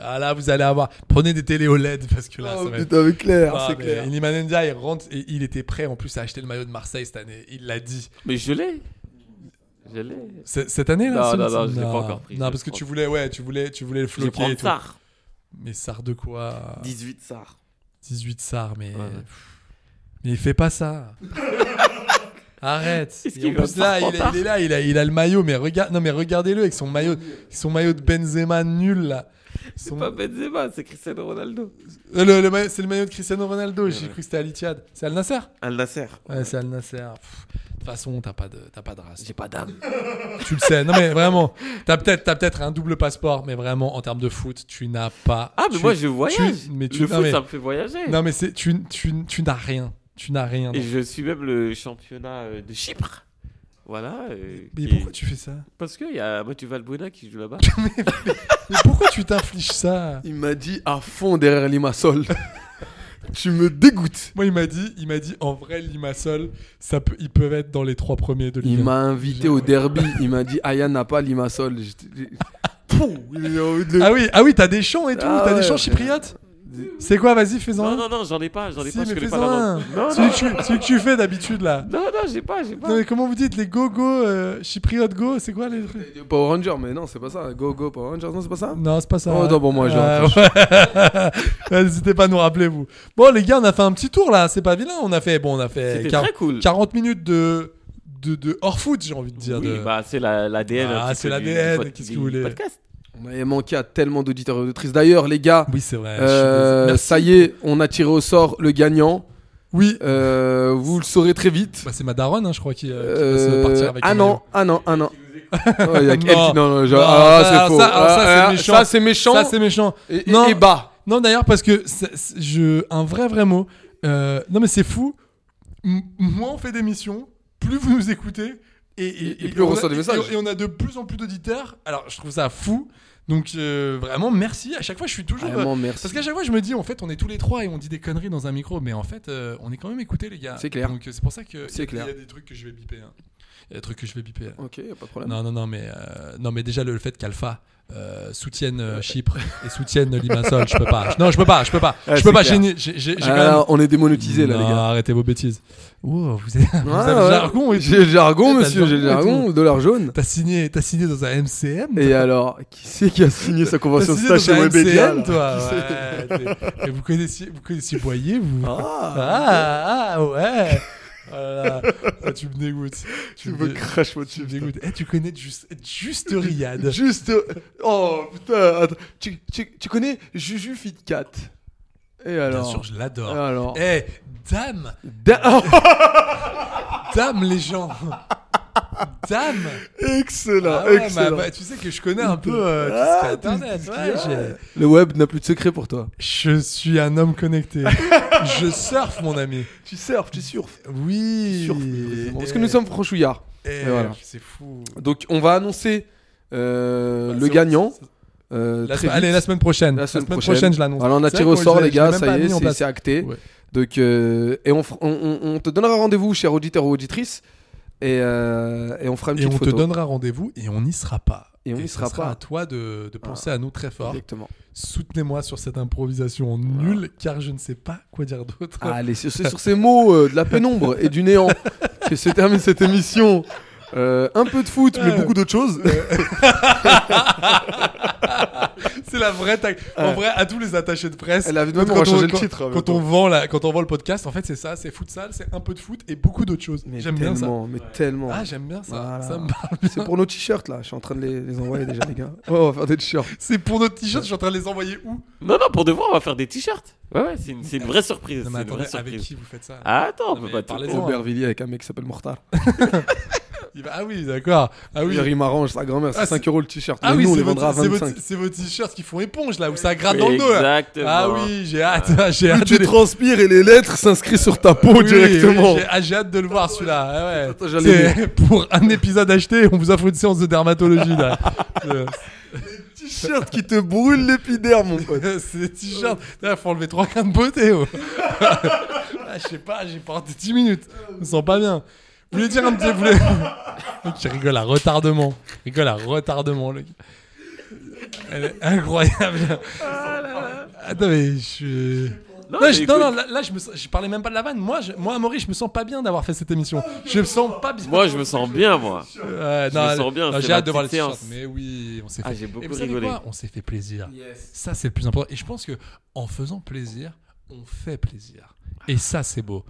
Speaker 9: Ah, là, vous allez avoir, prenez des télé OLED E parce que là, ça
Speaker 10: Oh,
Speaker 9: va être.
Speaker 10: putain, mais clair,
Speaker 9: Ah,
Speaker 10: c'est
Speaker 9: mais
Speaker 10: clair.
Speaker 9: Iliman Ndiaye rentre et il était prêt en plus à acheter le maillot de Marseille cette année. Il l'a dit.
Speaker 11: Mais je l'ai. Je l'ai.
Speaker 9: C'est- Cette année là
Speaker 11: Non,
Speaker 9: ce-
Speaker 11: non,
Speaker 9: ce-
Speaker 11: non, je l'ai pas encore pris, je
Speaker 9: Non,
Speaker 11: vais
Speaker 9: parce que
Speaker 11: prendre.
Speaker 9: tu voulais, ouais, tu voulais, tu voulais le
Speaker 11: Je vais
Speaker 9: floquer
Speaker 11: prendre
Speaker 9: et Ah. tout.
Speaker 11: Sar.
Speaker 9: Mais Sar de quoi
Speaker 11: 18 Sar.
Speaker 9: 18 Sar, mais.
Speaker 11: Ouais.
Speaker 9: pff, Mais il fait pas ça. Arrête.
Speaker 11: Est-ce
Speaker 9: Et
Speaker 11: qu'il
Speaker 9: en
Speaker 11: va
Speaker 9: plus,
Speaker 11: se
Speaker 9: là,
Speaker 11: faire
Speaker 9: il est,
Speaker 11: pantard
Speaker 9: il est là, il a, il a le maillot, mais regarde, non mais regardez-le avec son maillot, son maillot de Benzema nul là. Son-
Speaker 11: Pas Benzema, c'est Cristiano Ronaldo.
Speaker 9: Euh, le- le maillot- c'est le maillot de Cristiano Ronaldo. J'ai cru que c'était Al Ittihad. C'est Al Nasser.
Speaker 11: Al Nasser.
Speaker 9: Ouais, c'est Al Nasser. Pff, De toute façon, t'as pas de, t'as pas de race.
Speaker 11: J'ai pas d'âme.
Speaker 9: Tu le sais. Non mais vraiment, t'as peut-être, t'as peut-être un double passeport, mais vraiment en termes de foot, tu n'as pas.
Speaker 11: Ah, mais
Speaker 9: tu-
Speaker 11: moi je voyage.
Speaker 9: tu- mais tu-
Speaker 11: le
Speaker 9: non,
Speaker 11: foot,
Speaker 9: mais-
Speaker 11: ça me fait voyager.
Speaker 9: Non mais c'est, tu, tu, tu n'as rien. Tu n'as rien.
Speaker 11: Et
Speaker 9: Ah non.
Speaker 11: je suis même le championnat euh, de Chypre. Voilà. euh, qui-
Speaker 9: Mais pourquoi tu fais ça
Speaker 11: Parce qu'il y a Mathieu Valbuena qui joue là-bas.
Speaker 9: Mais pourquoi tu t'infliges ça
Speaker 10: Il m'a dit à fond derrière Limassol. tu me dégoûtes.
Speaker 9: Moi, il m'a dit, il m'a dit, en vrai, Limassol, ça peut, ils peuvent être dans les trois premiers de
Speaker 10: Il
Speaker 9: Ligue
Speaker 10: m'a
Speaker 9: 1.
Speaker 10: invité au derby. Il m'a dit Aya n'a pas Limassol. J'étais- Pouh, j'ai envie de le-
Speaker 9: Ah oui, ah oui, t'as des chants et tout,
Speaker 10: Ah
Speaker 9: t'as
Speaker 10: ouais,
Speaker 9: des chants
Speaker 10: ouais.
Speaker 9: chypriotes. C'est quoi Vas-y, fais-en
Speaker 11: Non,
Speaker 9: un.
Speaker 11: non, non, j'en ai pas, j'en ai
Speaker 9: Si,
Speaker 11: pas,
Speaker 9: mais
Speaker 11: je connais
Speaker 9: fais-en
Speaker 11: pas leur
Speaker 9: un.
Speaker 11: nom. Non,
Speaker 9: Celui
Speaker 11: non,
Speaker 9: que tu- celui que tu fais d'habitude là.
Speaker 11: non, non, j'ai pas, j'ai pas.
Speaker 9: Non, mais comment vous dites les go-go euh, Chypriot Go C'est quoi les trucs
Speaker 10: Power Ranger, mais non, c'est pas ça. Go, go, Power Rangers, non, c'est pas ça
Speaker 9: Non, c'est pas ça.
Speaker 10: Oh, attends, bon, moi, j'ai
Speaker 9: Euh,
Speaker 10: un
Speaker 9: ouais. N'hésitez pas à nous rappeler, vous. Bon, les gars, on a fait un petit tour là, c'est pas vilain. On a fait, bon, on a fait
Speaker 11: C'était
Speaker 9: quar-
Speaker 11: très cool.
Speaker 9: 40 minutes de, de, de hors-foot, j'ai envie de dire.
Speaker 11: Oui,
Speaker 9: de-
Speaker 11: bah c'est la- l'ADN.
Speaker 9: Ah,
Speaker 11: un petit
Speaker 9: c'est
Speaker 11: peu du-
Speaker 9: l'ADN,
Speaker 11: du pod-
Speaker 9: qu'est-ce
Speaker 11: du
Speaker 9: que vous voulez.
Speaker 11: podcast.
Speaker 10: On avait manqué à tellement d'auditeurs et auditrices. D'ailleurs, les gars,
Speaker 9: Oui, c'est vrai.
Speaker 10: euh,
Speaker 9: je suis désolé.
Speaker 10: ça y est, on a tiré au sort le gagnant.
Speaker 9: Oui,
Speaker 10: Euh, vous le saurez très vite.
Speaker 9: Bah, c'est ma daronne, hein, je crois, qui, euh, qui va
Speaker 10: Euh,
Speaker 9: se partir avec
Speaker 10: ah,
Speaker 9: Emmanuel.
Speaker 10: non, ah non, ah non, Ouais, y a qu'elle
Speaker 9: Non.
Speaker 10: qui- non, non, je-
Speaker 9: Non,
Speaker 10: ah,
Speaker 9: ça-
Speaker 10: c'est faux.
Speaker 9: ça- alors ça, c'est
Speaker 10: Ah, ah,
Speaker 9: méchant.
Speaker 10: ça, c'est méchant.
Speaker 9: Ça, c'est méchant.
Speaker 10: Et, et-
Speaker 9: Non.
Speaker 10: et bas.
Speaker 9: Non, d'ailleurs, parce que c'est- c'est- je, un vrai, vrai mot. euh, non, mais c'est fou. M- moins on fait d'émissions, plus vous nous écoutez. Et,
Speaker 10: Et- et plus on
Speaker 9: a-
Speaker 10: reçoit des
Speaker 9: et-
Speaker 10: messages.
Speaker 9: Et, on a de plus en plus d'auditeurs. Alors, je trouve ça fou. Donc, euh, vraiment, merci. À chaque fois, je suis toujours. euh,
Speaker 10: Vraiment, Ah, merci.
Speaker 9: Ah, Parce qu'à chaque fois, je me dis, en fait, on est tous les trois et on dit des conneries dans un micro, mais en fait, euh, on est quand même écoutés, les gars.
Speaker 10: C'est clair.
Speaker 9: Donc, euh, c'est pour ça que
Speaker 10: C'est
Speaker 9: il y a-
Speaker 10: clair.
Speaker 9: il y a des trucs que je vais biper. hein. Il y a des trucs que je vais biper. hein.
Speaker 10: Ok, y a pas de problème.
Speaker 9: Non, non, non, mais, euh, non, mais déjà le, le fait qu'Alpha euh, soutienne euh, Chypre et soutienne Limassol, je peux pas. Je- Non, je peux pas, je peux pas. je peux
Speaker 10: c'est
Speaker 9: pas,
Speaker 10: clair.
Speaker 9: j'ai j'ai- j'ai- j'ai quand
Speaker 10: Ah,
Speaker 9: même.
Speaker 10: on est démonétisé là, les
Speaker 9: Non,
Speaker 10: gars.
Speaker 9: Arrêtez vos bêtises. Wow, vous, êtes- vous
Speaker 10: Ouais,
Speaker 9: avez
Speaker 10: ouais.
Speaker 9: le jargon et
Speaker 10: J'ai le
Speaker 9: tout.
Speaker 10: jargon,
Speaker 9: Ouais, t'as
Speaker 10: monsieur,
Speaker 9: le
Speaker 10: j'ai le
Speaker 9: jargon et
Speaker 10: jargon, dollar jaune.
Speaker 9: T'as signé, t'as signé dans un MCM
Speaker 10: Et alors, qui c'est qui a signé sa
Speaker 9: T'as
Speaker 10: convention de
Speaker 9: signé dans
Speaker 10: stage chez
Speaker 9: un
Speaker 10: Webedia
Speaker 9: MCM,
Speaker 10: là
Speaker 9: toi.
Speaker 10: Qui c'est
Speaker 9: ouais, t'es- et vous connaissiez, vous connaissiez Boyer, vous.
Speaker 10: Ah,
Speaker 9: Ah, ah, ouais. Oh là là. Ah, tu me dégoûtes.
Speaker 10: tu me
Speaker 9: dé-
Speaker 10: craches moi
Speaker 9: tu
Speaker 10: dessus.
Speaker 9: me
Speaker 10: putain.
Speaker 9: dégoûtes. Eh, tu connais juste, juste Riyad.
Speaker 10: Juste. Oh putain, attends. Tu, tu, tu connais Juju Fitcat Et
Speaker 9: Bien
Speaker 10: alors
Speaker 9: sûr, je l'adore.
Speaker 10: Et alors
Speaker 9: Eh, Ah dame,
Speaker 10: Da-
Speaker 9: dame les gens. Dame.
Speaker 10: Excellent,
Speaker 9: Ah ouais,
Speaker 10: excellent.
Speaker 9: bah, bah, tu sais que je connais un peu euh, tout ce
Speaker 10: Ah,
Speaker 9: qui est internet. ouais, j'ai-
Speaker 10: Le web n'a plus de secret pour toi.
Speaker 9: je suis un homme connecté. je surfe mon ami.
Speaker 10: Tu surfes, tu surfes.
Speaker 9: Oui.
Speaker 10: Surfes, heureusement. Parce que
Speaker 9: Eh,
Speaker 10: nous sommes franchouillards.
Speaker 9: eh,
Speaker 10: et voilà.
Speaker 9: C'est fou.
Speaker 10: Donc on va annoncer euh,
Speaker 9: Bah,
Speaker 10: le
Speaker 9: c'est-
Speaker 10: gagnant.
Speaker 9: c'est-
Speaker 10: euh,
Speaker 9: la
Speaker 10: très
Speaker 9: semaine-
Speaker 10: vite.
Speaker 9: allez, la semaine prochaine.
Speaker 10: La semaine prochaine.
Speaker 9: je l'annonce.
Speaker 10: Alors on a
Speaker 9: C'est
Speaker 10: tiré
Speaker 9: vrai
Speaker 10: au
Speaker 9: que
Speaker 10: sort
Speaker 9: je l'ai-
Speaker 10: les
Speaker 9: je l'ai
Speaker 10: gars,
Speaker 9: même
Speaker 10: ça
Speaker 9: pas
Speaker 10: y
Speaker 9: mis
Speaker 10: est,
Speaker 9: en
Speaker 10: c'est
Speaker 9: place.
Speaker 10: c'est acté.
Speaker 9: Ouais.
Speaker 10: Donc euh, et on, fera- on, on- on te donnera rendez-vous, cher auditeur ou auditrice, et, euh, et on fera une
Speaker 9: Et
Speaker 10: petite
Speaker 9: on
Speaker 10: photo.
Speaker 9: te donnera rendez-vous et on n'y sera pas.
Speaker 10: Et on n'y
Speaker 9: ce
Speaker 10: sera pas. Ah.
Speaker 9: à toi de, de penser à nous très fort.
Speaker 10: Exactement.
Speaker 9: Soutenez-moi sur cette improvisation nulle car je ne sais pas quoi dire d'autre.
Speaker 10: Ah, Allez, c'est c'est sur ces mots euh, de la pénombre et du néant que se termine cette émission. Euh, un peu de foot, mais
Speaker 9: Ouais.
Speaker 10: beaucoup d'autres choses.
Speaker 9: C'est la vraie tac. En vrai, à tous les attachés de presse.
Speaker 10: euh, Elle a vu de même, on va changer le titre, hein, en même
Speaker 9: Quand
Speaker 10: temps.
Speaker 9: on vend la, quand on vend le podcast, en fait, c'est ça, c'est futsal, c'est un peu de foot et beaucoup d'autres choses.
Speaker 10: Mais
Speaker 9: J'aime bien ça.
Speaker 10: tellement, mais tellement.
Speaker 9: Ah, j'aime bien ça.
Speaker 10: Voilà.
Speaker 9: Ça me parle.
Speaker 10: C'est pour nos t-shirts là, je suis en train de les, les envoyer déjà les gars. Oh, on va faire des t-shirts.
Speaker 9: C'est pour notre t-shirt. Je suis en train de les envoyer où
Speaker 11: Non, non, pour de vrai, on va faire des t-shirts. Ouais, ouais, c'est une, c'est une vraie surprise.
Speaker 9: Non, mais
Speaker 11: c'est une vraie
Speaker 9: attendez, avec
Speaker 11: surprise.
Speaker 9: qui vous faites ça
Speaker 11: Ah, attends, on
Speaker 9: mais
Speaker 11: peut pas tout.
Speaker 9: parlez-en.
Speaker 11: pour-
Speaker 10: Aubervilliers avec un mec qui s'appelle Mortar.
Speaker 9: Il va- Ah oui, d'accord. Ah oui.
Speaker 10: Hier, il m'arrange sa grand-mère, c'est
Speaker 9: Ah,
Speaker 10: 5 euros le t-shirt.
Speaker 9: Ah
Speaker 10: mais
Speaker 9: oui,
Speaker 10: nous on
Speaker 9: c'est
Speaker 10: les vendra à
Speaker 9: votre- c'est
Speaker 10: 25.
Speaker 9: votre- c'est vos t-shirts qui font éponge là où ça gratte
Speaker 11: Oui,
Speaker 9: dans le dos. là.
Speaker 11: Exactement.
Speaker 9: Ah oui, j'ai hâte. J'ai hâte.
Speaker 10: Tu
Speaker 9: de-
Speaker 10: transpires et les lettres s'inscrivent sur ta peau
Speaker 9: Ah, Oui,
Speaker 10: directement.
Speaker 9: oui, j'ai- ah, j'ai hâte de le voir celui-là. Ah ouais.
Speaker 10: Attends, j'allais
Speaker 9: C'est- pour un épisode acheté, on vous offre une séance de dermatologie. Là. Euh,
Speaker 10: t-shirt qui te brûle l'épiderme, mon pote.
Speaker 9: c'est des t-shirts. Il faut enlever 3 grains de beauté. oh. Ah, je sais pas, j'ai pas rentré 10 minutes. Je me sens pas bien. Vous voulez dire un petit. Vous voulez... Je rigole à retardement. Je rigole à retardement, le gars. Elle est incroyable. Attends, mais je. Non,
Speaker 11: mais
Speaker 9: je-
Speaker 11: écoute.
Speaker 9: non, non, là, là, je, me sens- je parlais même pas de la vanne. Moi, je, moi, Amaury, je me sens pas bien d'avoir fait cette émission. Je me sens pas bien.
Speaker 11: Moi, je me sens bien, moi.
Speaker 9: Ouais,
Speaker 11: Je
Speaker 9: non,
Speaker 11: me sens bien,
Speaker 9: non,
Speaker 11: c'est
Speaker 9: J'ai
Speaker 11: ma
Speaker 9: hâte de voir les
Speaker 11: petite
Speaker 9: t-shirts.
Speaker 11: séance.
Speaker 9: Mais oui, on s'est
Speaker 11: Ah,
Speaker 9: fait.
Speaker 11: j'ai beaucoup
Speaker 9: Et vous savez
Speaker 11: rigolé.
Speaker 9: quoi on s'est fait plaisir. Ça, c'est le plus important. Et je pense que en faisant plaisir, on fait plaisir. Et ça, c'est beau.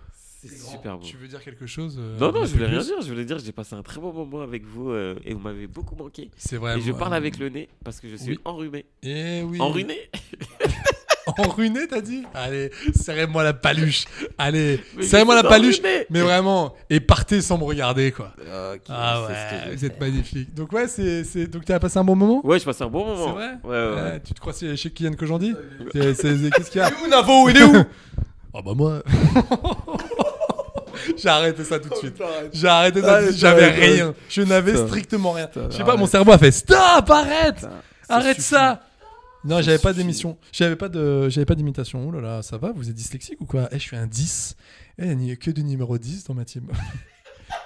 Speaker 11: C'est super beau.
Speaker 9: Tu veux dire quelque chose euh,
Speaker 11: Non, non, je
Speaker 9: plus
Speaker 11: voulais rien dire. Je voulais dire que j'ai passé un très bon moment avec vous euh, et vous m'avez beaucoup manqué.
Speaker 9: C'est vrai.
Speaker 11: et je parle avec
Speaker 9: lui.
Speaker 11: le nez parce que je suis
Speaker 9: Ah, euh, oui.
Speaker 11: enrhumé.
Speaker 9: Eh oui.
Speaker 11: Enrhumé
Speaker 9: Enruné, t'as dit Allez, serrez-moi la paluche. Allez,
Speaker 11: Mais je
Speaker 9: serrez-moi la
Speaker 11: suis
Speaker 9: paluche.
Speaker 11: enrhumé.
Speaker 9: Mais vraiment, et partez sans me regarder, quoi. ah
Speaker 11: c'est ce que je
Speaker 9: ouais,
Speaker 11: veux
Speaker 9: vous êtes
Speaker 11: faire.
Speaker 9: magnifique. Donc ouais, c'est, c'est... donc t'as passé un bon moment.
Speaker 11: Ouais, je passe un bon moment.
Speaker 9: C'est vrai
Speaker 11: Ouais, ouais, ouais.
Speaker 9: Ah, Tu te crois chez chez Kylian Kojandi C'est- c'est- c'est- Qu'est-ce qu'il y a
Speaker 10: Où Navo, il est où
Speaker 9: Ah bah moi. Oh, J'ai arrêté ça tout de suite. J'ai arrêté ça.
Speaker 10: Ah,
Speaker 9: tout de suite.
Speaker 10: t'arrêtes,
Speaker 9: J'avais
Speaker 10: t'arrêtes.
Speaker 9: rien. Je n'avais
Speaker 10: Putain.
Speaker 9: strictement rien.
Speaker 10: Putain,
Speaker 9: Je sais pas, mon
Speaker 10: arrête.
Speaker 9: cerveau a fait stop, arrête,
Speaker 10: ça
Speaker 9: arrête
Speaker 10: suffit.
Speaker 9: ça. Non, j'avais pas
Speaker 10: suffit.
Speaker 9: d'émission. J'avais pas de, j'avais pas d'imitation. Oh là là, ça va Vous êtes dyslexique ou quoi Eh, je suis un 10. Eh, il n'y a que du numéro 10 dans ma team.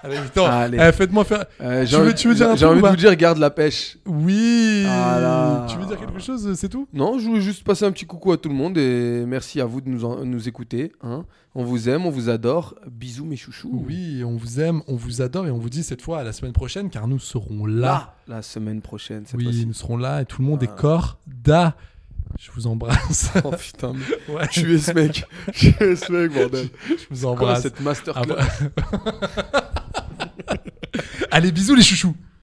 Speaker 9: Allez, attends.
Speaker 10: Allez.
Speaker 9: Eh, faites-moi faire.
Speaker 10: Euh,
Speaker 9: Tu veux- tu veux dire un
Speaker 10: J'ai
Speaker 9: truc ou
Speaker 10: envie de
Speaker 9: pas
Speaker 10: vous dire, garde la pêche.
Speaker 9: Oui.
Speaker 10: Ah là.
Speaker 9: Tu veux dire quelque chose, euh, c'est tout
Speaker 10: Non, je voulais juste passer un petit coucou à tout le monde et merci à vous de nous, en- nous écouter. hein. On vous aime, on vous adore. Bisous mes chouchous.
Speaker 9: Oui, on vous aime, on vous adore et on vous dit cette fois à la semaine prochaine car nous serons là.
Speaker 10: La semaine prochaine, cette
Speaker 9: oui,
Speaker 10: fois-ci.
Speaker 9: nous serons là et tout le monde est corda. Je vous embrasse.
Speaker 10: Oh putain, mais
Speaker 9: Ouais, je
Speaker 10: tu es ce mec. Tu es ce mec, bordel.
Speaker 9: vous
Speaker 10: Quoi,
Speaker 9: embrasse. Ah
Speaker 10: cette masterclass
Speaker 9: Après- Allez, bisous les chouchous.